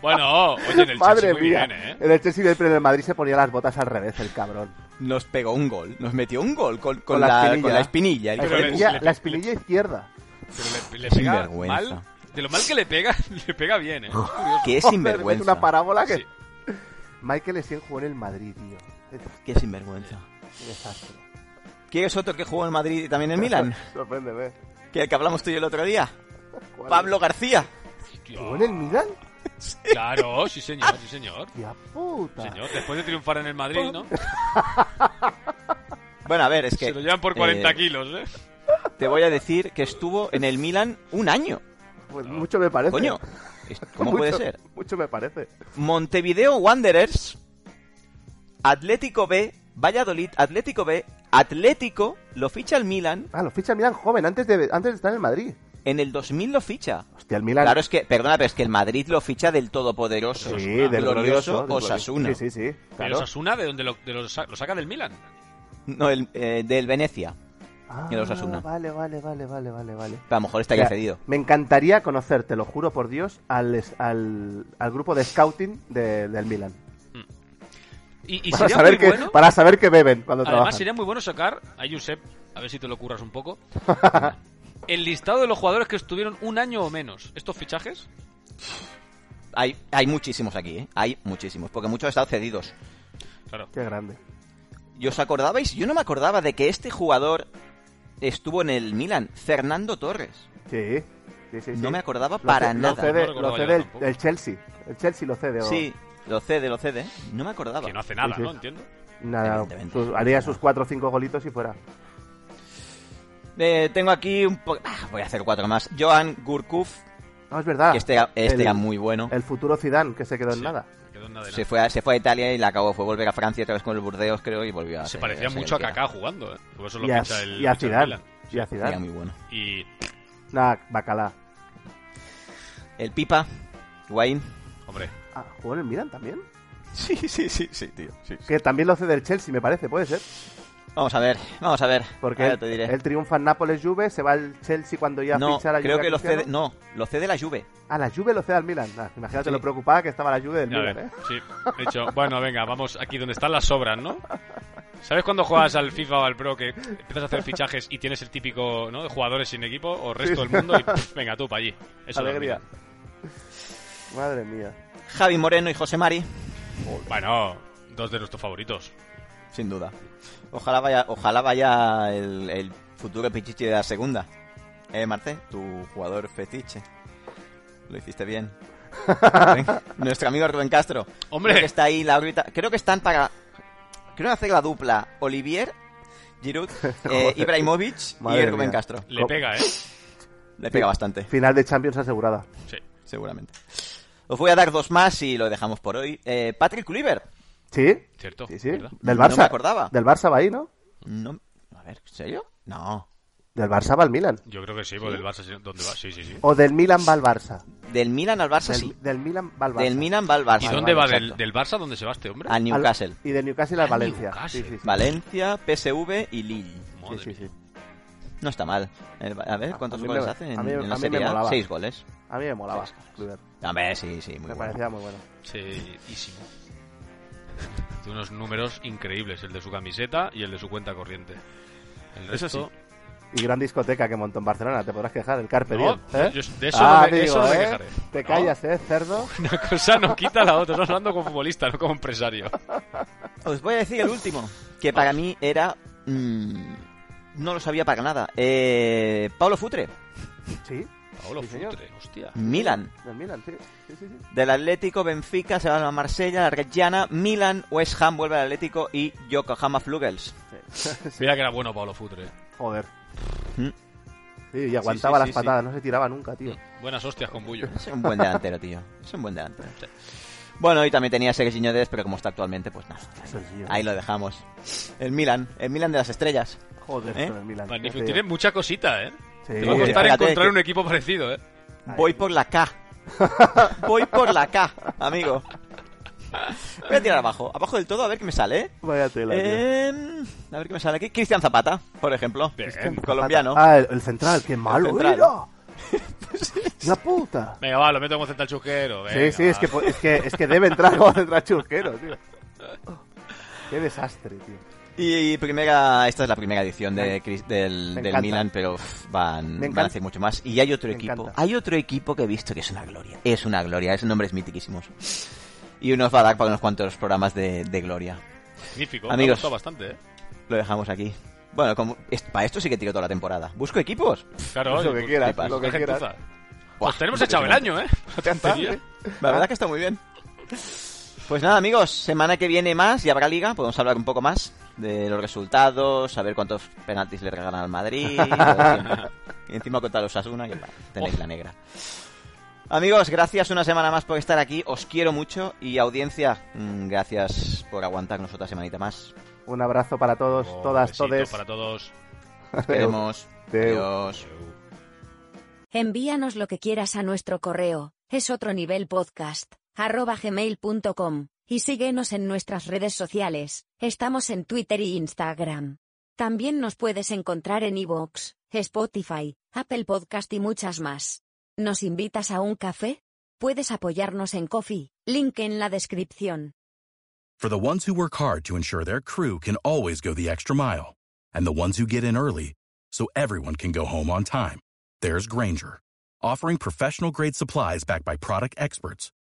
[SPEAKER 3] Bueno, oye, en el
[SPEAKER 4] Madre
[SPEAKER 3] Chelsea muy
[SPEAKER 4] mía.
[SPEAKER 3] bien, ¿eh?
[SPEAKER 4] En el Chelsea del en el Madrid se ponía las botas al revés, el cabrón.
[SPEAKER 1] Nos pegó un gol, nos metió un gol con, con
[SPEAKER 4] Con la
[SPEAKER 1] la,
[SPEAKER 4] espinilla.
[SPEAKER 1] con la espinilla. el
[SPEAKER 4] La
[SPEAKER 1] hijo de
[SPEAKER 3] le-
[SPEAKER 4] espinilla,
[SPEAKER 3] le-
[SPEAKER 4] la
[SPEAKER 1] *laughs*
[SPEAKER 4] espinilla izquierda.
[SPEAKER 3] Pero le, le
[SPEAKER 1] Sin
[SPEAKER 3] pega
[SPEAKER 1] vergüenza.
[SPEAKER 3] mal. De lo mal que le pega, *laughs* le pega bien, ¿eh?
[SPEAKER 4] *laughs*
[SPEAKER 1] puta, Que es
[SPEAKER 4] Joder, le mete
[SPEAKER 1] sinvergüenza.
[SPEAKER 4] una parábola que...
[SPEAKER 3] Sí.
[SPEAKER 4] Michael Essien jugó en el Madrid, tío. Es
[SPEAKER 1] Que es sinvergüenza.
[SPEAKER 4] un desastre.
[SPEAKER 1] ¿Quieres otro que jugó en Madrid y
[SPEAKER 4] *laughs*
[SPEAKER 1] también en Milan?
[SPEAKER 4] Sorpréndeme.
[SPEAKER 1] Que el que hablamos tú y yo el otro día.
[SPEAKER 4] ¿Cuál
[SPEAKER 1] Pablo García.
[SPEAKER 3] Hostia.
[SPEAKER 4] ¿Jugó en el Milan?
[SPEAKER 3] Claro, sí señor, sí señor.
[SPEAKER 4] ¡Tía puta!
[SPEAKER 3] Señor, después de triunfar en el Madrid, ¿no?
[SPEAKER 1] Bueno, a ver, es que...
[SPEAKER 3] Se lo llevan por 40
[SPEAKER 1] eh,
[SPEAKER 3] kilos, ¿eh?
[SPEAKER 1] Te voy a decir que estuvo en el Milan un año.
[SPEAKER 4] Pues mucho me parece.
[SPEAKER 1] Coño, ¿cómo
[SPEAKER 4] Mucho-
[SPEAKER 1] puede ser?
[SPEAKER 4] Mucho me parece.
[SPEAKER 1] Montevideo Wanderers, Atlético B, Valladolid, Atlético B, Atlético, lo ficha el Milan,
[SPEAKER 4] Ah, lo ficha el Milan joven, antes de, antes de estar en el Madrid.
[SPEAKER 1] en el 2000 lo ficha.
[SPEAKER 4] Hostia, el Milan...
[SPEAKER 1] Claro, es que, perdona, pero es que el Madrid lo ficha del todopoderoso,
[SPEAKER 4] Sí,
[SPEAKER 3] Osasuna.
[SPEAKER 4] del glorioso,
[SPEAKER 1] glorioso
[SPEAKER 4] del glorioso.
[SPEAKER 1] Osasuna.
[SPEAKER 4] Sí, sí, sí.
[SPEAKER 3] Pero
[SPEAKER 4] Claro.
[SPEAKER 3] Osasuna, ¿de dónde lo, de lo, sa- lo saca del Milan?
[SPEAKER 1] No, el, eh, del Venecia.
[SPEAKER 4] Ah,
[SPEAKER 1] y el Osasuna.
[SPEAKER 4] Vale, vale, vale, vale, vale, vale.
[SPEAKER 1] Pero a lo mejor está ya
[SPEAKER 4] Mira,
[SPEAKER 1] cedido.
[SPEAKER 4] Me encantaría conocer, te lo juro por Dios, al, al, al grupo de scouting de- del Milan.
[SPEAKER 3] Y, y
[SPEAKER 4] Para
[SPEAKER 3] sería
[SPEAKER 4] saber,
[SPEAKER 3] muy
[SPEAKER 4] que,
[SPEAKER 3] bueno.
[SPEAKER 4] para saber que beben cuando
[SPEAKER 3] Además,
[SPEAKER 4] trabajan.
[SPEAKER 3] sería muy bueno sacar a Josep, a ver si te lo curras un *laughs* poco. El listado de los jugadores que estuvieron un año o menos. Estos fichajes.
[SPEAKER 1] Hay, hay muchísimos aquí, ¿eh? Hay muchísimos, porque muchos han estado cedidos.
[SPEAKER 3] Claro.
[SPEAKER 4] Qué grande.
[SPEAKER 1] ¿Y os acordabais? Yo no me acordaba de que este jugador estuvo en el Milan, Fernando Torres.
[SPEAKER 4] Sí. sí, sí, sí.
[SPEAKER 1] No me acordaba
[SPEAKER 4] Lo
[SPEAKER 1] para
[SPEAKER 4] ce- Lo
[SPEAKER 1] nada.
[SPEAKER 4] cede,
[SPEAKER 3] No lo
[SPEAKER 4] lo
[SPEAKER 3] recordaba
[SPEAKER 4] cede
[SPEAKER 3] yo
[SPEAKER 4] el,
[SPEAKER 3] tampoco.
[SPEAKER 4] el Chelsea. El Chelsea lo cede. o-
[SPEAKER 1] Sí, lo cede, lo cede. No me acordaba.
[SPEAKER 3] Que no hace nada,
[SPEAKER 4] Sí, sí.
[SPEAKER 3] ¿no? Entiendo.
[SPEAKER 4] Nada,
[SPEAKER 1] Evidentemente.
[SPEAKER 4] pues haría sus 4 o 5 golitos y fuera.
[SPEAKER 1] Eh, tengo aquí un poco... voy a hacer cuatro más. Joan Gurkuf,
[SPEAKER 4] No, es verdad.
[SPEAKER 1] que este, era- este
[SPEAKER 4] Ah, El-
[SPEAKER 1] era muy bueno.
[SPEAKER 4] El futuro Zidane, que se quedó en
[SPEAKER 3] Sí,
[SPEAKER 4] nada.
[SPEAKER 3] no quedó en nada de
[SPEAKER 1] Se
[SPEAKER 3] nada.
[SPEAKER 1] fue, a, se fue a Italia y la acabó. Fue volver a Francia otra vez con el Burdeos, creo, y volvió a...
[SPEAKER 3] Se
[SPEAKER 1] ser-
[SPEAKER 3] parecía
[SPEAKER 1] a ser
[SPEAKER 3] mucho a
[SPEAKER 1] el que era.
[SPEAKER 3] Kaká jugando, ¿eh? Por eso lo
[SPEAKER 4] Y a-
[SPEAKER 3] ficha el,
[SPEAKER 4] y a
[SPEAKER 3] ficha el
[SPEAKER 4] Zidane.
[SPEAKER 3] Milan.
[SPEAKER 4] Y a Zidane.
[SPEAKER 1] Era muy bueno.
[SPEAKER 3] Y.
[SPEAKER 4] Nah, Bacalá.
[SPEAKER 1] El Pipa,
[SPEAKER 4] *laughs*
[SPEAKER 1] Wayne.
[SPEAKER 3] Hombre.
[SPEAKER 4] Ah, ¿Jugó en el Milan también?
[SPEAKER 1] Sí, sí, sí, sí, tío. sí, sí.
[SPEAKER 4] Que también lo cede el Chelsea, me parece, puede ser.
[SPEAKER 1] Vamos a ver, vamos a ver.
[SPEAKER 4] Porque
[SPEAKER 1] Ahora
[SPEAKER 4] él,
[SPEAKER 1] Ah, te diré.
[SPEAKER 4] él triunfa en Nápoles-Juve, se va al Chelsea cuando ya
[SPEAKER 1] no,
[SPEAKER 4] ficha la Juve.
[SPEAKER 1] creo
[SPEAKER 4] a
[SPEAKER 1] que lo
[SPEAKER 4] Cristiano.
[SPEAKER 1] cede, no, lo cede la Juve.
[SPEAKER 4] Ah, la Juve lo cede al Milan. Nah, imagínate
[SPEAKER 1] Sí.
[SPEAKER 4] lo preocupada que estaba la Juve del
[SPEAKER 3] Ya
[SPEAKER 4] Milan,
[SPEAKER 3] ves,
[SPEAKER 4] ¿eh?
[SPEAKER 3] sí. De hecho, bueno, venga, vamos aquí donde están las sobras, ¿no? ¿Sabes cuando juegas al FIFA o al Pro que empiezas a hacer fichajes y tienes el típico, ¿no? de Jugadores sin equipo o resto del mundo y pff, venga tú para allí. Eso
[SPEAKER 4] Alegría.
[SPEAKER 3] dormía.
[SPEAKER 4] *laughs* Madre mía.
[SPEAKER 1] Javi Moreno y José Mari,
[SPEAKER 3] Bueno, dos de nuestros favoritos.
[SPEAKER 1] sin duda. Ojalá vaya, ojalá vaya el, el futuro pichichi de la segunda. Eh, Marte, tu jugador fetiche. Lo hiciste
[SPEAKER 4] *laughs*
[SPEAKER 1] bien. Rubén- Nuestro amigo Rubén Castro.
[SPEAKER 3] Hombre.
[SPEAKER 1] Creo que está ahí la órbita. Creo que están para. Creo hacer la dupla Olivier,
[SPEAKER 4] *laughs*
[SPEAKER 1] Giroud, eh, Ibrahimovic y
[SPEAKER 4] Madre
[SPEAKER 1] Rubén
[SPEAKER 4] mía.
[SPEAKER 1] Castro.
[SPEAKER 3] Le
[SPEAKER 4] Co-
[SPEAKER 3] pega, ¿eh?
[SPEAKER 1] Le pega bastante.
[SPEAKER 4] Final de Champions asegurada.
[SPEAKER 3] Sí.
[SPEAKER 1] seguramente. Os voy a dar dos más y lo dejamos por hoy. Eh, Patrick Kluivert.
[SPEAKER 4] ¿Sí?
[SPEAKER 3] Cierto.
[SPEAKER 4] Sí, sí.
[SPEAKER 3] ¿verdad?
[SPEAKER 4] Del
[SPEAKER 1] No
[SPEAKER 4] Barça.
[SPEAKER 1] me acordaba.
[SPEAKER 4] Del Barça va ahí, ¿no?
[SPEAKER 1] No, a ver, ¿en serio? No.
[SPEAKER 4] Del Barça va al Milan.
[SPEAKER 3] Yo creo que sí, porque del Barça, sí, ¿dónde va? Sí, sí, sí.
[SPEAKER 4] O del Milan va al Barça.
[SPEAKER 1] Del Milan al Barça
[SPEAKER 4] Del,
[SPEAKER 1] sí.
[SPEAKER 4] del Milan va al Barça.
[SPEAKER 1] Del Milan va al Barça.
[SPEAKER 3] ¿Y dónde va?
[SPEAKER 1] Exacto.
[SPEAKER 3] Del, ¿Del Barça dónde se va este hombre?
[SPEAKER 1] Al
[SPEAKER 4] Al-
[SPEAKER 1] Newcastle.
[SPEAKER 4] y del Newcastle al
[SPEAKER 3] Al
[SPEAKER 4] Valencia.
[SPEAKER 3] Newcastle.
[SPEAKER 4] Sí, sí, sí.
[SPEAKER 1] Valencia, PSV y Lille.
[SPEAKER 4] Sí,
[SPEAKER 3] Madre
[SPEAKER 4] sí, sí.
[SPEAKER 1] No está mal. El- A ver, ¿cuántos
[SPEAKER 4] A mí
[SPEAKER 1] goles
[SPEAKER 4] me-
[SPEAKER 1] hace en,
[SPEAKER 4] a mí-
[SPEAKER 1] en la
[SPEAKER 4] a mí
[SPEAKER 1] Serie
[SPEAKER 4] me
[SPEAKER 1] A?
[SPEAKER 4] molaba.
[SPEAKER 1] Seis goles.
[SPEAKER 4] A mí me molaba. Kluivert.
[SPEAKER 1] Hombre, sí, sí, muy
[SPEAKER 4] Me
[SPEAKER 1] bueno.
[SPEAKER 4] parecía muy bueno.
[SPEAKER 3] mía. Sí, *laughs* ísimo. Tiene unos números increíbles, el de su camiseta y el de su cuenta corriente. El resto...
[SPEAKER 1] Eso sí.
[SPEAKER 4] Y gran discoteca que montó en Barcelona. Te podrás quejar del Carpe
[SPEAKER 3] No,
[SPEAKER 4] Diem, ¿eh?
[SPEAKER 3] yo- de eso no me- de eso no me
[SPEAKER 4] ¿eh?
[SPEAKER 3] quejaré.
[SPEAKER 4] Te
[SPEAKER 3] No.
[SPEAKER 4] callas, ¿eh,
[SPEAKER 3] *laughs*
[SPEAKER 4] cerdo?
[SPEAKER 3] Una cosa no quita la otra. Estamos hablando como futbolista, no como
[SPEAKER 4] *laughs*
[SPEAKER 3] empresario.
[SPEAKER 1] Os voy a decir el último, que para mí era... mm, no lo sabía para nada. Eh, Pablo Futre,
[SPEAKER 4] Sí,
[SPEAKER 3] Paolo
[SPEAKER 4] Sí, señor.
[SPEAKER 3] Futre, hostia.
[SPEAKER 1] Milan.
[SPEAKER 4] del Milan, sí. Sí, sí, sí.
[SPEAKER 1] Del Atlético, Benfica, se va a Marsella, la Reggiana, Milan, West Ham vuelve al Atlético y Yokohama Flugels.
[SPEAKER 3] Mira que era bueno Paolo Futre.
[SPEAKER 4] Joder.
[SPEAKER 1] Mm.
[SPEAKER 4] Sí, y aguantaba
[SPEAKER 1] sí,
[SPEAKER 4] las
[SPEAKER 1] sí,
[SPEAKER 4] patadas, no se tiraba nunca, tío.
[SPEAKER 3] Buenas hostias con
[SPEAKER 4] *laughs*
[SPEAKER 3] Bullo.
[SPEAKER 1] Es un buen delantero, tío. Es un buen delantero.
[SPEAKER 3] Sí.
[SPEAKER 1] Bueno, y también tenía Serginho Dest, pero como está actualmente, pues nada.
[SPEAKER 4] Sencillo.
[SPEAKER 1] Ahí lo dejamos. El Milan, el Milan de las estrellas.
[SPEAKER 4] Joder,
[SPEAKER 1] ¿Eh?
[SPEAKER 4] con el Milan.
[SPEAKER 3] Magnífico.
[SPEAKER 4] ya te
[SPEAKER 3] Tiene
[SPEAKER 4] digo.
[SPEAKER 3] mucha cosita, ¿eh?
[SPEAKER 4] Sí.
[SPEAKER 3] Te va a costar
[SPEAKER 1] Fíjate
[SPEAKER 3] encontrar
[SPEAKER 1] que-
[SPEAKER 3] un equipo parecido, ¿eh?
[SPEAKER 1] Voy por la K. Voy por la K, amigo. Voy a tirar abajo, abajo del todo, a ver qué me sale. ¿eh?
[SPEAKER 4] Vaya tela, tío.
[SPEAKER 1] Em, a ver qué me sale aquí. Cristian Zapata, por ejemplo.
[SPEAKER 3] Bien.
[SPEAKER 1] Colombiano.
[SPEAKER 4] Ah, el, el central, qué malo.
[SPEAKER 1] central. *laughs*
[SPEAKER 4] mira. La puta.
[SPEAKER 3] Venga, va, lo meto como central chusquero. venga,
[SPEAKER 4] Sí, sí, es
[SPEAKER 3] va.
[SPEAKER 4] que, po- es, que, es que debe entrar como central churquero, tío. Qué desastre, tío.
[SPEAKER 1] Y primera, esta es la primera edición de, Cris- del,
[SPEAKER 4] Me
[SPEAKER 1] del
[SPEAKER 4] encanta.
[SPEAKER 1] Milan, pero uf, van,
[SPEAKER 4] Me
[SPEAKER 1] van a
[SPEAKER 4] encanta.
[SPEAKER 1] hacer mucho más. Y hay otro
[SPEAKER 4] Me
[SPEAKER 1] equipo,
[SPEAKER 4] encanta.
[SPEAKER 1] hay otro equipo que he visto que es una gloria. Es una gloria, esos nombres mitiquísimos. Y unos va a dar para unos cuantos programas de, de gloria.
[SPEAKER 3] Magnífico. me ha
[SPEAKER 1] Amigos.
[SPEAKER 3] gustado bastante, ¿eh?
[SPEAKER 1] Lo dejamos aquí. Bueno, como, es- para esto sí que tiro toda la temporada. Busco equipos.
[SPEAKER 3] Claro,
[SPEAKER 4] Lo que
[SPEAKER 3] y-
[SPEAKER 4] quieras,
[SPEAKER 3] y-
[SPEAKER 1] lo
[SPEAKER 3] y-
[SPEAKER 4] que
[SPEAKER 3] y-
[SPEAKER 4] quieras.
[SPEAKER 3] gentuza.
[SPEAKER 1] Buah,
[SPEAKER 3] Pues tenemos echado el año, ¿eh? Tontería.
[SPEAKER 1] La
[SPEAKER 4] Ah.
[SPEAKER 1] verdad que está muy bien. Pues nada, amigos, semana que viene más y habrá liga. Podemos hablar un poco más de los resultados, saber cuántos penaltis le regalan al Madrid.
[SPEAKER 4] *laughs*
[SPEAKER 1] lo siempre. y encima contra los Asuna, que bueno, tenéis la negra. Amigos, gracias una semana más por estar aquí. Os quiero mucho y audiencia, mm, gracias por aguantarnos otra semanita más.
[SPEAKER 4] Un abrazo para todos,
[SPEAKER 3] Un
[SPEAKER 4] todas,
[SPEAKER 3] Oh, besito
[SPEAKER 4] todes.
[SPEAKER 3] Para todos.
[SPEAKER 1] Os
[SPEAKER 4] *laughs*
[SPEAKER 1] queremos.
[SPEAKER 4] Adeu.
[SPEAKER 1] Adiós.
[SPEAKER 2] Envíanos lo que quieras a nuestro correo, es otro nivel podcast, arroba gmail.com, y síguenos en nuestras redes sociales, estamos en Twitter y Instagram. También nos puedes encontrar en iVoox, Spotify, Apple Podcast y muchas más. ¿Nos invitas a un café? Puedes apoyarnos en Coffee, link en la descripción.
[SPEAKER 5] For the ones who work hard to ensure their crew can always go the extra mile, and the ones who get in early so everyone can go home on time, there's Granger, offering professional grade supplies backed by product experts